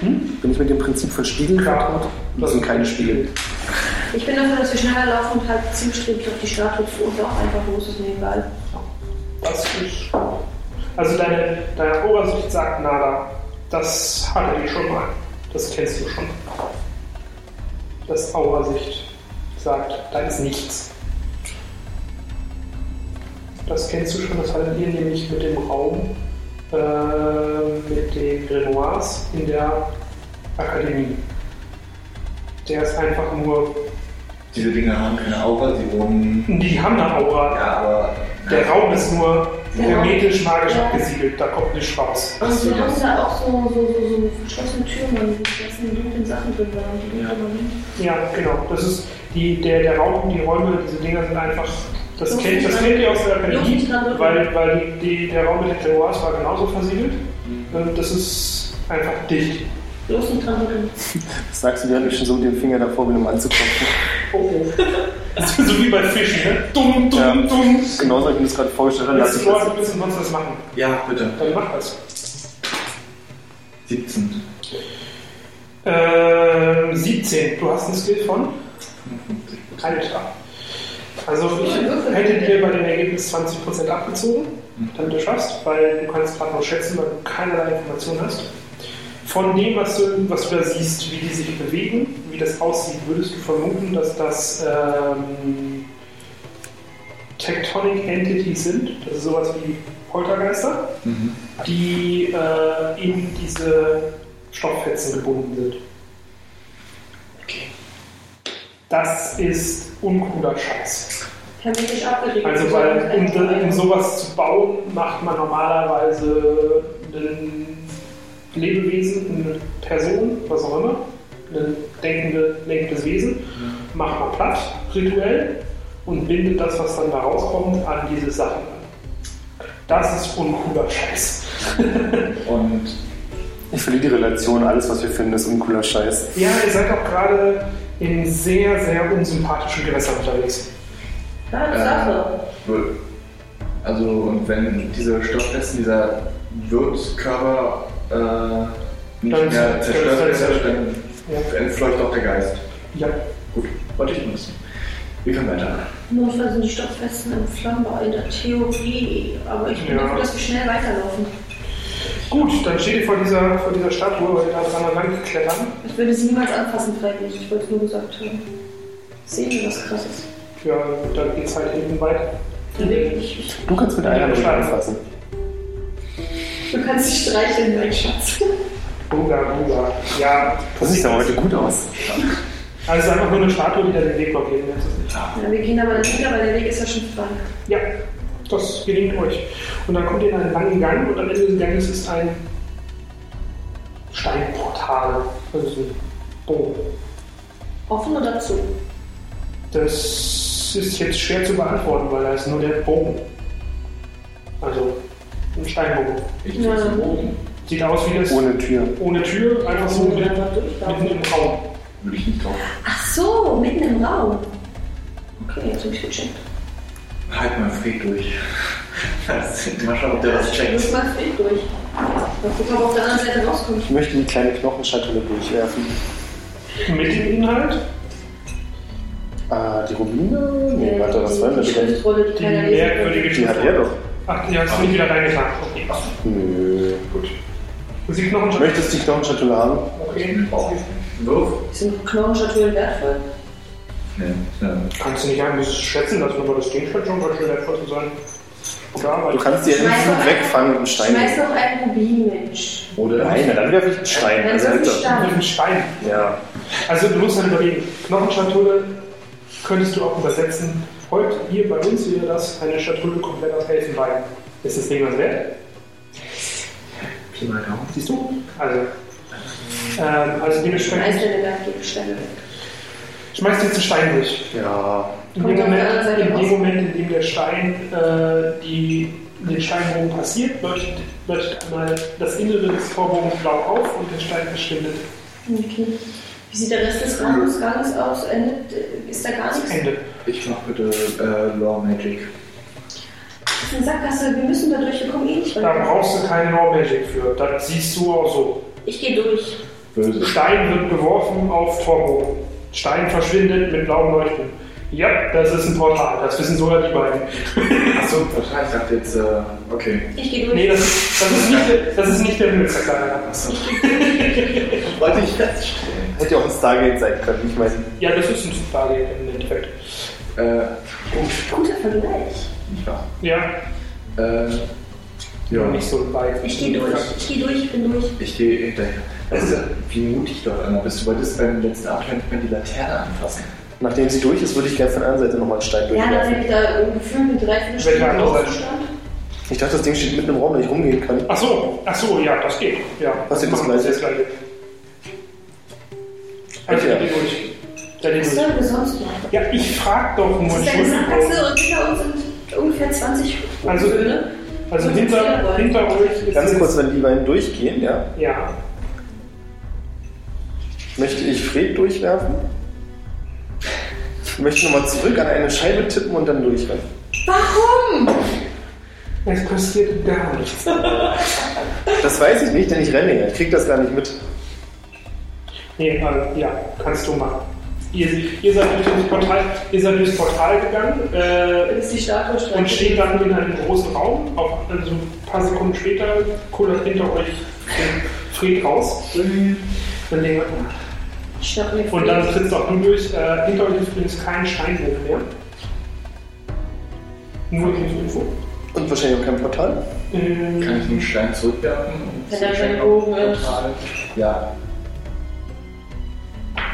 Speaker 1: Hm?
Speaker 2: Bin ich mit dem Prinzip von Spiegeln
Speaker 1: Ja.
Speaker 2: vertraut? Das sind keine Spiegel.
Speaker 5: Ich bin dafür, dass wir schneller laufen und halt zielstrebig auf die Statue zu und auch einfach los ist nebenbei.
Speaker 1: Das ist. Also deine, deine Aura-Sicht sagt nada. Das hatte ich schon mal. Das kennst du schon. Das Aura-Sicht sagt, da ist nichts. Das kennst du schon, das hattet ihr nämlich mit dem Raum, äh, mit den Grimoires in der Akademie. Der ist einfach nur
Speaker 4: Diese Dinger haben keine Aura, sie wurden.
Speaker 1: Die haben eine Aura.
Speaker 4: Ja, aber.
Speaker 1: Der Raum ist nur
Speaker 5: Ja.
Speaker 1: hermetisch, magisch
Speaker 5: Ja.
Speaker 1: abgesiegelt. Da kommt nichts raus.
Speaker 5: Und
Speaker 4: Achso,
Speaker 5: wir haben
Speaker 4: das.
Speaker 5: da auch so, so, so, so verschlossene Türen, wo die ganzen dunklen Sachen drin waren. Die
Speaker 4: Ja.
Speaker 5: dunklen Marien.
Speaker 1: Ja, genau. Das ist die, der, der Raum, um die Räume, diese Dinger sind einfach. Das
Speaker 5: Luft
Speaker 1: kennt, das
Speaker 5: nicht
Speaker 1: kennt ihr aus der Akademie,
Speaker 5: Luft nicht dran
Speaker 1: weil, weil die, die, der Raum mit den Terroirs war genauso versiegelt. Ähm, Das ist einfach dicht.
Speaker 5: Los und dran rütteln.
Speaker 2: Das sagst du dir schon so mit dem Finger davor, wenn du mal anzuklopfen.
Speaker 1: Oh, oh. Das ist so wie bei Fischen, ne? Dumm, dumm,
Speaker 2: Ja.
Speaker 1: dumm.
Speaker 2: Genauso, Genau wie du es gerade vorgestellt hast, lass
Speaker 1: Willst
Speaker 2: ich
Speaker 1: du
Speaker 2: das.
Speaker 1: Leute, willst du sonst was machen?
Speaker 4: Ja, bitte.
Speaker 1: Dann mach das.
Speaker 4: 17.
Speaker 1: Ähm, 17. Du hast einen Skill von? Alter. Also ich hätte dir bei dem Ergebnis 20% abgezogen, damit du schaffst, weil du kannst gerade noch schätzen, weil du keinerlei Informationen hast. Von dem, was du, was du da siehst, wie die sich bewegen, wie das aussieht, würdest du vermuten, dass das ähm, Tectonic Entities sind, das ist sowas wie Poltergeister,
Speaker 4: Mhm.
Speaker 1: die äh, in diese Stofffetzen gebunden sind. Das ist uncooler Scheiß.
Speaker 5: Hermetisch abgeriegelt.
Speaker 1: Also, weil um, um sowas zu bauen, macht man normalerweise ein Lebewesen, eine Person, was auch immer, ein denkende, denkendes Wesen, macht man platt, rituell, und bindet das, was dann da rauskommt, an diese Sachen an. Das ist uncooler Scheiß.
Speaker 4: Und
Speaker 2: Ich verliere die Relation, alles was wir finden ist uncooler Scheiß.
Speaker 1: Ja, ihr seid auch gerade in sehr, sehr unsympathischen Gewässern unterwegs.
Speaker 5: Ja, das
Speaker 4: Ja.
Speaker 5: ist auch
Speaker 4: Wird- Also, und wenn diese Stoffessen, dieser Wirtskörper äh, nicht
Speaker 1: Dann-
Speaker 4: mehr
Speaker 1: dann-
Speaker 4: zerstört ist, dann
Speaker 1: Ja.
Speaker 4: entfleucht auch der Geist.
Speaker 1: Ja.
Speaker 4: Gut, wollte ich nur wissen. Wir können weiter.
Speaker 5: so. Notfall sind die Stofffesten entflammbar in der Theorie. Aber ich bin
Speaker 1: Ja.
Speaker 5: dafür, dass wir schnell weiterlaufen.
Speaker 1: Gut, dann steht ihr vor dieser, vor dieser Statue, weil ihr da dran lang klettern.
Speaker 5: Ich würde sie niemals anfassen, freiwillig. Ich wollte es nur gesagt haben. Sehen wir was krasses.
Speaker 1: Ja, dann geht's halt hinten weiter.
Speaker 5: Wirklich.
Speaker 2: Du kannst mit einer Hand anfassen.
Speaker 5: Du kannst sie streicheln, mein Schatz.
Speaker 1: Buga, buga. Ja,
Speaker 2: Das sieht aber heute gut aus.
Speaker 1: also es ist einfach nur eine Statue, die da den Weg blockiert. Mehr ist es nicht.
Speaker 5: Ja, wir gehen aber nicht wieder, weil der Weg ist ja schon frei.
Speaker 1: Ja, das gelingt euch. Und dann kommt ihr in einen langen Gang und am Ende des Ganges ist ein Steinportal. Also so ein Bogen.
Speaker 5: Offen oder zu?
Speaker 1: Das ist jetzt schwer zu beantworten, weil da ist nur der Bogen. Also ein Steinbogen.
Speaker 4: Ich
Speaker 5: Ja.
Speaker 4: gehe zum Bogen.
Speaker 1: Sieht aus wie das ohne,
Speaker 2: Ohne Tür.
Speaker 1: Tür, einfach so
Speaker 5: Oder
Speaker 1: mitten,
Speaker 5: einfach
Speaker 1: mitten
Speaker 5: durchlaufen.
Speaker 1: im Raum.
Speaker 4: Würde ich nicht drauf.
Speaker 5: Ach so, mitten im Raum. Okay, jetzt hab ich gecheckt.
Speaker 4: Halt mal Fred durch. mal schauen, ob der was
Speaker 5: Ich
Speaker 4: checkt.
Speaker 5: muss mal Fred durch. Mal gucken, ob er auf der anderen Seite rauskommt.
Speaker 2: Ich möchte die kleine Knochenschatulle durchwerfen.
Speaker 1: Mit dem Inhalt,
Speaker 2: Ah, die Rubine? Nee, warte, was war denn das
Speaker 5: Äh, Die
Speaker 2: denn?
Speaker 5: Schriftrolle, die
Speaker 1: die
Speaker 5: keiner lesen kann.
Speaker 1: merkwürdige
Speaker 2: Die hat er doch.
Speaker 1: Ach, die hast du nicht wieder reingetan. Okay.
Speaker 2: Nö. Gut.
Speaker 1: Das sieht noch ein
Speaker 2: Möchtest du die Knochenschatulle haben?
Speaker 1: Okay.
Speaker 4: Wirf? Ne,
Speaker 5: Sind Knochenschatulen wertvoll?
Speaker 4: Nee. nee.
Speaker 1: Kannst du nicht eigentlich schätzen lassen, aber das Ding scheint schon ganz schön wertvoll zu sein. Ja,
Speaker 2: Du
Speaker 1: weil
Speaker 2: kannst die ja nicht gut wegfangen mit dem
Speaker 5: Schmeiß
Speaker 2: Stein.
Speaker 5: noch einen Rubin, Mensch.
Speaker 4: Oder?
Speaker 2: Nein, na, dann werfe ich einen Stein.
Speaker 5: Dann
Speaker 2: Also
Speaker 5: soll ich
Speaker 2: bitte.
Speaker 1: mit
Speaker 5: starten.
Speaker 1: dem Stein.
Speaker 2: Ja.
Speaker 1: Also du musst dann überlegen, Knochenschatulle könntest du auch übersetzen. Heute hier bei uns wäre das eine Schatulle komplett aus Elfenbein. Ist das Ding was wert?
Speaker 4: Pi mal Daumen.
Speaker 1: Siehst du? Also, ähm, also
Speaker 5: Schmeiß
Speaker 1: dementsprechend
Speaker 5: deine wertvolle Steine weg.
Speaker 1: schmeißt du jetzt den Stein durch.
Speaker 2: Ja.
Speaker 1: In dem,
Speaker 5: Kommt auf der anderen
Speaker 1: Moment,
Speaker 5: Seite
Speaker 1: in dem
Speaker 5: raus.
Speaker 1: Moment, in dem der Stein äh, die, den Steinbogen passiert, leuchtet, leuchtet einmal das Innere des Vorbogens blau auf und der Stein verschwindet.
Speaker 5: Okay. Wie sieht der Rest des Raumes Ganges aus? Endet, äh, ist da gar nichts?
Speaker 1: Ende.
Speaker 4: Ich mach bitte äh, Law Magic.
Speaker 5: Das ist eine Sackgasse, wir müssen da durch, wir kommen eh nicht
Speaker 1: Da
Speaker 5: weiter.
Speaker 1: brauchst du keine Law Magic für. Das siehst du auch so.
Speaker 5: Ich gehe durch.
Speaker 4: Böse.
Speaker 1: Stein wird geworfen auf Torbogen. Stein verschwindet mit blauem Leuchten. Ja, das ist ein Portal. Das wissen sogar die beiden.
Speaker 4: Achso, total. Ich dachte jetzt, äh, okay.
Speaker 5: Ich gehe durch.
Speaker 1: Nee, das ist, das ist nicht der, das ist nicht der Himmelsverkleider.
Speaker 4: Wollte ich feststellen.
Speaker 2: Hätte ja auch ein Stargate sein können. Ich meine,
Speaker 1: Ja, das ist ein Frage im Endeffekt.
Speaker 4: Äh,
Speaker 5: Guter Vergleich.
Speaker 4: nicht wahr.
Speaker 1: Ja,
Speaker 4: Äh,
Speaker 1: ja.
Speaker 4: ja.
Speaker 1: nicht so weit.
Speaker 5: Ich gehe durch. Ich gehe durch, ich bin durch.
Speaker 4: Ich gehe hinterher. Also, wie mutig dort einer bist. Du wolltest beim letzten Abend nicht mehr die Laterne anfassen.
Speaker 2: nachdem sie durch ist, würde ich gerne von der anderen Seite nochmal einen Stein
Speaker 5: Ja, dann
Speaker 2: durchwerfen.
Speaker 5: bin ich da irgendwie gefühlt mit dreiviertel
Speaker 1: Welche
Speaker 5: Stunden
Speaker 1: andere Seite?
Speaker 5: Aufstand.
Speaker 2: Ich dachte, das Ding steht mitten im Raum, wenn ich rumgehen kann.
Speaker 1: Ach so, ach so, ja, das geht. Ja.
Speaker 2: Passiert das
Speaker 1: Machen wir
Speaker 2: Gleiche.
Speaker 1: Das Gleiche. Also,
Speaker 2: Ja.
Speaker 1: ja. durch. Da geht
Speaker 5: Was
Speaker 1: durch.
Speaker 5: sollen wir sonst machen?
Speaker 1: Ja, ich frag doch nur.
Speaker 5: Das ist eine
Speaker 1: Entschuldigung.
Speaker 5: Sackgasse und hinter uns sind ungefähr 20
Speaker 1: Also-
Speaker 5: Höhle.
Speaker 1: Also
Speaker 5: Und wir
Speaker 1: hinter,
Speaker 5: wollen.
Speaker 1: hinter euch ist
Speaker 2: Ganz
Speaker 1: es-
Speaker 2: kurz, wenn die beiden durchgehen, ja,
Speaker 1: Ja,
Speaker 2: möchte ich Fred durchwerfen. Ich möchte nochmal zurück an eine Scheibe tippen und dann durchwerfen.
Speaker 1: es passiert gar nichts.
Speaker 2: Das weiß ich nicht, denn ich renne ja. Ich krieg das gar nicht mit.
Speaker 1: Nee, äh, ja, kannst du machen. Ihr, ihr, seid durch das Portal, ihr seid durchs Portal gegangen äh,
Speaker 5: Das ist die Statue
Speaker 1: und steht
Speaker 5: streichen.
Speaker 1: dann in einem großen Raum. Auch, also ein paar Sekunden später kullert hinter euch Fred raus. Dann denkt man, ach,
Speaker 5: Ich schnapp mir
Speaker 1: Und dann trittst du auch nur durch. Äh, hinter euch ist übrigens kein Steinbogen mehr. Nur die Info.
Speaker 2: Und wahrscheinlich auch kein Portal.
Speaker 1: Ähm,
Speaker 4: Kann ich den Stein zurückwerfen?
Speaker 5: Wenn er seinen Bogen ist.
Speaker 4: Ja.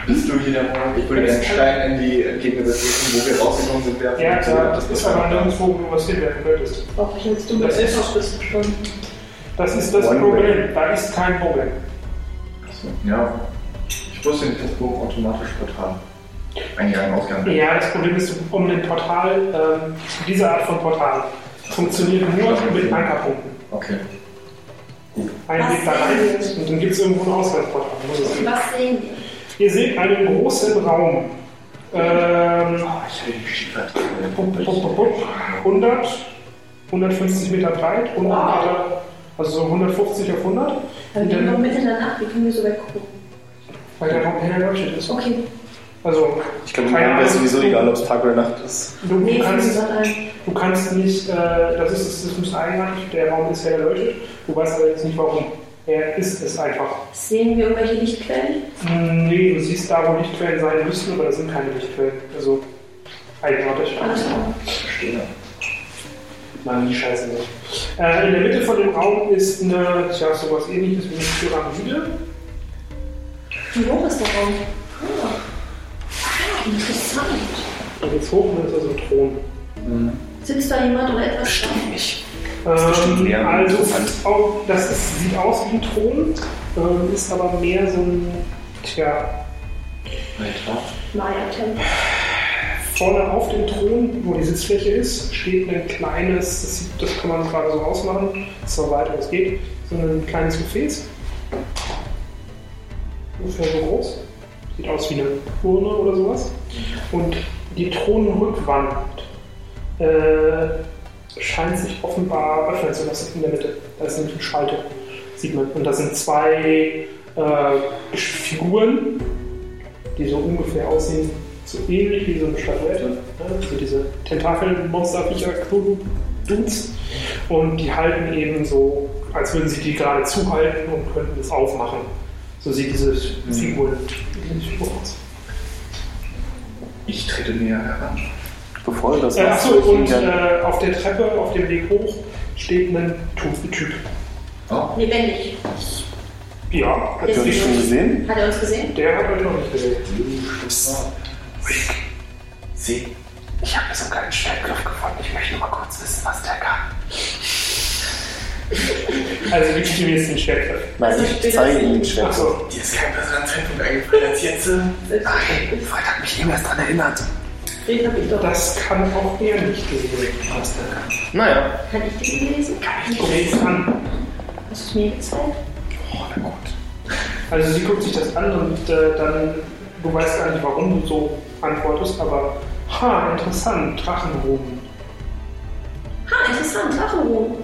Speaker 4: Bist du hier der Meinung, ich würde den Stein in die entgegengesetzte Richtung, wo wir rausgekommen sind, werfen?
Speaker 1: Ja, klar,
Speaker 4: Das
Speaker 1: das
Speaker 4: muss
Speaker 1: ist
Speaker 4: man
Speaker 1: aber
Speaker 4: dann.
Speaker 1: nirgendwo, wo du was hinwerfen könntest.
Speaker 7: Brauche ich jetzt dumme
Speaker 1: Das ist-
Speaker 7: Elferspitzen schon.
Speaker 1: Das ist das
Speaker 2: One
Speaker 1: Problem. Da ist kein Problem.
Speaker 4: Ja. Ich wusste nicht, dass Bogen automatisch Portal Eingang, Ausgang.
Speaker 1: Ja, das Problem ist, um den Portal, ähm, diese Art von Portal funktioniert nur mit Ankerpunkten.
Speaker 4: Okay.
Speaker 1: Ein
Speaker 3: Was
Speaker 1: Weg da rein und dann gibt es irgendwo ein Ausgangsportal. Muss es sein.
Speaker 3: Was sehen wir?
Speaker 1: Ihr seht einen großen Raum. Ähm,
Speaker 4: Oh, ich will die
Speaker 1: halt.
Speaker 4: Schiefer.
Speaker 1: Pup, pup, pup, pup. 100, 150 Meter breit, 100 Meter, also so 150 auf 100.
Speaker 5: Aber
Speaker 1: Und
Speaker 5: wir haben noch
Speaker 1: dann,
Speaker 5: mitten in der Nacht, wie können wir so weit gucken?
Speaker 1: weil der Raum hell erleuchtet ist.
Speaker 5: Okay,
Speaker 1: Also,
Speaker 2: Ich glaube, mir
Speaker 1: Keine
Speaker 2: wäre es
Speaker 1: Ahnung.
Speaker 2: sowieso egal, ob es Tag oder Nacht ist.
Speaker 1: du,
Speaker 5: nee,
Speaker 1: du,
Speaker 5: ich finde die
Speaker 1: kannst,
Speaker 5: Sonne ein.
Speaker 1: du kannst nicht, äh, das ist das ist eigenartig, der Raum ist hell erleuchtet, du weißt aber jetzt nicht warum. Er ist es einfach.
Speaker 5: Sehen wir irgendwelche Lichtquellen?
Speaker 1: Hm, Nee, du siehst da, wo Lichtquellen sein müssten, aber da sind keine Lichtquellen. Also, eigenartig.
Speaker 5: Alles klar.
Speaker 4: Verstehe.
Speaker 1: Mann, die Scheiße nicht. Äh, in der Mitte von dem Raum ist eine, tja, sowas ähnliches wie eine Pyramide.
Speaker 5: Wie hoch ist der Raum? Ah. Ah, interessant.
Speaker 1: Da geht's hoch und da ist also ein Thron.
Speaker 5: Sitzt da jemand oder etwas da?
Speaker 1: Das
Speaker 2: bestimmt leer und
Speaker 1: also
Speaker 2: interessant.
Speaker 1: auch, das ist, sieht aus wie ein Thron, ähm, ist aber mehr so ein, tja,
Speaker 5: Maya-Tempel.
Speaker 1: vorne auf dem Thron, wo die Sitzfläche ist, steht ein kleines, das, sieht, das kann man gerade so ausmachen, so weit es geht, so ein kleines Gefäß. Ungefähr so groß. Sieht aus wie eine Urne oder sowas. Und die Thronenrückwand äh, scheint sich offenbar öffnen zu lassen in der Mitte. Da ist nämlich eine Schalte, sieht man. Und da sind zwei äh, Figuren, die so ungefähr aussehen, so ähnlich wie so eine Statuette. Ne? So diese Tentakelmonsterviecher, Dudes. Und die halten eben so, als würden sie die gerade zuhalten und könnten es aufmachen. So sieht diese
Speaker 2: Mhm.
Speaker 1: Figur aus.
Speaker 4: Ich trete näher heran.
Speaker 2: Bevor du das
Speaker 1: Äh,
Speaker 2: machst,
Speaker 1: achso,
Speaker 2: würde ich ihn
Speaker 1: und
Speaker 2: gerne-
Speaker 1: äh, auf der Treppe, auf dem Weg hoch, steht ein toter Typ.
Speaker 4: Oh.
Speaker 7: Lebendig.
Speaker 1: Ja,
Speaker 2: Habt ihr dich schon gesehen?
Speaker 7: Hat er uns gesehen?
Speaker 1: der hat euch noch nicht gesehen.
Speaker 4: Sie.
Speaker 8: Ich habe so einen kleinen Steingriff gefunden. Ich möchte nur mal kurz wissen, was der kann.
Speaker 1: Also wirklich die nächsten Schwertgriff.
Speaker 2: Nein, ich zeige ihm den Schwert.
Speaker 1: Achso,
Speaker 4: Dir ist kein besserer Zeitpunkt eingefallen als jetzt.
Speaker 8: Nein, Fred hat mich irgendwas dran erinnert.
Speaker 7: Den habe ich doch.
Speaker 1: das kann auch er nicht gesehen werden.
Speaker 8: Was der kann.
Speaker 2: Naja,
Speaker 5: Kann ich den lesen?
Speaker 1: Guckt ihr es an.
Speaker 5: Hast du es mir gezeigt?
Speaker 1: Also sie guckt sich das an und äh, dann, du weißt gar nicht, warum du so antwortest, aber ha, interessant, Drachenruben.
Speaker 5: Ha, interessant, Drachenruhm.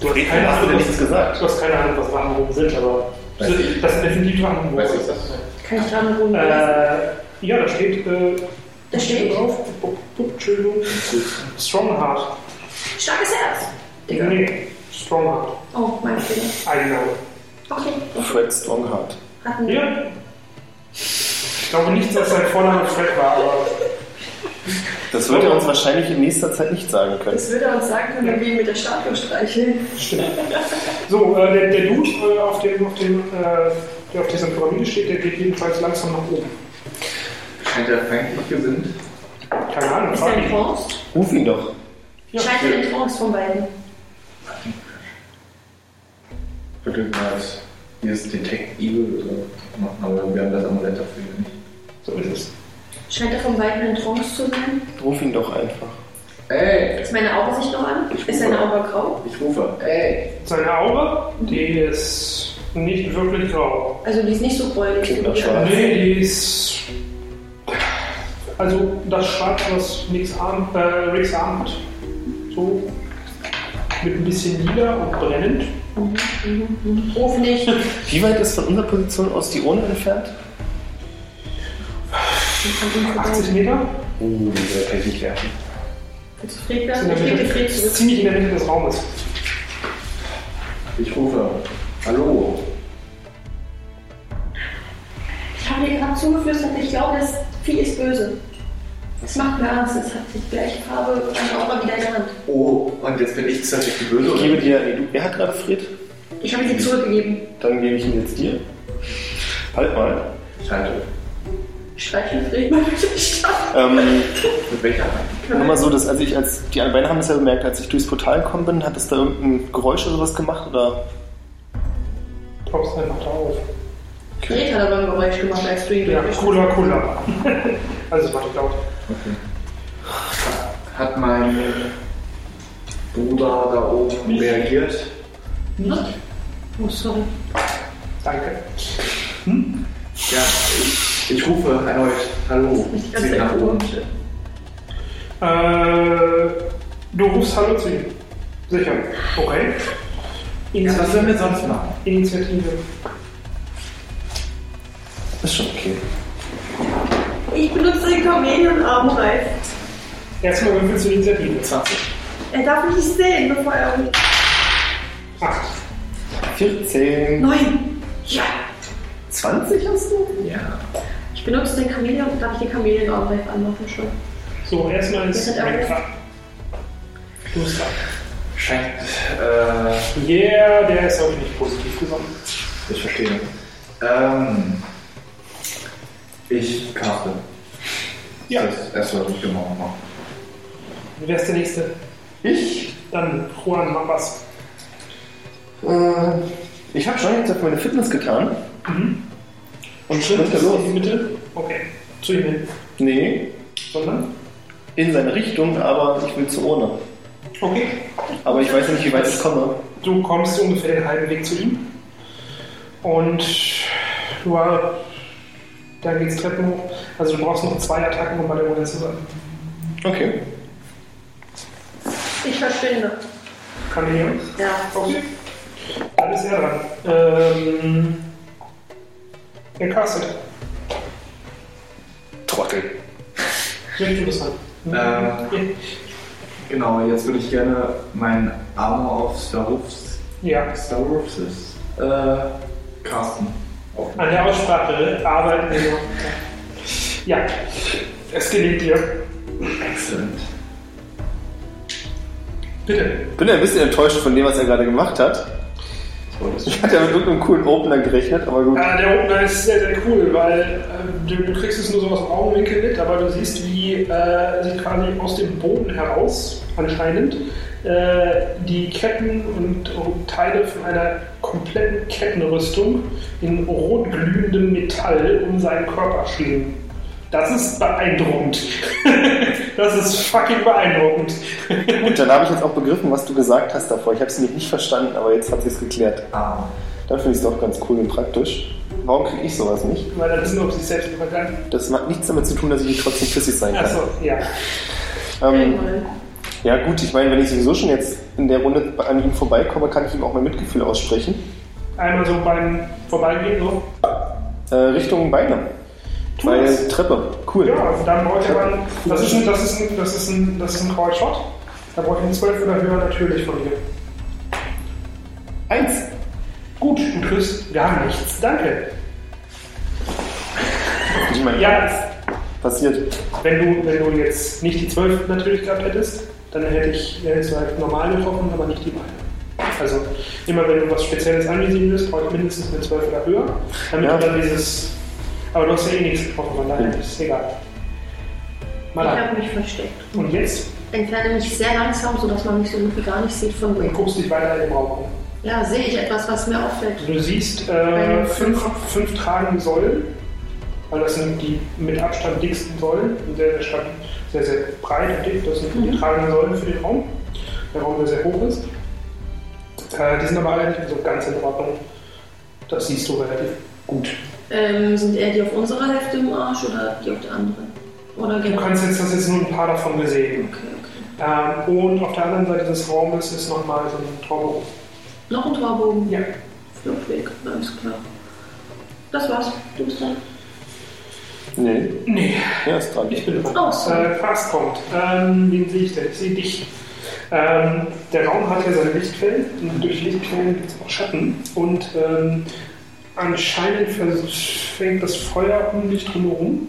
Speaker 1: Du hast keine
Speaker 2: hast du
Speaker 1: Ahnung,
Speaker 2: denn
Speaker 1: was,
Speaker 2: nichts gesagt?
Speaker 1: du hast keine Ahnung, was Drachenruben sind, aber das
Speaker 4: Weiß ich.
Speaker 1: sind definitiv Drachenruben.
Speaker 4: Weiß ich das?
Speaker 5: Kann ich Drachenruhm lesen?
Speaker 1: Äh, ja, da steht. Äh,
Speaker 5: Da steht?
Speaker 1: drauf. Bup, bup, Entschuldigung. Strongheart.
Speaker 5: Starkes Herz. Digga.
Speaker 1: Nee, Strongheart.
Speaker 5: Oh, mein Fehler.
Speaker 1: Eigenname.
Speaker 5: Okay.
Speaker 2: Fred Strongheart.
Speaker 5: Hatten wir.
Speaker 1: Ja. Ich glaube nicht, dass sein Vorname Fred war, aber
Speaker 2: Das wird er uns wahrscheinlich in nächster Zeit nicht sagen können.
Speaker 5: Das würde er uns sagen können, wenn wir ihn mit der Statue streicheln.
Speaker 1: So, äh, der, der Dude äh, auf, dem, auf, dem, äh, der auf dieser Pyramide steht, der geht jedenfalls langsam nach oben.
Speaker 4: Scheint er feindlich gesinnt?
Speaker 1: Keine Ahnung,
Speaker 5: Ist er
Speaker 1: frag
Speaker 5: ein
Speaker 1: mich.
Speaker 5: Trance?
Speaker 2: Ruf ihn doch.
Speaker 1: Ja.
Speaker 5: Scheint er in Trance von beiden.
Speaker 4: Bitte mal dieses Detect Evil oder machen, aber wir haben das Amulett dafür hier nicht.
Speaker 1: So ist es.
Speaker 5: Scheint er von beiden in Trance zu sein?
Speaker 2: Ruf ihn doch einfach.
Speaker 4: Ey,
Speaker 5: Ist meine Augen sich noch an?
Speaker 4: Ich
Speaker 5: Ist seine Augen grau?
Speaker 4: ich rufe. Ey.
Speaker 1: Seine Aura, die ist nicht wirklich grau.
Speaker 5: Also die ist nicht so bräunlich.
Speaker 2: Klingt nach
Speaker 5: wie die
Speaker 2: Schwarz.
Speaker 5: anderen.
Speaker 1: Nee, die ist. Also das Schwarz, was Nix ahmt, äh, Rix ahmt, so mit ein bisschen lila und brennend.
Speaker 5: Mhm. Ruf nicht.
Speaker 2: Wie weit ist von unserer Position aus die Urne entfernt?
Speaker 1: 80 Meter.
Speaker 8: Oh,
Speaker 2: Uh, der Technik werfen.
Speaker 5: Willst du Fred
Speaker 1: In
Speaker 5: werden?
Speaker 1: der
Speaker 5: Ich gebe dir
Speaker 1: Mitte,
Speaker 5: Fred zurück.
Speaker 1: ziemlich in der Mitte des Raumes.
Speaker 4: Ich rufe. Hallo.
Speaker 5: Ich habe dir gerade zugeflüstert, ich glaube, das Vieh ist böse. Es macht mir Angst, es hat die gleiche Farbe an Aura wie deine Hand.
Speaker 4: Oh, und jetzt bin ich plötzlich die Böse.
Speaker 2: Ich
Speaker 4: oder?
Speaker 2: gebe dir, nee, du, wer hat gerade Fred?
Speaker 5: Ich habe sie zurückgegeben.
Speaker 2: Dann gebe ich ihn jetzt dir. Halt mal.
Speaker 4: Ich halte.
Speaker 5: Streichen vielleicht mal durch die Stadt.
Speaker 2: Ähm,
Speaker 4: Mit welcher Hand?
Speaker 2: nur mal so, dass als ich, als die Beine haben es ja bemerkt, als ich durchs Portal gekommen bin, hat es da irgendein Geräusch oder was gemacht? Oder?
Speaker 1: Tauchst einfach da auf.
Speaker 5: Fred hat aber ein Geräusch gemacht, als du ihn
Speaker 1: Ja,
Speaker 5: durch
Speaker 1: Cola, Cola. also, warte, laut.
Speaker 4: Hat mein äh, Bruder da oben reagiert?
Speaker 1: Nicht.
Speaker 5: Oh, sorry.
Speaker 1: Danke.
Speaker 4: Ja, ich, ich rufe erneut. Hallo.
Speaker 5: Ich
Speaker 4: Zieht nach oben.
Speaker 1: Äh, du rufst Hallo zu ihm. Sicher. Okay.
Speaker 4: Ja, was sollen
Speaker 1: Initiative.
Speaker 4: wir sonst machen?
Speaker 1: Initiative.
Speaker 2: Ist schon okay.
Speaker 5: Ich benutze den Chameleon-Armreif.
Speaker 1: Erstmal würfelst du Initiative.
Speaker 4: 20.
Speaker 5: Er darf mich nicht sehen, bevor er um.
Speaker 1: Acht.
Speaker 2: 14,
Speaker 5: Nein! Ja!
Speaker 2: 20 hast du?
Speaker 4: Ja.
Speaker 5: Ich benutze den Chameleon. Darf ich den Chameleon-Armreif anmachen schon?
Speaker 1: So, erstmal ist
Speaker 5: Wir sind alle-
Speaker 1: einfach. Du bist dran.
Speaker 4: Scheint. Äh,
Speaker 1: Yeah, der ist heute nicht positiv gesonnen.
Speaker 4: ich verstehe. Ähm. Ich caste.
Speaker 1: Ja.
Speaker 4: Das erste, was ich gemacht habe.
Speaker 1: Wer ist der Nächste?
Speaker 2: Ich?
Speaker 1: Dann Juan, mach was.
Speaker 2: Äh, ich habe schon jetzt auf meine Fitness getan. Mhm. Und sprinte
Speaker 1: in die
Speaker 2: los.
Speaker 1: Mitte. Okay. Zu ihm hin.
Speaker 2: Nee,
Speaker 1: Sondern?
Speaker 2: in seine Richtung, aber ich will zur Urne.
Speaker 1: Okay.
Speaker 2: Aber ich weiß nicht, wie weit ich komme.
Speaker 1: Du kommst ungefähr den halben Weg zu ihm. Und du war- dann geht's Treppen hoch. Also du brauchst noch zwei Attacken, um bei der Runde zu sein.
Speaker 2: Okay.
Speaker 5: Ich verschwinde.
Speaker 1: Kann ich hier?
Speaker 5: Ja.
Speaker 1: Okay. Dann ist er dran. Ähm, er castet.
Speaker 2: Trottel.
Speaker 1: Nimm du bist dran.
Speaker 4: Ähm. Genau, jetzt würde ich gerne meinen Armor auf Starwolfs.
Speaker 1: Ja.
Speaker 4: Starwolfs ist. Äh. Casten. Auf
Speaker 1: An der Aussprache arbeiten wir noch. Ja. Es gelingt dir.
Speaker 4: Excellent.
Speaker 1: Bitte.
Speaker 2: Bin ja ein bisschen enttäuscht von dem, was er gerade gemacht hat. Ich hatte ja mit irgendeinem coolen Opener gerechnet, aber gut.
Speaker 1: Äh, der Opener ist sehr, sehr cool, weil äh, du, du kriegst es nur so aus dem Augenwinkel mit, aber du siehst, wie äh, sich quasi aus dem Boden heraus, anscheinend, äh, die Ketten und Teile von einer kompletten Kettenrüstung in rot glühendem Metall um seinen Körper schwingen. Das ist beeindruckend. das ist fucking beeindruckend.
Speaker 2: Gut, dann habe ich jetzt auch begriffen, was du gesagt hast davor. Ich habe es nämlich nicht verstanden, aber jetzt hat sie es geklärt.
Speaker 4: Ah.
Speaker 2: Dann finde ich es doch ganz cool und praktisch. Warum kriege ich sowas nicht?
Speaker 1: Weil er wissen, ob sie sich selbst übergangen.
Speaker 2: Das hat nichts damit zu tun, dass ich nicht trotzdem pissig sein kann.
Speaker 1: Achso, ja.
Speaker 2: Ähm, ja gut, ich meine, wenn ich sowieso schon jetzt in der Runde an ihm vorbeikomme, kann ich ihm auch mein Mitgefühl aussprechen.
Speaker 1: Einmal so beim Vorbeigehen so.
Speaker 2: Äh, Richtung Beine.
Speaker 1: tu
Speaker 2: Weil
Speaker 1: es.
Speaker 2: Treppe. Cool.
Speaker 1: Ja, also dann bräuchte man. Das ist ein, das ist ein, das ist ein, das ist ein Call Shot. Da bräuchte ich einen 12 oder höher natürlich von dir.
Speaker 2: Eins.
Speaker 1: Gut, du triffst gar nichts. Danke.
Speaker 2: Ich meine,
Speaker 1: Ja,
Speaker 2: passiert.
Speaker 1: wenn du, wenn du jetzt nicht die 12 natürlich gehabt hättest, dann hätte ich, dann hättest du halt normal getroffen, aber nicht die beiden. Also immer wenn du was Spezielles anvisieren willst, brauche ich mindestens eine 12 oder höher, damit
Speaker 2: Ja.
Speaker 1: du dann dieses. Aber du hast ja eh nichts getroffen, von daher
Speaker 2: Hm.
Speaker 1: ist es egal.
Speaker 5: Ich
Speaker 1: Mal an.
Speaker 5: habe mich versteckt.
Speaker 1: Und jetzt
Speaker 5: Entferne mich sehr langsam, sodass man mich so gut wie gar nicht sieht von Wake.
Speaker 1: guckst du dich weiter in den Raum um. Also
Speaker 5: Ja, sehe ich etwas, was mir auffällt.
Speaker 1: Du siehst äh, fünf, fünf tragende Säulen, weil das sind die mit Abstand dicksten Säulen, sehr, sehr, stark, sehr, sehr breit und dick, das sind die tragenden Säulen für den Raum, der Raum, der sehr hoch ist. Äh, die sind aber alle nicht so ganz in Ordnung. Das siehst du relativ gut.
Speaker 5: Ähm, sind eher die auf unserer Hälfte im Arsch oder die auf der anderen? Oder
Speaker 1: Du
Speaker 5: genau?
Speaker 1: kannst jetzt, das jetzt nur ein paar davon gesehen.
Speaker 5: Okay, okay.
Speaker 1: Ähm, und auf der anderen Seite des Raumes ist nochmal so ein Traum.
Speaker 5: Noch ein Torbogen.
Speaker 1: Ja.
Speaker 5: Flugweg, alles klar. Das war's. Du bist dran.
Speaker 2: Nee,
Speaker 1: Nee.
Speaker 2: er ist dran.
Speaker 1: Ich bin dran.
Speaker 5: Oh, sorry.
Speaker 1: Äh, fast kommt. Ähm, wen sehe ich denn? Ich sehe dich. Ähm, der Raum hat ja seine Lichtquellen. Und durch Lichtquellen gibt es auch Schatten. Und ähm, anscheinend vers- fängt das Feuer um dich drumherum,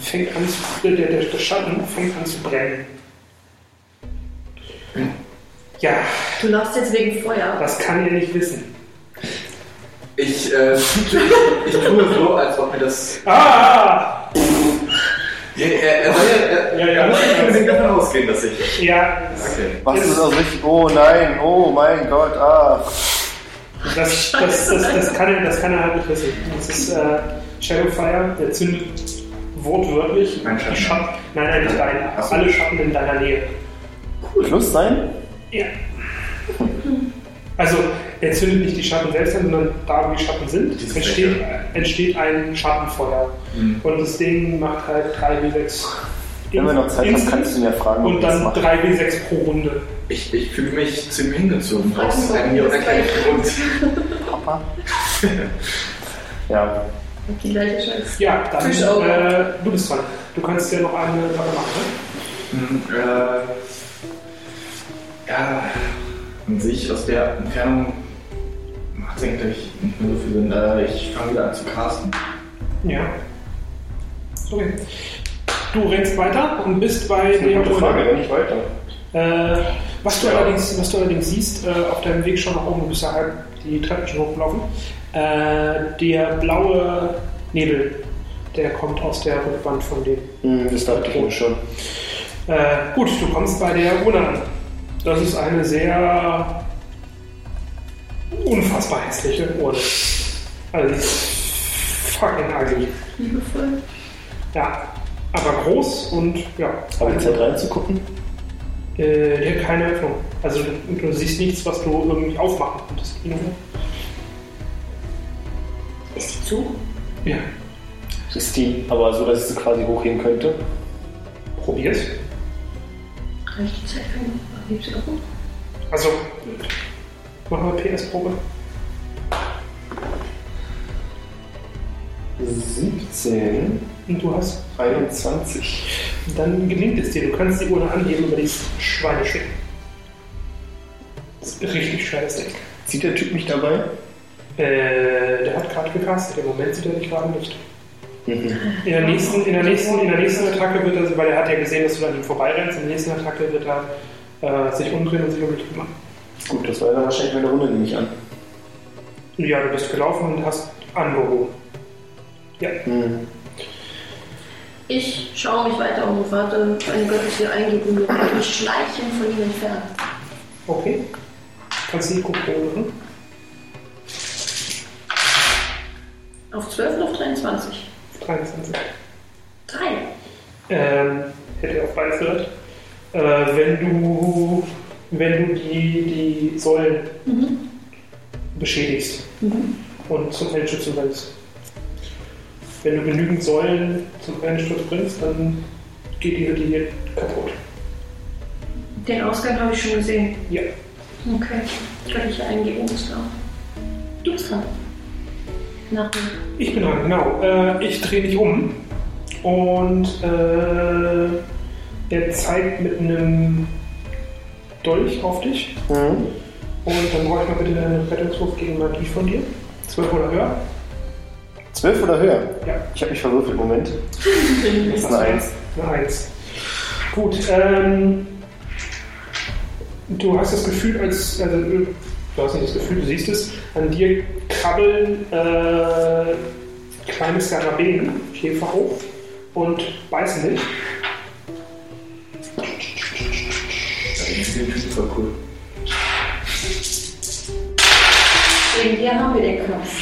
Speaker 1: fängt an zu, der, der, der Schatten fängt an zu brennen. Ja,
Speaker 5: Du lachst jetzt wegen Feuer.
Speaker 1: das kann ihr nicht wissen.
Speaker 4: Ich, äh, ich tue so, als ob mir das
Speaker 1: Ah!
Speaker 4: Ja, er, er soll ja, er,
Speaker 1: Ja,
Speaker 4: er
Speaker 1: ja,
Speaker 4: muss nicht
Speaker 1: ja.
Speaker 4: unbedingt davon ausgehen, dass ich.
Speaker 1: Ja,
Speaker 4: Okay.
Speaker 6: Was ist aus richtig? Oh nein, oh mein Gott, ah.
Speaker 1: das, das, das, das, kann er, das kann er halt nicht wissen. Das ist äh, Shadowfire, der zündet wortwörtlich
Speaker 4: Mein Schatten.
Speaker 1: die Schatten. Nein, nein, nicht deine.
Speaker 4: Ach so.
Speaker 1: Alle Schatten in deiner Nähe.
Speaker 6: Plus sein?
Speaker 1: Ja. Also, er zündet nicht die Schatten selbst an, sondern da, wo die Schatten
Speaker 4: Diese
Speaker 1: sind, entsteht, entsteht ein Schattenfeuer.
Speaker 4: Mhm.
Speaker 1: Und das Ding macht halt 3W6.
Speaker 6: Wenn wir noch Zeit haben, kannst du ihn ja fragen, ob
Speaker 1: Und
Speaker 6: er das
Speaker 1: dann
Speaker 6: macht.
Speaker 1: 3W6 pro Runde.
Speaker 4: Ich, ich fühle mich zu ihm hingezogen. Aus einem mir unerklärlichen Grund.
Speaker 6: Papa. ja.
Speaker 5: Die gleiche Scheiße.
Speaker 1: Ja, dann
Speaker 5: Fisch auch.
Speaker 1: äh, du bist dran. Du kannst ja noch eine Sache machen. ne?
Speaker 4: Hm, äh, ja, an sich aus der Entfernung macht es eigentlich nicht mehr so viel Sinn. Äh, ich fange wieder an zu casten.
Speaker 1: Ne? Ja. Okay. Du rennst weiter und bist bei
Speaker 6: Das ist eine
Speaker 1: dem.
Speaker 6: gute Frage, wenn nicht weiter.
Speaker 1: Äh, was, du
Speaker 4: Ja.
Speaker 1: allerdings, was du allerdings siehst, äh, auf deinem Weg schon nach oben, du bist ja halb die Treppen schon hochgelaufen, äh, der blaue Nebel, der kommt aus der Rückwand von dem.
Speaker 6: Hm, das dachte ich mir schon.
Speaker 1: Äh, gut, du kommst bei der Urne an. Das ist eine sehr unfassbar hässliche Urne. Also die ist fucking ugly.
Speaker 5: Liebevoll.
Speaker 1: Ja, aber groß und ja.
Speaker 6: Habe ich Zeit halt reinzugucken?
Speaker 1: Äh, die hat keine Öffnung. Also du, du siehst nichts, was du irgendwie aufmachen könntest.
Speaker 5: Ist die zu?
Speaker 1: Ja,
Speaker 6: Ist die aber so, dass ich sie quasi hochheben könnte?
Speaker 1: probier's.
Speaker 5: Reicht die Zeit für ihn? Hebt sie auch hoch?
Speaker 1: Also, machen wir PS-Probe.
Speaker 6: 17,
Speaker 1: Und du hast.
Speaker 6: 21.
Speaker 1: Dann gelingt es dir. Du kannst die Urne anheben über dieses Schweineschick. Das ist richtig schweres Ding.
Speaker 6: Sieht der Typ mich dabei?
Speaker 1: Äh, der hat gerade gecastet. Im Moment sieht er dich gerade nicht.
Speaker 6: Mhm.
Speaker 1: In der, nächsten, in, der nächsten, in der nächsten Attacke wird er, weil er hat ja gesehen, dass du an ihm vorbeirennst, in der nächsten Attacke wird er äh, sich umdrehen und sich um dich kümmern.
Speaker 6: Gut, das war dann wahrscheinlich meine Runde, nehme ich an.
Speaker 1: Ja, du bist gelaufen und hast angehoben.
Speaker 2: Mhm.
Speaker 6: Hm.
Speaker 5: Ich schaue mich weiter um und warte, wenn Gott es hier eingeben wird. Ich schleiche ihn von ihm entfernt.
Speaker 1: Okay. Kannst du Nico proben?
Speaker 5: Auf 12 und auf 23.
Speaker 1: 23.
Speaker 5: Drei.
Speaker 1: Ähm, hätte auch beides gehört. Äh, wenn du, wenn du die, die Säulen beschädigst und zum Feldschützen bringst. Wenn du genügend Säulen zum Einsturz bringst, dann geht diese Linie kaputt.
Speaker 5: Den Ausgang habe ich schon gesehen.
Speaker 1: Ja.
Speaker 5: Okay. Göttliche Eingebung ist da. Du bist dran. Nach mir.
Speaker 1: Ich bin dran, genau. Äh, ich drehe mich um und äh, er zeigt mit einem Dolch auf dich.
Speaker 2: Mhm.
Speaker 6: Hm.
Speaker 1: Und dann brauche ich mal bitte einen Rettungswurf gegen Magie von dir. 12 oder höher.
Speaker 6: 12 oder höher?
Speaker 1: Ja.
Speaker 6: Ich habe mich verwürfelt, Moment. Das ist eine 1.
Speaker 1: Eine 1. Gut, ähm, du hast das Gefühl, als, also, du hast nicht das Gefühl, du siehst es, an dir krabbeln äh, kleine Skarabäen, Käfer hoch und beißen dich.
Speaker 4: Ich finde den Typ voll cool.
Speaker 5: Wegen dir haben wir den Knopf.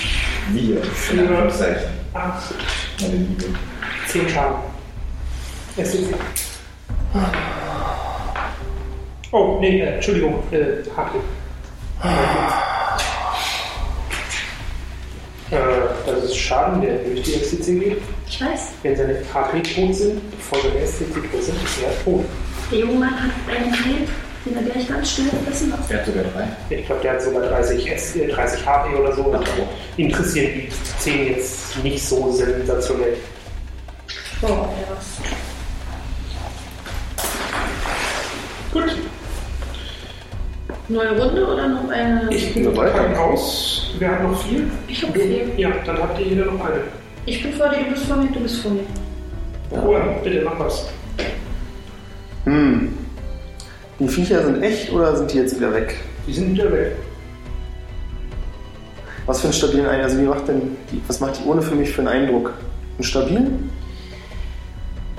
Speaker 4: Wir. In
Speaker 1: Ja.
Speaker 4: Anführungszeichen.
Speaker 1: Ah,
Speaker 4: Meine Liebe.
Speaker 1: 10 Schaden. Es ist. Oh, nee, äh, Entschuldigung, äh, Haki. Äh, das ist Schaden, der durch die FCC geht.
Speaker 5: Ich weiß.
Speaker 1: Wenn seine HP tot sind, bevor seine SCC tot sind, ist er tot.
Speaker 5: Der junge Mann hat einen Knopf, den er gleich ganz schnell fressen darf.
Speaker 4: Er hat sogar drei.
Speaker 1: Ich glaube, der hat sogar 30, S, äh, 30 HP oder so. Und interessieren die 10 jetzt nicht so sensationell.
Speaker 5: Boah, er Oh, was.
Speaker 1: Gut,
Speaker 5: Neue Runde oder noch eine?
Speaker 1: ich bin
Speaker 6: Soweit.
Speaker 1: dran raus. Wir haben noch vier.
Speaker 5: Ich hab
Speaker 1: Du?
Speaker 5: vier.
Speaker 1: Ja, dann habt ihr jeder noch eine.
Speaker 5: Ich bin vor dir, du bist vor mir, du bist vor mir.
Speaker 1: Ruhe, bitte mach was.
Speaker 6: Hm.
Speaker 2: Mhm.
Speaker 6: Die Viecher sind echt oder sind die jetzt wieder weg?
Speaker 1: Die sind wieder weg.
Speaker 6: Was für einen stabilen Eindruck? Also wie macht denn die, was macht die ohne für mich für einen Eindruck? Einen stabilen?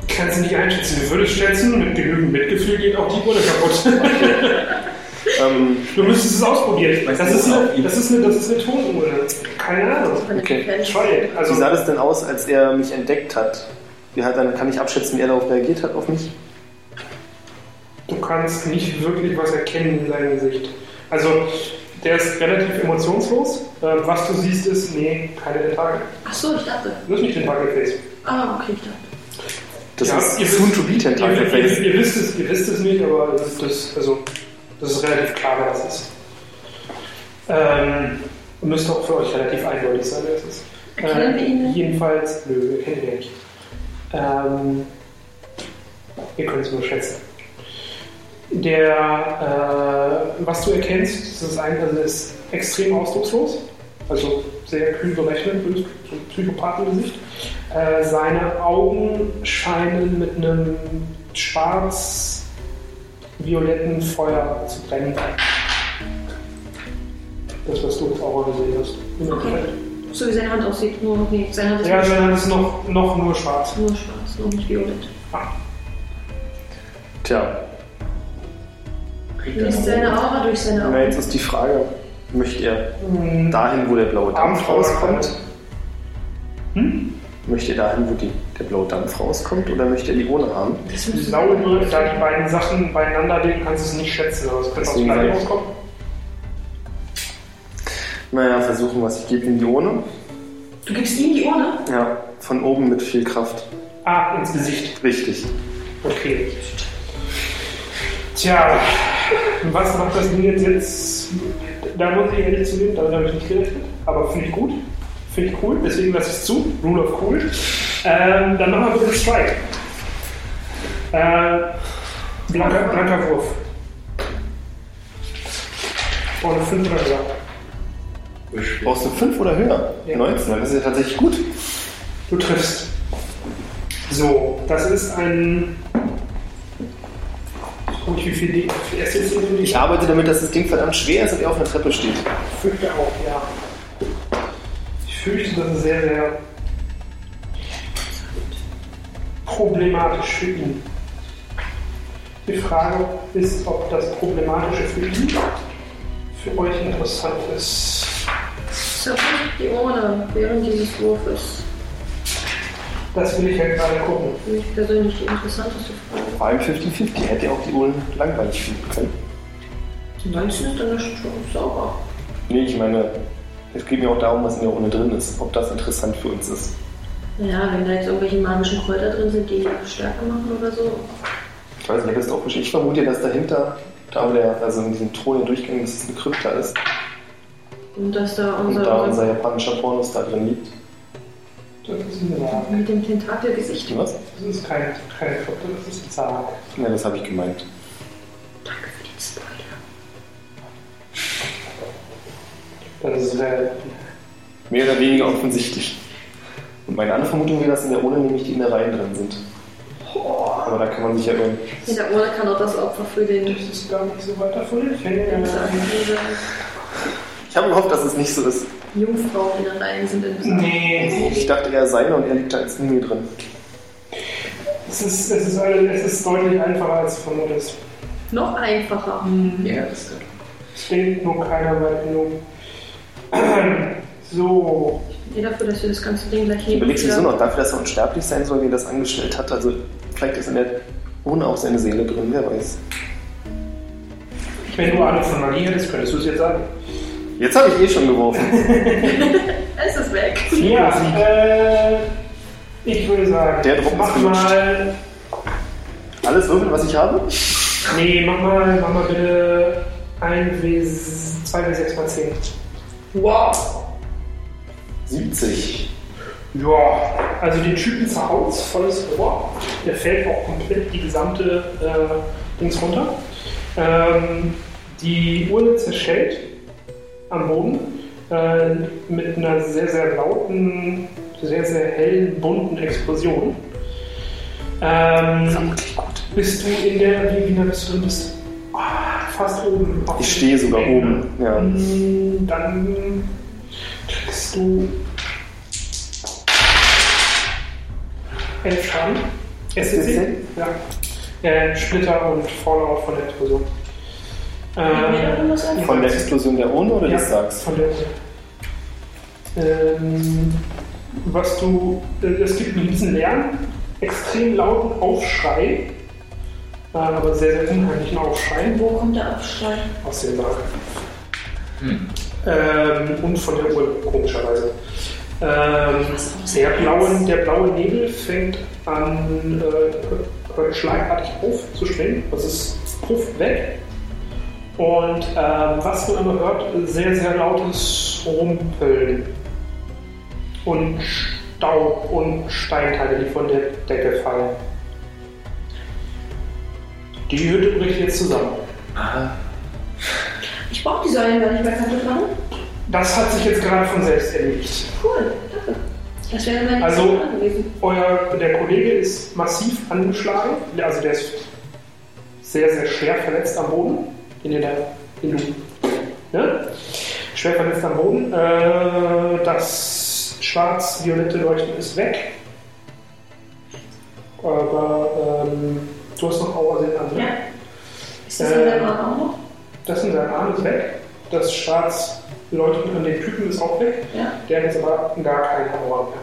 Speaker 1: kannst du nicht einschätzen. Du würdest schätzen, mit genügend Mitgefühl geht auch die Uhr kaputt.
Speaker 2: Ähm,
Speaker 1: Du müsstest es ausprobieren. Das ist eine, das ist eine, das ist eine Tonuhr. Keine Ahnung.
Speaker 2: okay.
Speaker 1: Toll.
Speaker 2: Wie
Speaker 1: Also,
Speaker 2: sah das denn aus, als er mich entdeckt hat? Wie hat dann kann ich abschätzen, wie er darauf reagiert hat auf mich?
Speaker 1: du kannst nicht wirklich was erkennen in seinem Gesicht. Also, der ist relativ emotionslos. Ähm, was du siehst, ist, nee, keine Tentakel.
Speaker 5: Ach so, ich dachte.
Speaker 1: Das ist nicht Tentakelface.
Speaker 5: Ah, okay, ich dachte.
Speaker 2: Das
Speaker 1: Ja, ihr
Speaker 2: ist
Speaker 1: wisst-
Speaker 2: soon to be Tentacle
Speaker 1: Ihr, ihr,
Speaker 2: Face.
Speaker 1: ihr, wisst es, ihr wisst es nicht, aber das, das, also, das ist relativ klar, wer das ist. Ähm, müsste auch für euch relativ eindeutig sein, wer es ist. Äh,
Speaker 5: Erkennen wir ihn denn?
Speaker 1: Jedenfalls, nö, wir kennen ihn nicht. Ähm, ihr könnt es nur schätzen. Der, äh, was du erkennst, das ist, ein, also das ist extrem ausdruckslos, also sehr kühl berechnet, so ein Psychopathengesicht. Äh, seine Augen scheinen mit einem schwarz-violetten Feuer zu brennen. Das, was du jetzt auch mal gesehen hast.
Speaker 5: Okay. So wie seine Hand aussieht. Nur, nee, seine Hand ist
Speaker 1: Ja, sondern es ist noch, noch nur schwarz.
Speaker 5: nur schwarz, nur nicht violett.
Speaker 2: Tja,
Speaker 5: Durch seine Aura, durch seine
Speaker 2: na,
Speaker 5: Augen.
Speaker 2: jetzt ist die Frage, möchte er
Speaker 1: Mhm.
Speaker 2: dahin, wo der blaue Dampf
Speaker 1: Abendfrau
Speaker 2: rauskommt?
Speaker 1: Hm?
Speaker 2: Möchte er dahin, wo die, der blaue Dampf rauskommt oder möchte er die Urne haben?
Speaker 5: Das
Speaker 1: Ich
Speaker 5: müsste-
Speaker 1: glaube, da die beiden Sachen beieinander liegen, kannst du es nicht schätzen, aber es könnte aus
Speaker 2: Deswegen
Speaker 1: Blei
Speaker 2: sag ich-
Speaker 1: rauskommen.
Speaker 2: Naja, versuchen was. Ich gebe ihm die Urne.
Speaker 5: Du gibst ihm die ne? Urne?
Speaker 2: Ja, von oben mit viel Kraft.
Speaker 1: Ah, ins Gesicht.
Speaker 2: Richtig.
Speaker 1: Okay. Tja, was macht das Ding jetzt jetzt? Da muss ich ehrlich zugeben, damit habe ich nicht gerechnet, aber finde ich gut. Finde ich cool, deswegen lasse ich es zu. Rule of cool. Ähm, dann machen wir bitte Strike. Äh, blanker, blanker Wurf. Oh, eine 5 oder höher.
Speaker 2: Brauchst du 5 oder höher?
Speaker 1: Ja.
Speaker 2: 19, dann ist ja tatsächlich gut.
Speaker 1: Du triffst. So, das ist ein. Gut, wie viel D? Es ist irgendwie
Speaker 2: Ich arbeite damit, dass das Ding verdammt schwer ist und er auf einer Treppe steht.
Speaker 1: fürchte auch, ja. Ich fürchte, das ist sehr, sehr problematisch für ihn. Die Frage ist, ob das Problematische für ihn für euch interessant ist.
Speaker 5: Zerbricht die Urne während dieses Wurfes.
Speaker 1: Das will ich ja gerade gucken.
Speaker 5: Für mich persönlich die interessanteste Frage.
Speaker 2: Vor allem 50-50 hätte er auch die Uhren langweilig finden können.
Speaker 5: 19 ist dann schon sauber.
Speaker 2: Nee, ich meine, es geht mir auch darum, was in der Urne drin ist, ob das interessant für uns ist.
Speaker 5: Ja, wenn da jetzt irgendwelche magischen Kräuter drin sind, die stärker machen oder so.
Speaker 2: Ich weiß nicht, ob das auch geschieht. Ich vermute, dass dahinter, da wo der, also in diesem Thron der Durchgang, dass es eine Krypta ist
Speaker 5: Und dass da
Speaker 2: und
Speaker 5: unser,
Speaker 2: da unser japanischer Pornos da drin liegt.
Speaker 1: Das ist ein Sarg.
Speaker 5: mit dem Tentakelgesicht.
Speaker 2: Hm, Was?
Speaker 1: Das ist kein, kein Krypto, das ist ein Sarg.
Speaker 2: Ja, das habe ich gemeint.
Speaker 5: Danke für die Spoiler.
Speaker 1: Das ist äh,
Speaker 2: Mehr oder weniger offensichtlich. Und meine andere Vermutung wäre, dass in der Urne nämlich die Innereien drin sind. Aber da kann man sich ja irren.
Speaker 5: In der Urne kann auch das Opfer für den.
Speaker 1: das ist gar nicht so weit davon. Ich hänge
Speaker 5: den
Speaker 1: ja
Speaker 5: Sarg- diese
Speaker 2: Ich habe gehofft, dass es nicht so ist.
Speaker 5: Jungfrau in der Reihe sind im Sarg.
Speaker 1: Nee,
Speaker 2: Ich dachte, er sei und er liegt da als Mumie drin.
Speaker 1: es ist, es, ist, äh, es ist deutlich einfacher als du vermutest.
Speaker 5: Noch einfacher.
Speaker 1: Mhm.
Speaker 4: Ja, das ist
Speaker 1: Es denkt nur keiner weit genug. So,
Speaker 5: Nee, dafür, dass wir das ganze Ding gleich
Speaker 2: Ich
Speaker 5: heben.
Speaker 2: überlege sowieso
Speaker 5: Ja.
Speaker 2: noch, dafür, dass er unsterblich sein soll, wie er das angestellt hat. Also vielleicht ist in der Urne auch seine Seele drin, wer weiß.
Speaker 1: wenn du Ahnung von Magie hättest, könntest du es jetzt sagen.
Speaker 2: Jetzt habe ich eh schon geworfen.
Speaker 5: Es ist weg.
Speaker 1: Ja, äh, ich würde sagen,
Speaker 2: Der Druck ist
Speaker 1: mach
Speaker 2: gelutscht.
Speaker 1: mal.
Speaker 2: Alles würfeln, was ich habe?
Speaker 1: Nee, mach mal, mach mal bitte 1 W 2 W 6 mal 10.
Speaker 5: Wow.
Speaker 2: 70.
Speaker 1: Ja, also den Typen zerhaut volles Rohr. Der fällt auch komplett die gesamte äh, Dings runter. Ähm, die Urne zerschellt am Boden äh, mit einer sehr, sehr lauten, sehr, sehr hellen, bunten Explosion. Ähm, bist du in der, wie, wie nah bist du drin? Bist ah, fast oben.
Speaker 2: Ich stehe sogar oben. Ja.
Speaker 1: Mm, Dann kriegst du elf Schaden. SCC? Ja. Äh, Splitter und Fallout von der Explosion. Ähm,
Speaker 2: Von der Explosion der Urne oder
Speaker 1: Ja.
Speaker 2: des Sargs?
Speaker 1: von der. Ähm, was du. Äh, es gibt einen riesen Lärm, extrem lauten Aufschrei, äh, aber sehr, sehr unheimlichen Aufschrei
Speaker 5: Wo kommt der Abschrei?
Speaker 1: aus dem Sarg. Ähm, und von der Uhr, komischerweise. Ähm, der, blaue, der blaue Nebel fängt an, äh, äh, schlagartig aufzuschwingen. Das ist puff weg. Und ähm, was man immer hört, sehr, sehr lautes Rumpeln. Und Staub und Steinteile, die von der Decke fallen. Die Hütte bricht jetzt zusammen.
Speaker 4: Ah,
Speaker 5: Ich brauche die Säulen gar nicht mehr kaputt machen.
Speaker 1: Das hat sich jetzt gerade von selbst erledigt.
Speaker 5: Cool, danke. Das wäre meine
Speaker 1: Also-
Speaker 5: nächste Frage gewesen.
Speaker 1: Euer, der Kollege ist massiv angeschlagen, also der ist sehr, sehr schwer verletzt am Boden. In den, in den, ne? Schwer verletzt am Boden. Äh, das schwarz-violette Leuchten ist weg. Aber ähm, du hast noch Aura sehen an. ne?
Speaker 5: Ja. Ist das in
Speaker 1: Äh,
Speaker 5: deinem Arm auch noch?
Speaker 1: Das in seinem Arm ist weg. Das schwarz-leuchten an dem Typen ist auch weg.
Speaker 5: Ja.
Speaker 1: Der hat jetzt aber gar keine Aura mehr.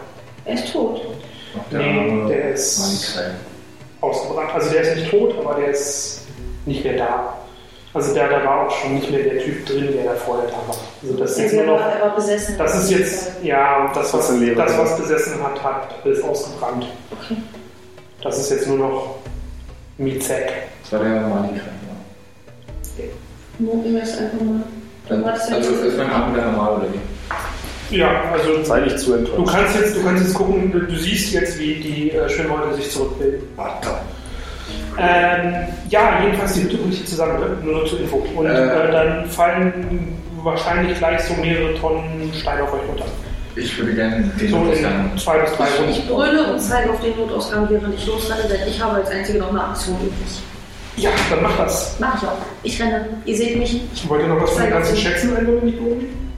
Speaker 5: Er ist tot.
Speaker 1: Nee,
Speaker 4: Noch
Speaker 1: der
Speaker 4: Mann,
Speaker 1: ist
Speaker 4: Krell.
Speaker 1: ausgebrannt. Also der ist nicht tot, aber der ist nicht mehr da. Also da, da war auch schon nicht mehr der Typ drin, der da vorher da war. Also das ist jetzt nur
Speaker 5: er, war,
Speaker 1: noch.
Speaker 5: er war besessen.
Speaker 1: Das ist jetzt, ja, das, was,
Speaker 2: Was in Leber
Speaker 1: das,
Speaker 2: ist.
Speaker 1: was besessen hat, hat ist ausgebrannt. Das ist jetzt nur noch Mizek.
Speaker 4: Das war der Manikrein, ja.
Speaker 5: Mogen wir es einfach mal.
Speaker 4: Dann,
Speaker 5: Was denn?
Speaker 4: also ist mein Arm wieder normal oder wie?
Speaker 1: Ja, also
Speaker 2: Sei nicht zu
Speaker 1: du
Speaker 2: enttäuscht.
Speaker 1: kannst jetzt, du kannst jetzt gucken, du, du siehst jetzt, wie die äh, Schwimmhäute sich zurückbilden. Ähm, ja, jedenfalls die Hütte bricht zusammen, ne? nur zur Info. Und
Speaker 4: Äh.
Speaker 1: äh, dann fallen wahrscheinlich gleich so mehrere Tonnen Steine auf euch runter.
Speaker 4: Ich würde gerne den
Speaker 1: So
Speaker 4: Ausgang.
Speaker 1: in zwei bis drei Runden.
Speaker 5: Ich brülle und zeige auf den Notausgang, während ich losrenne, denn ich habe als Einzige noch eine Aktion übrig.
Speaker 1: Ja, dann mach das.
Speaker 5: Mach ich auch. Ich renne. Ihr seht mich.
Speaker 1: Ich wollte noch was von den ganzen Schätzen einsammeln, die du oben-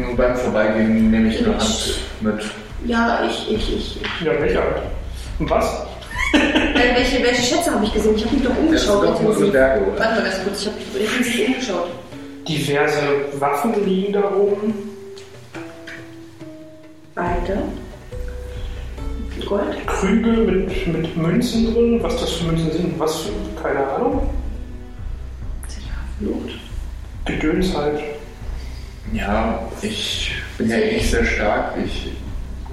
Speaker 4: Nur beim Vorbeigehen nehme ich eine Hand mit.
Speaker 5: Ja, ich, ich, ich.
Speaker 1: Ja, welche halt. Und was?
Speaker 5: Äh, welche, welche Schätze habe ich gesehen? Ich habe mich doch
Speaker 4: Das sind
Speaker 5: umgeschaut.
Speaker 4: doch nur so
Speaker 5: intensiv.
Speaker 4: Berge, oder?
Speaker 5: Warte mal ganz kurz, ich habe mich intensiv umgeschaut.
Speaker 1: Diverse Waffen liegen da oben.
Speaker 5: Beide. Gold.
Speaker 1: Krüge mit, mit Münzen drin. Was das für Münzen sind, was für, keine Ahnung.
Speaker 5: Blut.
Speaker 1: Gedöns halt.
Speaker 4: Ja, ich bin ja eh nicht sehr stark. Ich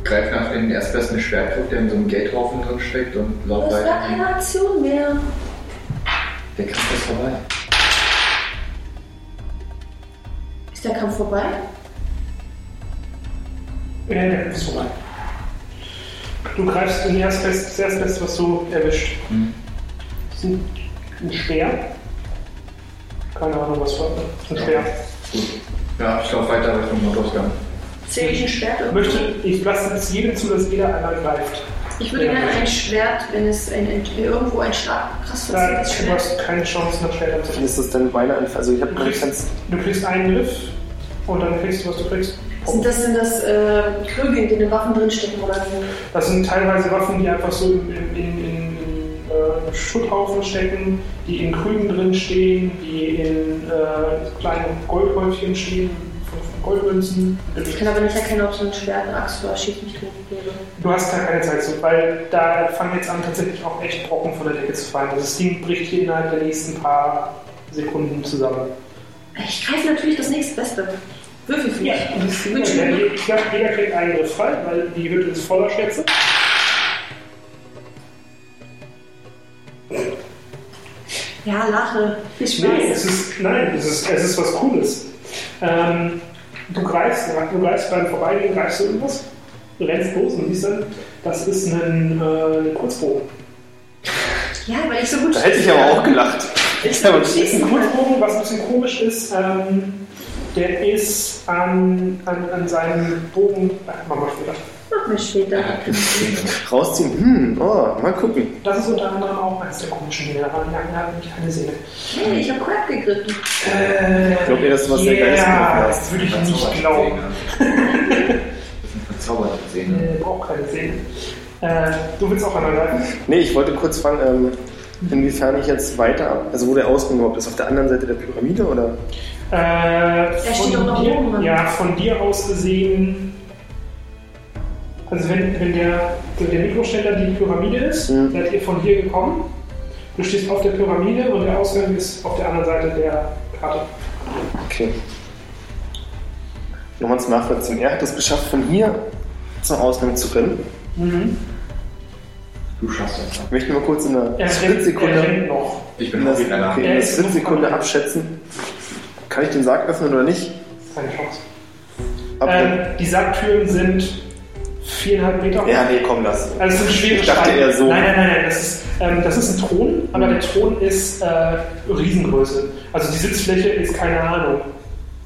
Speaker 4: greife nach dem erstbesten Schwertdruck, der in so einem Geldhaufen drin steckt und
Speaker 5: Das
Speaker 4: laufe
Speaker 5: ist gar
Speaker 4: weiter.
Speaker 5: keine Aktion mehr.
Speaker 4: Der Kampf ist vorbei.
Speaker 5: Ist der Kampf vorbei?
Speaker 1: Ja, ja, ist vorbei. Du greifst in das Beste, das Erstbeste, was du erwischt.
Speaker 4: Mhm.
Speaker 1: Das ist ein, ein Speer. Keine Ahnung, was war. Ein Speer.
Speaker 4: Ja, ich laufe weiter Richtung Notausgang.
Speaker 5: Zähle ich ein Schwert
Speaker 1: Ich
Speaker 5: irgendwo?
Speaker 1: möchte, ich lasse jetzt jedem zu, dass jeder einmal greift.
Speaker 5: Ich würde
Speaker 1: Ja.
Speaker 5: gerne ein Schwert, wenn es ein, ein, irgendwo ein stark, krass
Speaker 1: Da,
Speaker 5: verziertes
Speaker 1: Äh, du
Speaker 5: Schwert.
Speaker 1: hast keine Chance, nach Schwertern zu schießen.
Speaker 2: Ist das denn meine Anf Also ich habe
Speaker 1: Okay.
Speaker 2: ganz.
Speaker 1: Du kriegst einen Griff und dann kriegst du, was du kriegst.
Speaker 5: Sind das, sind das äh, Krüge, in denen Waffen drinstecken oder so?
Speaker 1: Das sind teilweise Waffen, die einfach so in, in, in, in äh, Schutthaufen stecken, die in Krügen drin stehen, die in äh, kleinen Goldhäufchen stehen, von von Goldmünzen.
Speaker 5: Ich kann aber nicht erkennen, ob so ein Schwert, eine Axt oder Schieß mich tot wäre.
Speaker 1: Du hast da keine Zeit zu, weil da fangen jetzt an, tatsächlich auch echt Brocken von der Decke zu fallen. Also das Ding bricht hier innerhalb der nächsten paar Sekunden zusammen.
Speaker 5: Ich greife natürlich das nächstbeste. Würfel für mich.
Speaker 1: das
Speaker 5: Wünschen wir Glück.
Speaker 1: ich glaube, jeder kriegt einen Griff frei, weil die Hütte ist voller Schätze.
Speaker 5: Ja, lache. Viel Spaß.
Speaker 1: Nee, es ist, nein, es ist, es ist was Cooles. Ähm, du greifst, du greifst beim Vorbeigehen, greifst du irgendwas, rennst los und siehst dann, das ist ein äh, Kurzbogen.
Speaker 5: Ja, weil ich so gut
Speaker 2: Da hätte ich aber auch gelacht.
Speaker 5: Ich kann
Speaker 2: Das
Speaker 1: Das ist
Speaker 5: schießen.
Speaker 1: ein Kurzbogen, was ein bisschen komisch ist. Ähm, der ist an, an, an seinem Bogen. äh, Ach, machen wir später.
Speaker 5: Mach mir später.
Speaker 2: Rausziehen. Hm, oh, mal gucken.
Speaker 1: Das ist unter anderem auch eines der komischen Dinge. Da war eine, eine, eine Seele.
Speaker 5: Hey, ich habe Crab gegriffen.
Speaker 1: Äh, ich
Speaker 2: Glaub ihr, dass du was sehr Geiles gemacht hast?
Speaker 1: Würde ich nicht glauben.
Speaker 4: Das sind verzauberte Szenen.
Speaker 1: Äh, braucht keine Seele. Äh, du willst auch angreifen?
Speaker 2: Nee, ich wollte kurz fragen, ähm, inwiefern ich jetzt weiter, also wo der Ausgang überhaupt ist, auf der anderen Seite der Pyramide oder?
Speaker 1: Äh, er
Speaker 5: steht doch noch
Speaker 1: dir,
Speaker 5: oben, Mann.
Speaker 1: Ja, von dir aus gesehen. Also, wenn, wenn der, wenn der Mikroständer die Pyramide ist,
Speaker 2: Mhm.
Speaker 1: seid ihr von hier gekommen. Du stehst auf der Pyramide und der Ausgang ist auf der anderen Seite der Karte.
Speaker 2: Okay. Nochmal zum Nachvollziehen. Er hat es geschafft, von hier zum Ausgang zu rennen.
Speaker 5: Mhm.
Speaker 4: Du schaffst das.
Speaker 2: Ich möchte mal kurz in einer
Speaker 1: Er rennt, er
Speaker 2: Splitsekunde
Speaker 1: rennt noch.
Speaker 4: Ich bin
Speaker 2: in
Speaker 4: noch
Speaker 2: einer-
Speaker 4: viel danach.
Speaker 2: okay, in
Speaker 1: Er
Speaker 2: einer
Speaker 1: ist-
Speaker 2: Splitsekunde abschätzen, kann ich den Sarg öffnen oder nicht?
Speaker 1: Keine Chance.
Speaker 2: Ab-
Speaker 1: Ähm, die Sacktüren sind viereinhalb Meter hoch.
Speaker 2: ja, nee, komm, lass.
Speaker 1: Also es sind schwere
Speaker 2: Ich dachte
Speaker 1: Steine.
Speaker 2: eher so.
Speaker 1: Nein, nein, nein, nein. Das ist, ähm, das ist ein Thron, aber der Thron ist äh, Riesengröße. Also die Sitzfläche ist, keine Ahnung,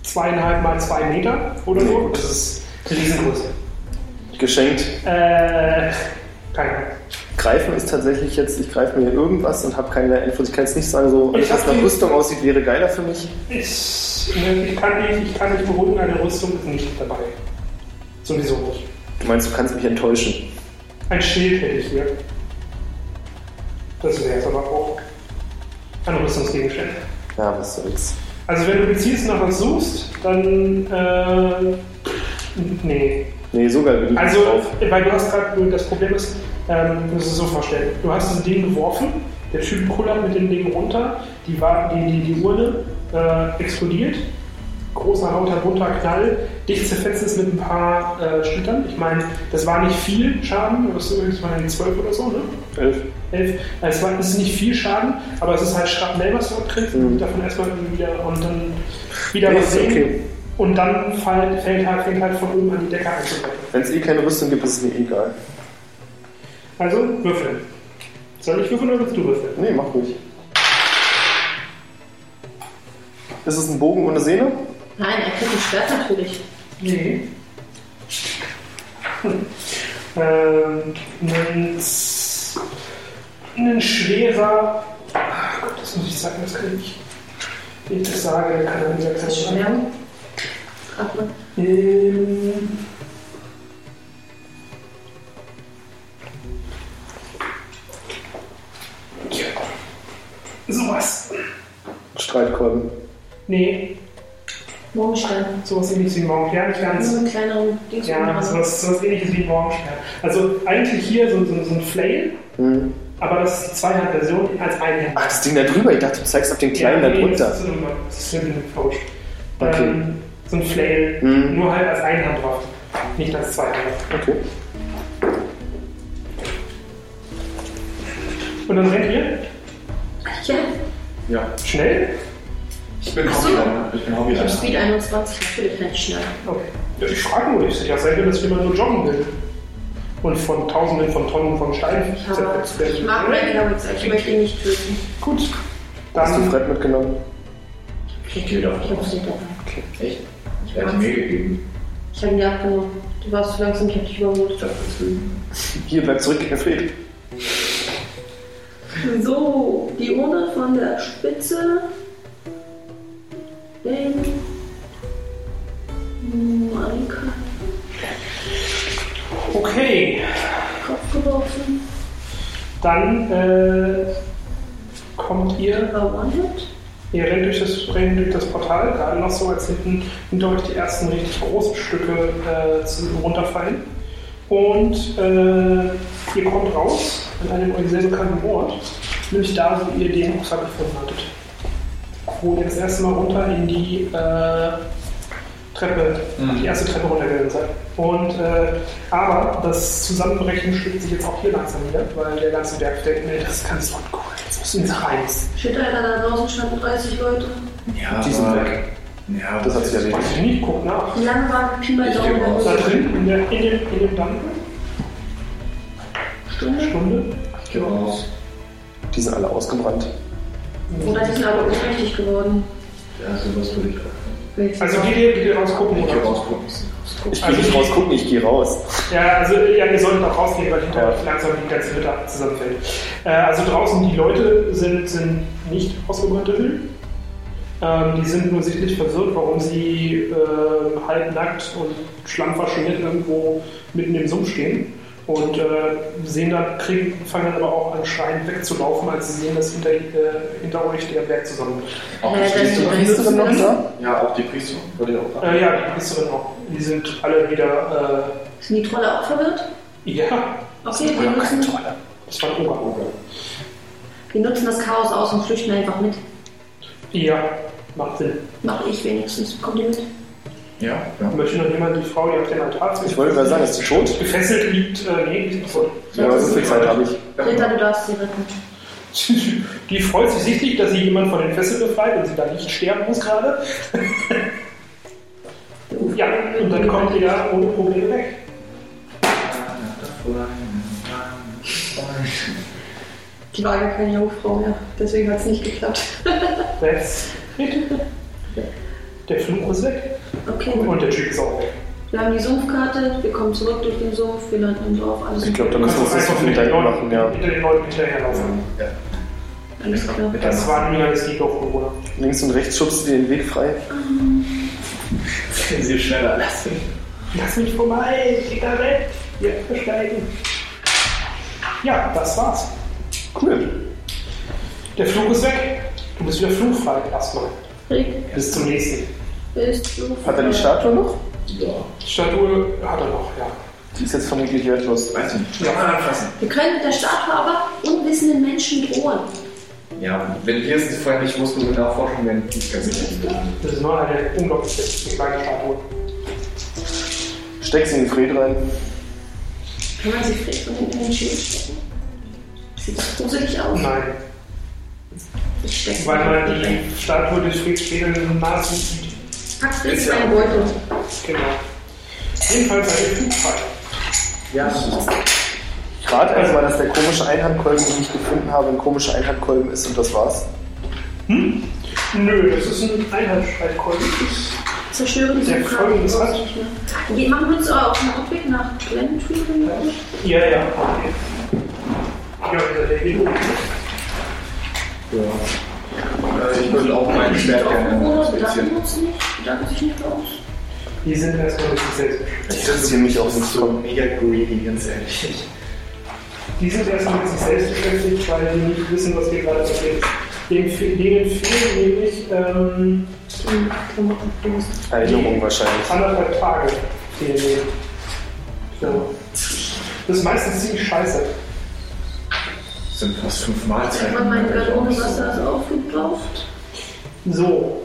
Speaker 1: zweieinhalb mal zwei Meter oder
Speaker 2: Nee,
Speaker 1: so.
Speaker 2: gut.
Speaker 1: Das ist eine Riesengröße.
Speaker 2: Geschenkt.
Speaker 1: Äh, keine Ahnung.
Speaker 2: Greifen ist tatsächlich jetzt, ich greife mir irgendwas und habe keine Infos. Ich kann jetzt nicht sagen, so, alles,
Speaker 1: Ich hab
Speaker 2: was nach
Speaker 1: die-
Speaker 2: Rüstung aussieht, wäre geiler für mich.
Speaker 1: Ich, ne, ich kann nicht, ich kann nicht beruhigen, eine Rüstung ist nicht dabei. Sowieso nicht.
Speaker 2: Du meinst, du kannst mich enttäuschen.
Speaker 1: Ein Schild hätte ich hier. Das wäre es aber auch. Ein Rüstungsgegenstand.
Speaker 2: Ja, was soll's.
Speaker 1: Also wenn du gezielt nach was suchst, dann äh, nee.
Speaker 2: Nee, so geil bin ich
Speaker 1: Also
Speaker 2: nicht drauf.
Speaker 1: weil du hast gerade das Problem ist, ähm, du musst es so vorstellen. Du hast das Ding geworfen, der Typ kullert mit dem Ding runter, die Wa- die, die, die Urne äh, explodiert, großer lauter bunter Knall, dich zerfetzt es mit ein paar äh, Splittern. Ich meine, das war nicht viel Schaden, das ist übrigens mal 12 oder so, ne?
Speaker 2: Elf.
Speaker 1: 11. Es war- es ist nicht viel Schaden, aber es ist halt Schrapnell, was du abkriegst.
Speaker 2: Mhm.
Speaker 1: Davon erstmal irgendwie wieder und dann wieder
Speaker 2: Nee,
Speaker 1: was
Speaker 2: ist
Speaker 1: sehen.
Speaker 2: okay.
Speaker 1: Und dann fall, fällt, halt, fängt halt von oben an die Decke einzubrechen.
Speaker 2: Wenn es eh keine Rüstung gibt, ist es mir egal.
Speaker 1: Also würfeln. Soll ich würfeln oder willst du würfeln?
Speaker 2: Nee, mach ruhig. Ist es ein Bogen ohne Sehne?
Speaker 5: Nein, er kriegt ein Schwert natürlich.
Speaker 1: Nee. Hm. ähm, ein, S- ein schwerer. Ah Gott, das muss ich sagen, das kann ich. Wenn ich das sage, dann kann er wieder
Speaker 5: Das ist
Speaker 1: keiner
Speaker 5: schwer. Aber
Speaker 1: Ähm. Ja. Sowas.
Speaker 2: Streitkolben.
Speaker 1: Nee,
Speaker 5: Morgenstern.
Speaker 1: sowas ähnliches wie ein Morgenstern. Nicht
Speaker 5: Das
Speaker 1: ganz.
Speaker 5: ist ein kleinerer Dings.
Speaker 1: Ja, sowas, sowas ähnliches wie ein Morgenstern. Also eigentlich hier so, so, so ein Flail,
Speaker 2: Hm.
Speaker 1: aber das ist die Zweihandversion als Einhand.
Speaker 2: Ach, das Ding da drüber. Ich dachte, du zeigst auf den
Speaker 1: Ja,
Speaker 2: kleinen
Speaker 1: nee, Das
Speaker 2: da drunter.
Speaker 1: ist, immer- das ist irgendwie falsch.
Speaker 2: Okay.
Speaker 1: Ähm, so ein Flail,
Speaker 2: Hm.
Speaker 1: nur halt als Einhandwaffe, nicht als Zweihand.
Speaker 2: Okay.
Speaker 1: Und dann rennt ihr
Speaker 5: Ja,
Speaker 4: Ja.
Speaker 1: schnell
Speaker 4: Ich bin
Speaker 5: Ach so.
Speaker 4: Hobbyleiter. Ich bin
Speaker 5: ich habe
Speaker 4: Hobbyleiter.
Speaker 5: Speed 21, natürlich kann ich halt schnell.
Speaker 1: Okay. Ja, ich frage nur, ich sehe ja selten, dass jemand nur joggen will. Und von Tausenden von Tonnen von Steinen
Speaker 5: Ich, habe, ich mag Randy Howitz, ich möchte ihn nicht töten.
Speaker 1: Gut.
Speaker 2: Hast du
Speaker 1: Dann
Speaker 2: Fred mitgenommen?
Speaker 4: Ich gehe
Speaker 5: Ich
Speaker 4: davon
Speaker 5: habe
Speaker 4: aus.
Speaker 5: sie dabei.
Speaker 4: Echt? Er hat mir gegeben.
Speaker 5: Ich habe ihn dir abgenommen. Du warst zu langsam, ich habe dich überholt.
Speaker 4: Statt deswegen.
Speaker 2: Hier, bleib zurück, Fred.
Speaker 5: So, die Urne von der Spitze. Den. Mein
Speaker 1: okay.
Speaker 5: Kopf geworfen.
Speaker 1: Dann äh, kommt ihr,
Speaker 5: War One-Hit.
Speaker 1: ihr rennt durch das, rennt durch das Portal, gerade noch so, als hinten hinter euch die ersten richtig großen Stücke äh, zu, runterfallen. Und äh, ihr kommt raus an einem euch sehr bekannten Ort, nämlich da, wo ihr den Rucksack gefunden hattet. Wo ihr das erste Mal runter in die äh, Treppe,
Speaker 4: Mhm.
Speaker 1: die erste Treppe runtergegangen seid. Und äh, aber das Zusammenbrechen schlägt sich jetzt auch hier langsam nieder, weil der ganze Berg denkt, nee, das ist ganz uncool, jetzt müssen wir rein.
Speaker 5: Shit, Alter, da draußen standen 30 Leute.
Speaker 4: Ja,
Speaker 2: Die sind
Speaker 4: aber-
Speaker 2: weg.
Speaker 4: Ja,
Speaker 2: Das hat sich erledigt.
Speaker 1: Weiß ich nicht, ne? guck nach.
Speaker 5: Wie lange waren Pi mal
Speaker 4: Ich
Speaker 5: Daumen
Speaker 4: geh raus.
Speaker 1: Da
Speaker 5: da
Speaker 1: drin, in, der, in dem, in dem Dampf,
Speaker 5: Stunde?
Speaker 1: Stunde,
Speaker 4: Ich gehe raus.
Speaker 2: Die sind alle ausgebrannt.
Speaker 5: Oder die sind aber ohnmächtig geworden.
Speaker 4: Ja, sowas würde ich auch.
Speaker 1: Also geht ihr, geht ihr rausgucken
Speaker 4: Ich
Speaker 1: oder
Speaker 4: gehe
Speaker 1: so?
Speaker 4: rausgucken. Ich
Speaker 2: Ich
Speaker 4: gehe rausgucken.
Speaker 1: Also
Speaker 2: will nicht rausgucken, ich gehe raus.
Speaker 1: Ja, also ja, ihr solltet auch rausgehen, weil hinter euch langsam die ganze Hütte zusammenfällt. Äh, also draußen, die Leute sind, sind nicht ausgebrannte Hüllen. Ähm, die sind nur sichtlich verwirrt, warum sie äh, halbnackt und schlammverschmiert irgendwo mitten im Sumpf stehen. und äh, sehen dann, kriegen, fangen dann aber auch an, schreiend wegzulaufen, als sie sehen, dass hinter, äh, hinter euch der Berg zusammenbricht.
Speaker 4: Auch
Speaker 5: Äh,
Speaker 4: die
Speaker 5: das-
Speaker 4: Priester.
Speaker 2: Priesterin noch da?
Speaker 4: Ja, auch die Priester. Würde ich auch sagen.
Speaker 1: Äh, ja, die Priesterin auch. Die sind alle wieder.
Speaker 5: Sind die Trolle auch verwirrt?
Speaker 1: Äh, ja,
Speaker 5: Okay, wir nutzen,
Speaker 1: das war ein Oberauge.
Speaker 5: wir nutzen das Chaos aus und flüchten einfach mit.
Speaker 1: Ja, macht Sinn.
Speaker 5: Mach ich wenigstens. Kommt ihr mit?
Speaker 4: Ja, ja.
Speaker 1: Möchte noch jemand die Frau, die auf den Altar
Speaker 2: Ich wollte gerade sagen, ist die tot?
Speaker 1: gefesselt liegt? Äh, nee, die ist tot.
Speaker 2: Ja, aber so viel Zeit habe ich.
Speaker 5: Ritter, du darfst sie retten.
Speaker 1: Die freut sich sichtlich, dass sie jemand von den Fesseln befreit und sie da nicht sterben muss gerade. ja, und dann kommt ihr ja ohne Probleme weg.
Speaker 5: Die war gar keine Jungfrau mehr. Deswegen hat es nicht geklappt.
Speaker 1: That's it. Der Fluch ist weg
Speaker 5: Okay,
Speaker 1: und der Typ ist auch weg.
Speaker 5: wir haben die Sumpfkarte. Wir kommen zurück durch den Sumpf. Wir landen im Dorf. Alles,
Speaker 2: Ich glaube, da müssen wir uns nicht so viel Gedanken machen, ja.
Speaker 1: hinter den Leuten hinterherlaufen.
Speaker 5: alles klar.
Speaker 1: Das war ein langes Lied auf Corona.
Speaker 2: Links und rechts schubst du dir den Weg frei.
Speaker 4: Sie schneller lassen.
Speaker 1: Lass mich vorbei, ich geh da weg. Ja, versteigen. Ja, das war's.
Speaker 2: Cool.
Speaker 1: Der Flug ist weg. Du bist wieder flugfrei erstmal.
Speaker 5: Rick
Speaker 1: Bis zum nächsten.
Speaker 5: ist Jungfrau.
Speaker 2: Hat er die Statue noch?
Speaker 4: Ja.
Speaker 1: Die Statue hat er noch, ja.
Speaker 2: Die ist jetzt vermutlich wertlos.
Speaker 4: Weiß nicht.
Speaker 1: Ja.
Speaker 4: Kann man anfassen.
Speaker 5: Wir können mit der Statue aber unwissenden Menschen drohen.
Speaker 4: Ja, wenn wir es vorher nicht wussten, mit Nachforschung werden die ganz sicher.
Speaker 1: Das ist nur eine unglaublich kleine Statue.
Speaker 2: Steck sie in den Fred rein.
Speaker 5: Kann man sie vielleicht von hinten in den Schild stecken? Sieht doch gruselig aus.
Speaker 1: Nein,
Speaker 5: Ich stecke sie
Speaker 1: weil man
Speaker 5: nicht rein.
Speaker 1: die Statue durch Freds Schädel nahezu sieht.
Speaker 5: Pack
Speaker 4: Ist
Speaker 5: Fritz
Speaker 4: ja
Speaker 5: meine
Speaker 4: auch-
Speaker 5: Beutel.
Speaker 1: Genau. Jedenfalls eine Flugfrei.
Speaker 4: Ja,
Speaker 2: Gerade erstmal, dass der komische Einhandkolben, den ich gefunden habe, ein komischer Einhandkolben ist und das war's.
Speaker 1: Nö, das ist ein Einheitsstreitkolben.
Speaker 5: Zerstören die
Speaker 1: Der
Speaker 5: Sumpfkarte.
Speaker 1: Folgen ist
Speaker 5: Ich weiß
Speaker 1: was?
Speaker 5: nicht mehr. Wir machen wir uns auch auf den Rückweg nach Glentree. wenn möglich?
Speaker 1: Ja, ja, okay. Ja, der- der geht hoch.
Speaker 4: äh, ich würde auch mein Schwert gerne
Speaker 5: Oder bedanken
Speaker 4: inspizieren.
Speaker 5: wir uns nicht? Bedanken sich nicht bei uns?
Speaker 1: Die sind erstmal mit sich selbst.
Speaker 2: Ich interessiere mich auch nicht.
Speaker 4: so mega greedy, ganz ehrlich.
Speaker 1: Die sind erstmal mit sich selbst beschäftigt, weil die nicht wissen, was wir gerade erleben. Denen fe- denen fehlen nämlich ähm,
Speaker 2: Erinnerung wahrscheinlich.
Speaker 1: anderthalb Tage. Fehlen denen. So. Das ist meistens ziemlich scheiße.
Speaker 4: Das sind fast fünf
Speaker 5: Ich
Speaker 4: Mahlzeiten.
Speaker 5: habe mein Gallone Wasser ist aufgebraucht.
Speaker 1: So.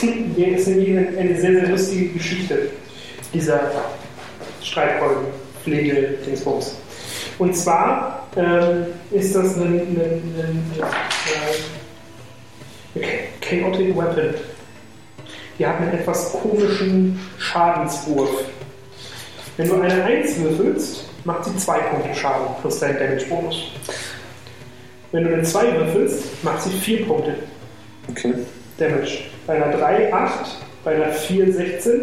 Speaker 1: Hier ist nämlich eine, eine sehr, sehr lustige Geschichte dieser Streitkolben, Pflege, Dingsbums. Und zwar ähm, ist das ein, ein, ein, ein, äh, Chaotic Weapon. Die hat einen etwas komischen Schadenswurf. Wenn du eine 1 würfelst, macht sie 2 Punkte Schaden plus dein Damage-Bonus. Wenn du eine 2 würfelst, macht sie 4 Punkte
Speaker 2: Okay.
Speaker 1: Damage. Bei einer 3, 8, bei einer 4, 16,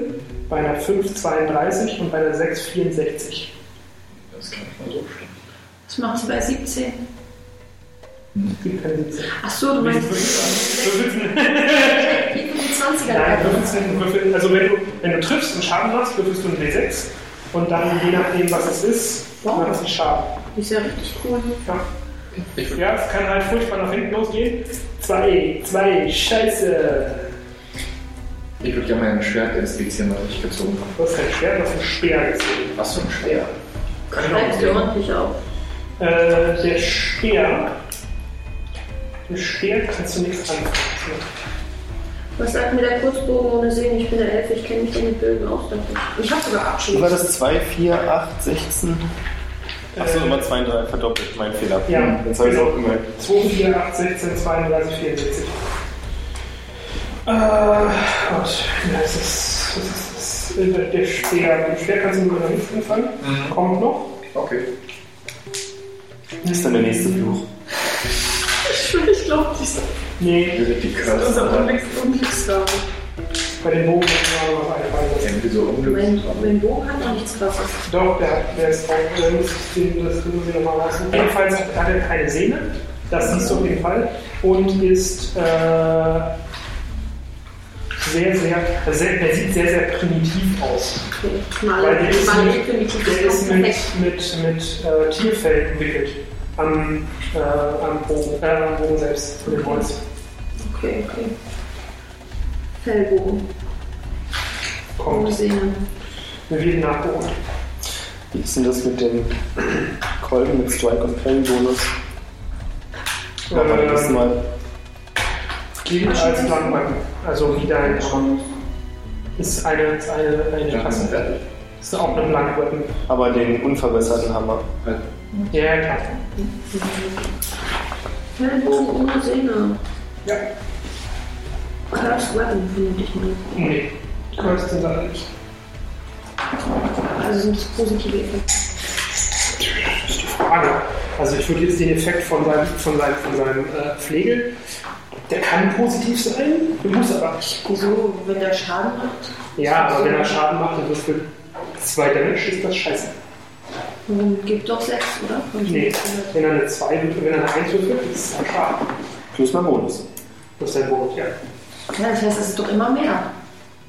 Speaker 1: bei einer 5, 32 und bei einer 6, 64.
Speaker 4: Das kann ich mal so stellen.
Speaker 5: Das macht sie bei 17.
Speaker 1: Gibt keine 17.
Speaker 5: Ach so, du meinst die von den
Speaker 1: Nein,
Speaker 5: 20er Jahren.
Speaker 1: 15 Würfel. Also wenn du, wenn du triffst und Schaden machst, würfelst du einen D6 und dann je nachdem, was es ist,
Speaker 5: Wow.
Speaker 1: macht es Schaden.
Speaker 5: Die ist ja richtig cool.
Speaker 1: Ja. ja, es kann halt furchtbar nach hinten losgehen. 2, 2, scheiße.
Speaker 4: Ich würde gerne mein Schwert inspizieren, weil ich gezogen habe.
Speaker 1: Du hast kein Schwert, du hast einen Speer gesehen.
Speaker 4: Was für ein Schwert? Kann ich
Speaker 5: Schreibst du
Speaker 4: auch sehen.
Speaker 5: ordentlich auf.
Speaker 1: Äh, der Speer. Der Speer kannst du nichts anfangen.
Speaker 5: Was sagt mir der Kurzbogen ohne Sehen? Ich bin der Elfe, ich kenne mich in den Bögen aus. Danke. Ich habe sogar
Speaker 2: Wie
Speaker 5: Abschluss.
Speaker 2: war das? 2, 4, 8, 16? Achso, immer 2 und 3 verdoppelt. Mein Fehler.
Speaker 1: Ja,
Speaker 2: Jetzt habe ich auch gemerkt.
Speaker 1: 2, 4, 8, 16, 32, 64. Äh, Gott, ja, das ist, das ist, das ist der Speer. Den Speer kannst du nur noch nicht anfangen.
Speaker 2: Mhm.
Speaker 1: Kommt noch.
Speaker 4: Okay.
Speaker 2: Das ist dann der nächste Fluch.
Speaker 5: Ich glaube, die ist
Speaker 1: Nee,
Speaker 4: Hier sind die Kürzer.
Speaker 5: unglücks- unglücksfrage.
Speaker 1: bei dem Bogen ist mir noch was eingefallen. ist.
Speaker 4: Irgendwie so
Speaker 5: Mein,
Speaker 4: unglücklich.
Speaker 5: mein Bogen hat noch nichts krasses.
Speaker 1: Doch, der, hat- der ist auch, der muss, den, das müssen wir nochmal rausnehmen. Jedenfalls hat hat er keine Sehne, das siehst du auf jeden Fall, und ist äh, sehr, sehr, also sehr, er sieht sehr, sehr primitiv aus.
Speaker 5: Okay.
Speaker 1: Weil
Speaker 5: Mal,
Speaker 1: der ist
Speaker 5: mal
Speaker 1: mit-
Speaker 5: definitiv
Speaker 1: Der ist mit,
Speaker 5: perfekt.
Speaker 1: mit, mit äh, Tierfell entwickelt am, äh, am, Bogen, äh, am Bogen selbst, von dem Holz.
Speaker 5: Okay, okay. Fellbogen.
Speaker 1: Kommt.
Speaker 5: Sehne.
Speaker 1: Wir werden nachgeholt.
Speaker 2: Wie ist denn das mit dem Kolben mit Strike und Parry Bonus? Ich glaube, beim letzten
Speaker 1: Ähm,
Speaker 2: Mal.
Speaker 1: gilt als Flanken. Also wieder ein Arm. Ist eine, ist eine, eine
Speaker 4: Ja,
Speaker 1: Klasse.
Speaker 4: fertig.
Speaker 1: Ist auch eine Blankweapon.
Speaker 2: Aber den unverbesserten Hammer.
Speaker 4: Halt.
Speaker 1: Ja, ja, klar.
Speaker 5: Fellbogen ohne Sehne.
Speaker 1: Ja.
Speaker 5: Cursed Weapon finde ich nicht.
Speaker 1: Nee. Cursed sind alle nicht.
Speaker 5: Also sind es positive Effekte.
Speaker 1: Frage. Also ich würde jetzt den Effekt von seinem, von seinem, von seinem äh, Pflege, der kann positiv sein, muss aber nicht.
Speaker 5: Wieso, wenn der Schaden macht?
Speaker 1: Ja, aber wenn er Schaden macht und das für zwei Damage ist das scheiße.
Speaker 5: Warum gibt doch sechs, oder? Und
Speaker 1: Nee, wenn er eine 2 wird und wenn er eine 1 wird, ist es ein Schaden.
Speaker 2: Plus mein Bonus.
Speaker 1: Das ist ein Bonus, ja.
Speaker 5: Ja, das heißt, es ist doch immer mehr.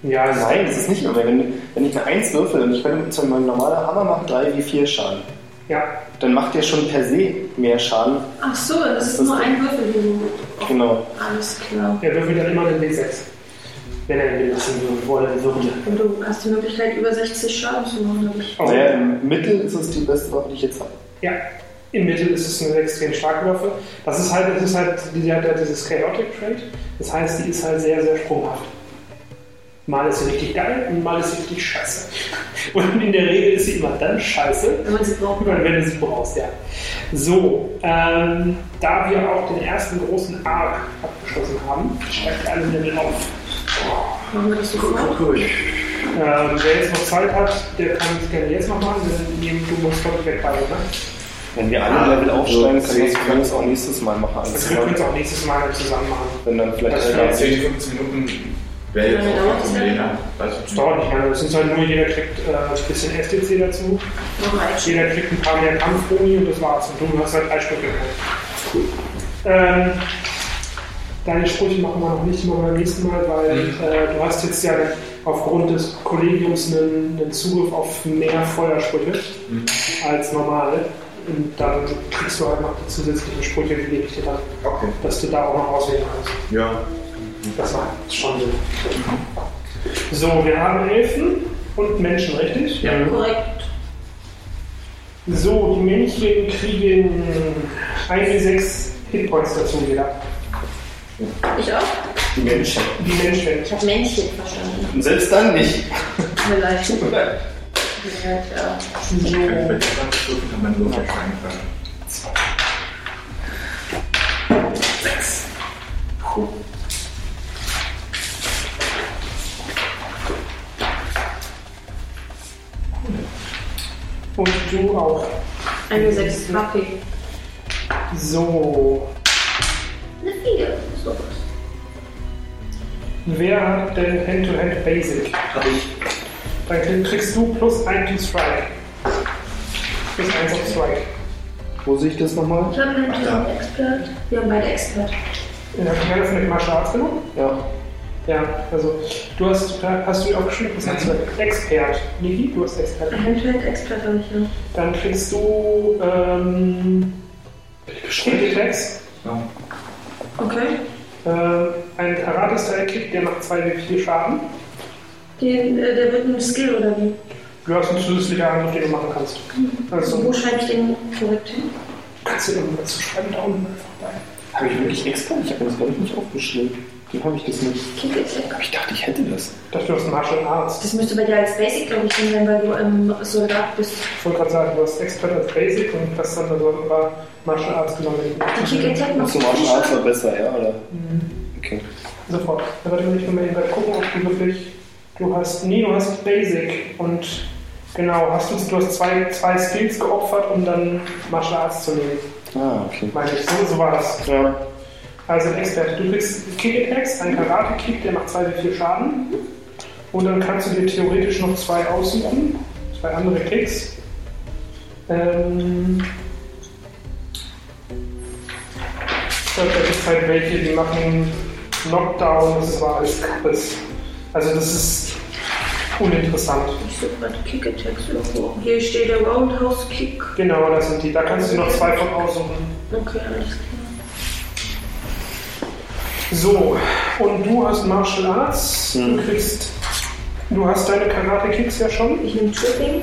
Speaker 1: Ja,
Speaker 2: Nein, das ist nicht mehr. Wenn, wenn ich eine 1 würfel und ich könnte mit meinem normalen Hammer machen 3 wie 4 Schaden,
Speaker 1: Ja,
Speaker 2: dann macht der schon per se mehr Schaden.
Speaker 5: Ach so, das ist
Speaker 2: Das
Speaker 5: nur
Speaker 2: ist-
Speaker 5: ein Würfel, den du. Oh,
Speaker 2: Genau.
Speaker 5: Alles klar.
Speaker 1: er würfelt dann immer einen W6. Wenn er ihn benutzen würde, wo er ihn würde.
Speaker 5: Und du hast die Möglichkeit, über 60 Schaden zu machen, glaube ich.
Speaker 1: Also,
Speaker 2: Naja, im Mittel ist es die beste Waffe, die ich jetzt habe.
Speaker 1: Ja, im Mittel ist es eine extrem starke Waffe. Das ist halt, das ist halt, die hat halt dieses Chaotic Trait. Das heißt, die ist halt sehr, sehr sprunghaft. Mal ist sie richtig geil und mal ist sie richtig scheiße. Und in der Regel ist sie immer dann scheiße,
Speaker 5: Wenn man sie braucht.
Speaker 1: Über wenn du sie brauchst, ja. So, ähm, da wir auch den ersten großen Arc abgeschlossen haben, steigt alle Level auf.
Speaker 5: Machen wir das so gemacht?
Speaker 4: Durch.
Speaker 1: Ähm, wer jetzt noch Zeit hat, der kann es gerne jetzt noch machen, denn neben du musst heute wegballern, ne?
Speaker 2: Wenn wir alle Level aufsteigen,
Speaker 4: so
Speaker 2: kann ich-
Speaker 4: zehn.
Speaker 2: kann ich es auch nächstes Mal machen.
Speaker 1: Also
Speaker 2: Alles
Speaker 1: wir können es
Speaker 2: klar.
Speaker 1: auch nächstes Mal zusammen machen.
Speaker 2: Wenn dann vielleicht
Speaker 1: Das
Speaker 2: einer
Speaker 1: wäre
Speaker 2: da
Speaker 1: jetzt-
Speaker 2: ist.
Speaker 4: 10, 15 Minuten. Wäre jetzt
Speaker 5: Wie lange
Speaker 4: auch
Speaker 5: dauert
Speaker 4: kein
Speaker 5: das
Speaker 4: Problem,
Speaker 5: denn?
Speaker 4: ne? Weißt
Speaker 1: Das
Speaker 4: du?
Speaker 1: dauert nicht lange, das ist halt nur, jeder kriegt äh, ein bisschen STC dazu,
Speaker 5: Noch ein Stück.
Speaker 1: jeder kriegt ein paar mehr Kampfboni und das war's. Und du hast halt drei Stück gekriegt. Cool. Ähm, deine Sprüche machen wir noch nicht, machen wir beim nächsten Mal, weil äh, du hast jetzt ja aufgrund des Kollegiums einen, einen Zugriff auf mehr Feuersprüche
Speaker 4: Mhm.
Speaker 1: als normale. Und dann kriegst du halt noch die zusätzlichen Sprüche, die gebe ich dir dann,
Speaker 4: Okay.
Speaker 1: dass du da auch noch auswählen kannst.
Speaker 4: Ja.
Speaker 1: Das macht schon Sinn. So, wir haben Elfen und Menschen, richtig?
Speaker 4: Ja.
Speaker 5: Korrekt.
Speaker 1: So, die Männchen kriegen 1W6 Hitpoints dazu jeder.
Speaker 5: Ich auch?
Speaker 2: Die Menschen.
Speaker 1: Die Menschen.
Speaker 5: Ich habe Männchen verstanden.
Speaker 2: Und selbst dann nicht.
Speaker 5: Vielleicht.
Speaker 2: leid.
Speaker 5: Vielleicht, ja.
Speaker 4: Ich
Speaker 1: So.
Speaker 4: kann mit 20 Stunden kann man nur verschreien können.
Speaker 1: Und du auch.
Speaker 5: Eine 6 HP.
Speaker 1: So,
Speaker 7: Eine 4. So.
Speaker 1: wer hat denn Hand-to-Hand Basic?
Speaker 2: Hab ich.
Speaker 1: Dann kriegst du plus 1 to Strike. Plus 1 auf Strike.
Speaker 2: Wo sehe ich das nochmal?
Speaker 7: Ich habe einen
Speaker 4: Ach, da.
Speaker 7: Typen Expert.
Speaker 5: Wir haben beide Expert.
Speaker 1: Dann habe ich leider von dem Martial Arts genommen.
Speaker 2: Ja.
Speaker 1: Ja, also du hast, hast du dir aufgeschrieben, was hast du?
Speaker 2: Mhm.
Speaker 1: Expert. Niki, du hast Expert.
Speaker 5: Hand-to-Hand Expert habe ich ja.
Speaker 1: Dann kriegst du ähm, Hit Attacks,
Speaker 4: Ja.
Speaker 5: Okay.
Speaker 1: äh, einen Karate-Style-Kick, der macht 2W4 Schaden.
Speaker 5: Den, äh, der wird ein Skill oder wie?
Speaker 1: Du hast einen zusätzlichen Angriff, den du machen kannst. Also
Speaker 5: Wo schreibe ich den korrekt hin?
Speaker 1: kannst du irgendwas zu schreiben, da unten einfach bei.
Speaker 2: Habe ich wirklich extra? Ich habe das, glaube ich, nicht aufgeschrieben. Wie habe ich das nicht?
Speaker 5: Kick Attack.
Speaker 2: Aber ich dachte, ich hätte das.
Speaker 1: Dass du hast Martial Arts.
Speaker 5: Das müsste bei dir als Basic, glaube ich, drin sein, weil du ähm, Soldat bist.
Speaker 1: Ich wollte gerade sagen, du hast Expert als Basic und hast dann so ein paar Martial Arts genommen.
Speaker 5: Die Kick Attack macht
Speaker 2: Achso, Martial
Speaker 5: viel
Speaker 2: Arts war
Speaker 5: Schaden.
Speaker 2: besser, ja? Oder? Okay.
Speaker 1: Sofort. Da warte ich mal eben gerade gucken, ob du wirklich. Du hast. Nee, du hast Basic und genau, hast du, du hast zwei, zwei Skills geopfert, um dann Martial Arts zu nehmen.
Speaker 2: Ah, okay.
Speaker 1: Meine ich, so, so war das.
Speaker 2: Ja.
Speaker 1: Also ein Expert. Du kriegst Kick-Attacks, einen Karate-Kick, der macht 2 bis 4 Schaden. Und dann kannst du dir theoretisch noch zwei aussuchen. Zwei andere Kicks. Ähm. Ich glaube, da gibt es halt welche, die machen Knockdown, das war alles Kappes. Also das ist uninteressant.
Speaker 5: Ich suche gerade Kick-Attacks irgendwo. Hier steht der Roundhouse Kick.
Speaker 1: Genau, das sind die. Da kannst du noch zwei von aussuchen.
Speaker 5: Okay, alles klar.
Speaker 1: So, und du hast Martial Arts. Du kriegst. Du hast deine Karate-Kicks ja schon.
Speaker 5: Ich nehme Tripping.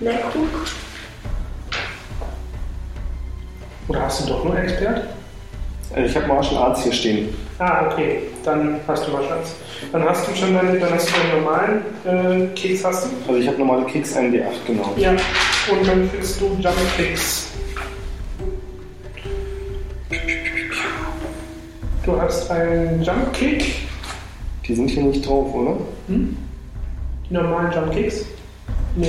Speaker 5: Leg Hook.
Speaker 1: Oder hast du doch nur Expert?
Speaker 2: Äh, Ich habe Martial Arts hier stehen.
Speaker 1: Ah, okay. Dann hast du Martial Arts. Dann hast du schon deine, dann hast du deinen normalen äh, Kicks hast du.
Speaker 2: Also ich habe normale Kicks 1d8, genau.
Speaker 1: Ja. Und dann kriegst du Jump Kicks. Du hast einen Jump Kick,
Speaker 2: Die sind hier nicht drauf, oder?
Speaker 1: die normalen Jump Kicks. Nee.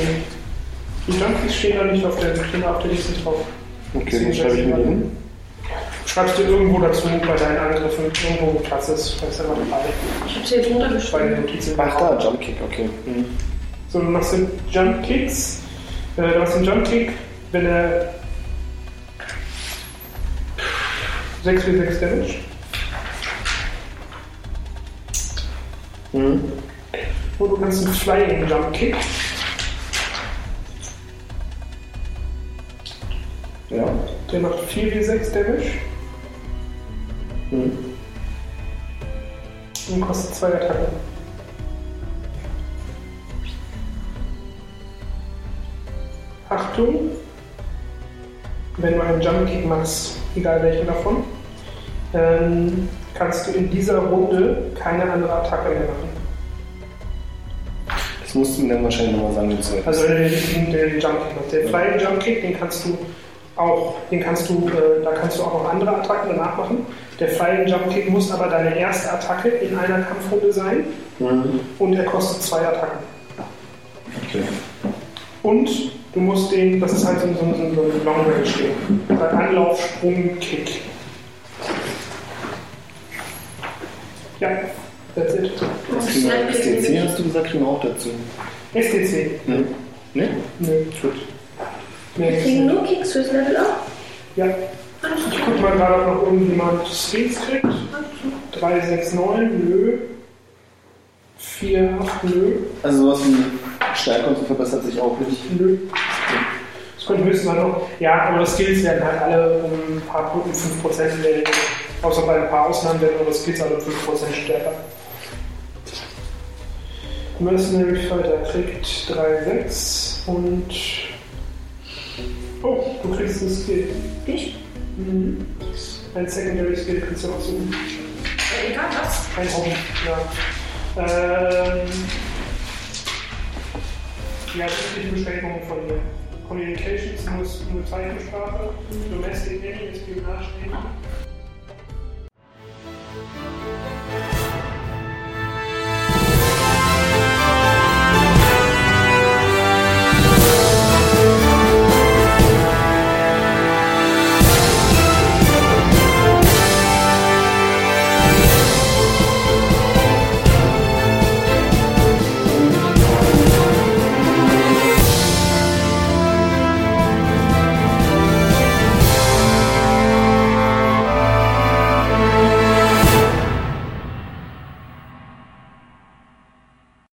Speaker 1: Die Jump Kicks stehen da nicht auf der, stehen auf der Liste drauf.
Speaker 2: Okay, dann schreibe ich mir die hin.
Speaker 1: Schreibst du irgendwo dazu bei deinen Angriffen, irgendwo wo Platz ist, schreibst du einfach dabei.
Speaker 5: Ich habe sie jetzt
Speaker 1: Bei
Speaker 5: runtergeschrieben.
Speaker 1: den Notizen.
Speaker 2: Ach da, Jump Kick, okay. Mhm.
Speaker 1: So, du machst den Jump Kicks. Äh, du machst den Jump Kick, wenn er 6 für 6 Damage.
Speaker 2: Mhm.
Speaker 1: Und du kannst einen Flying Jump Kick.
Speaker 2: Ja.
Speaker 1: Der macht 4 wie 6 Damage
Speaker 2: Mhm.
Speaker 1: und kostet 2 Attacken. Achtung! Wenn du einen Jump Kick machst, egal welchen davon, ähm, kannst du in dieser Runde keine andere Attacke mehr machen.
Speaker 2: Das musst du mir dann wahrscheinlich nochmal sagen, wie es soll.
Speaker 1: Also wenn du den, den Jump Kick machst. Den Flying Jump Kick, den kannst du auch, den kannst du, äh, da kannst du auch noch andere Attacken danach machen. Der Flying Jump Kick muss aber deine erste Attacke in einer Kampfrunde sein
Speaker 2: Mhm.
Speaker 1: und er kostet zwei Attacken.
Speaker 2: Okay.
Speaker 1: Und du musst den, das ist halt so ein, so ein, so ein Long Range Ding. Ein Anlauf, Sprung, Kick. Ja, that's it.
Speaker 2: Das kriegen wir, SDC hast du gesagt, kriegen wir auch dazu.
Speaker 1: SDC.
Speaker 2: Mhm. Ne?
Speaker 1: Nö.
Speaker 2: Gut.
Speaker 1: Mehr
Speaker 5: Wir
Speaker 1: gibt's
Speaker 5: kriegen
Speaker 1: nicht.
Speaker 5: nur Kicks fürs Level up.
Speaker 1: Ja. Ich guck mal gerade, ob noch irgendjemand Skills kriegt. 3, 6, 9, nö. 4, 8, nö.
Speaker 2: Also sowas wie Stärke und so verbessert sich auch nicht.
Speaker 1: Nö. Das könnte höchstens mal noch. Ja, aber das Skills werden halt alle um ein paar Punkte 5% in der Regel. Außer bei ein paar Ausnahmen werden eure Skills alle um 5% stärker. Mercenary Fighter kriegt 3, 6 und. Oh, du kriegst einen Skill.
Speaker 5: Ich?
Speaker 1: Mhm. Ein Secondary Skill kannst du auch suchen.
Speaker 5: Äh, egal was.
Speaker 1: Ein Hobby, ja. Ähm, ja, schriftliche Beschränkungen von dir. Communications muss nur Zeichensprache, Domestic Enemy, Spionage Enemy.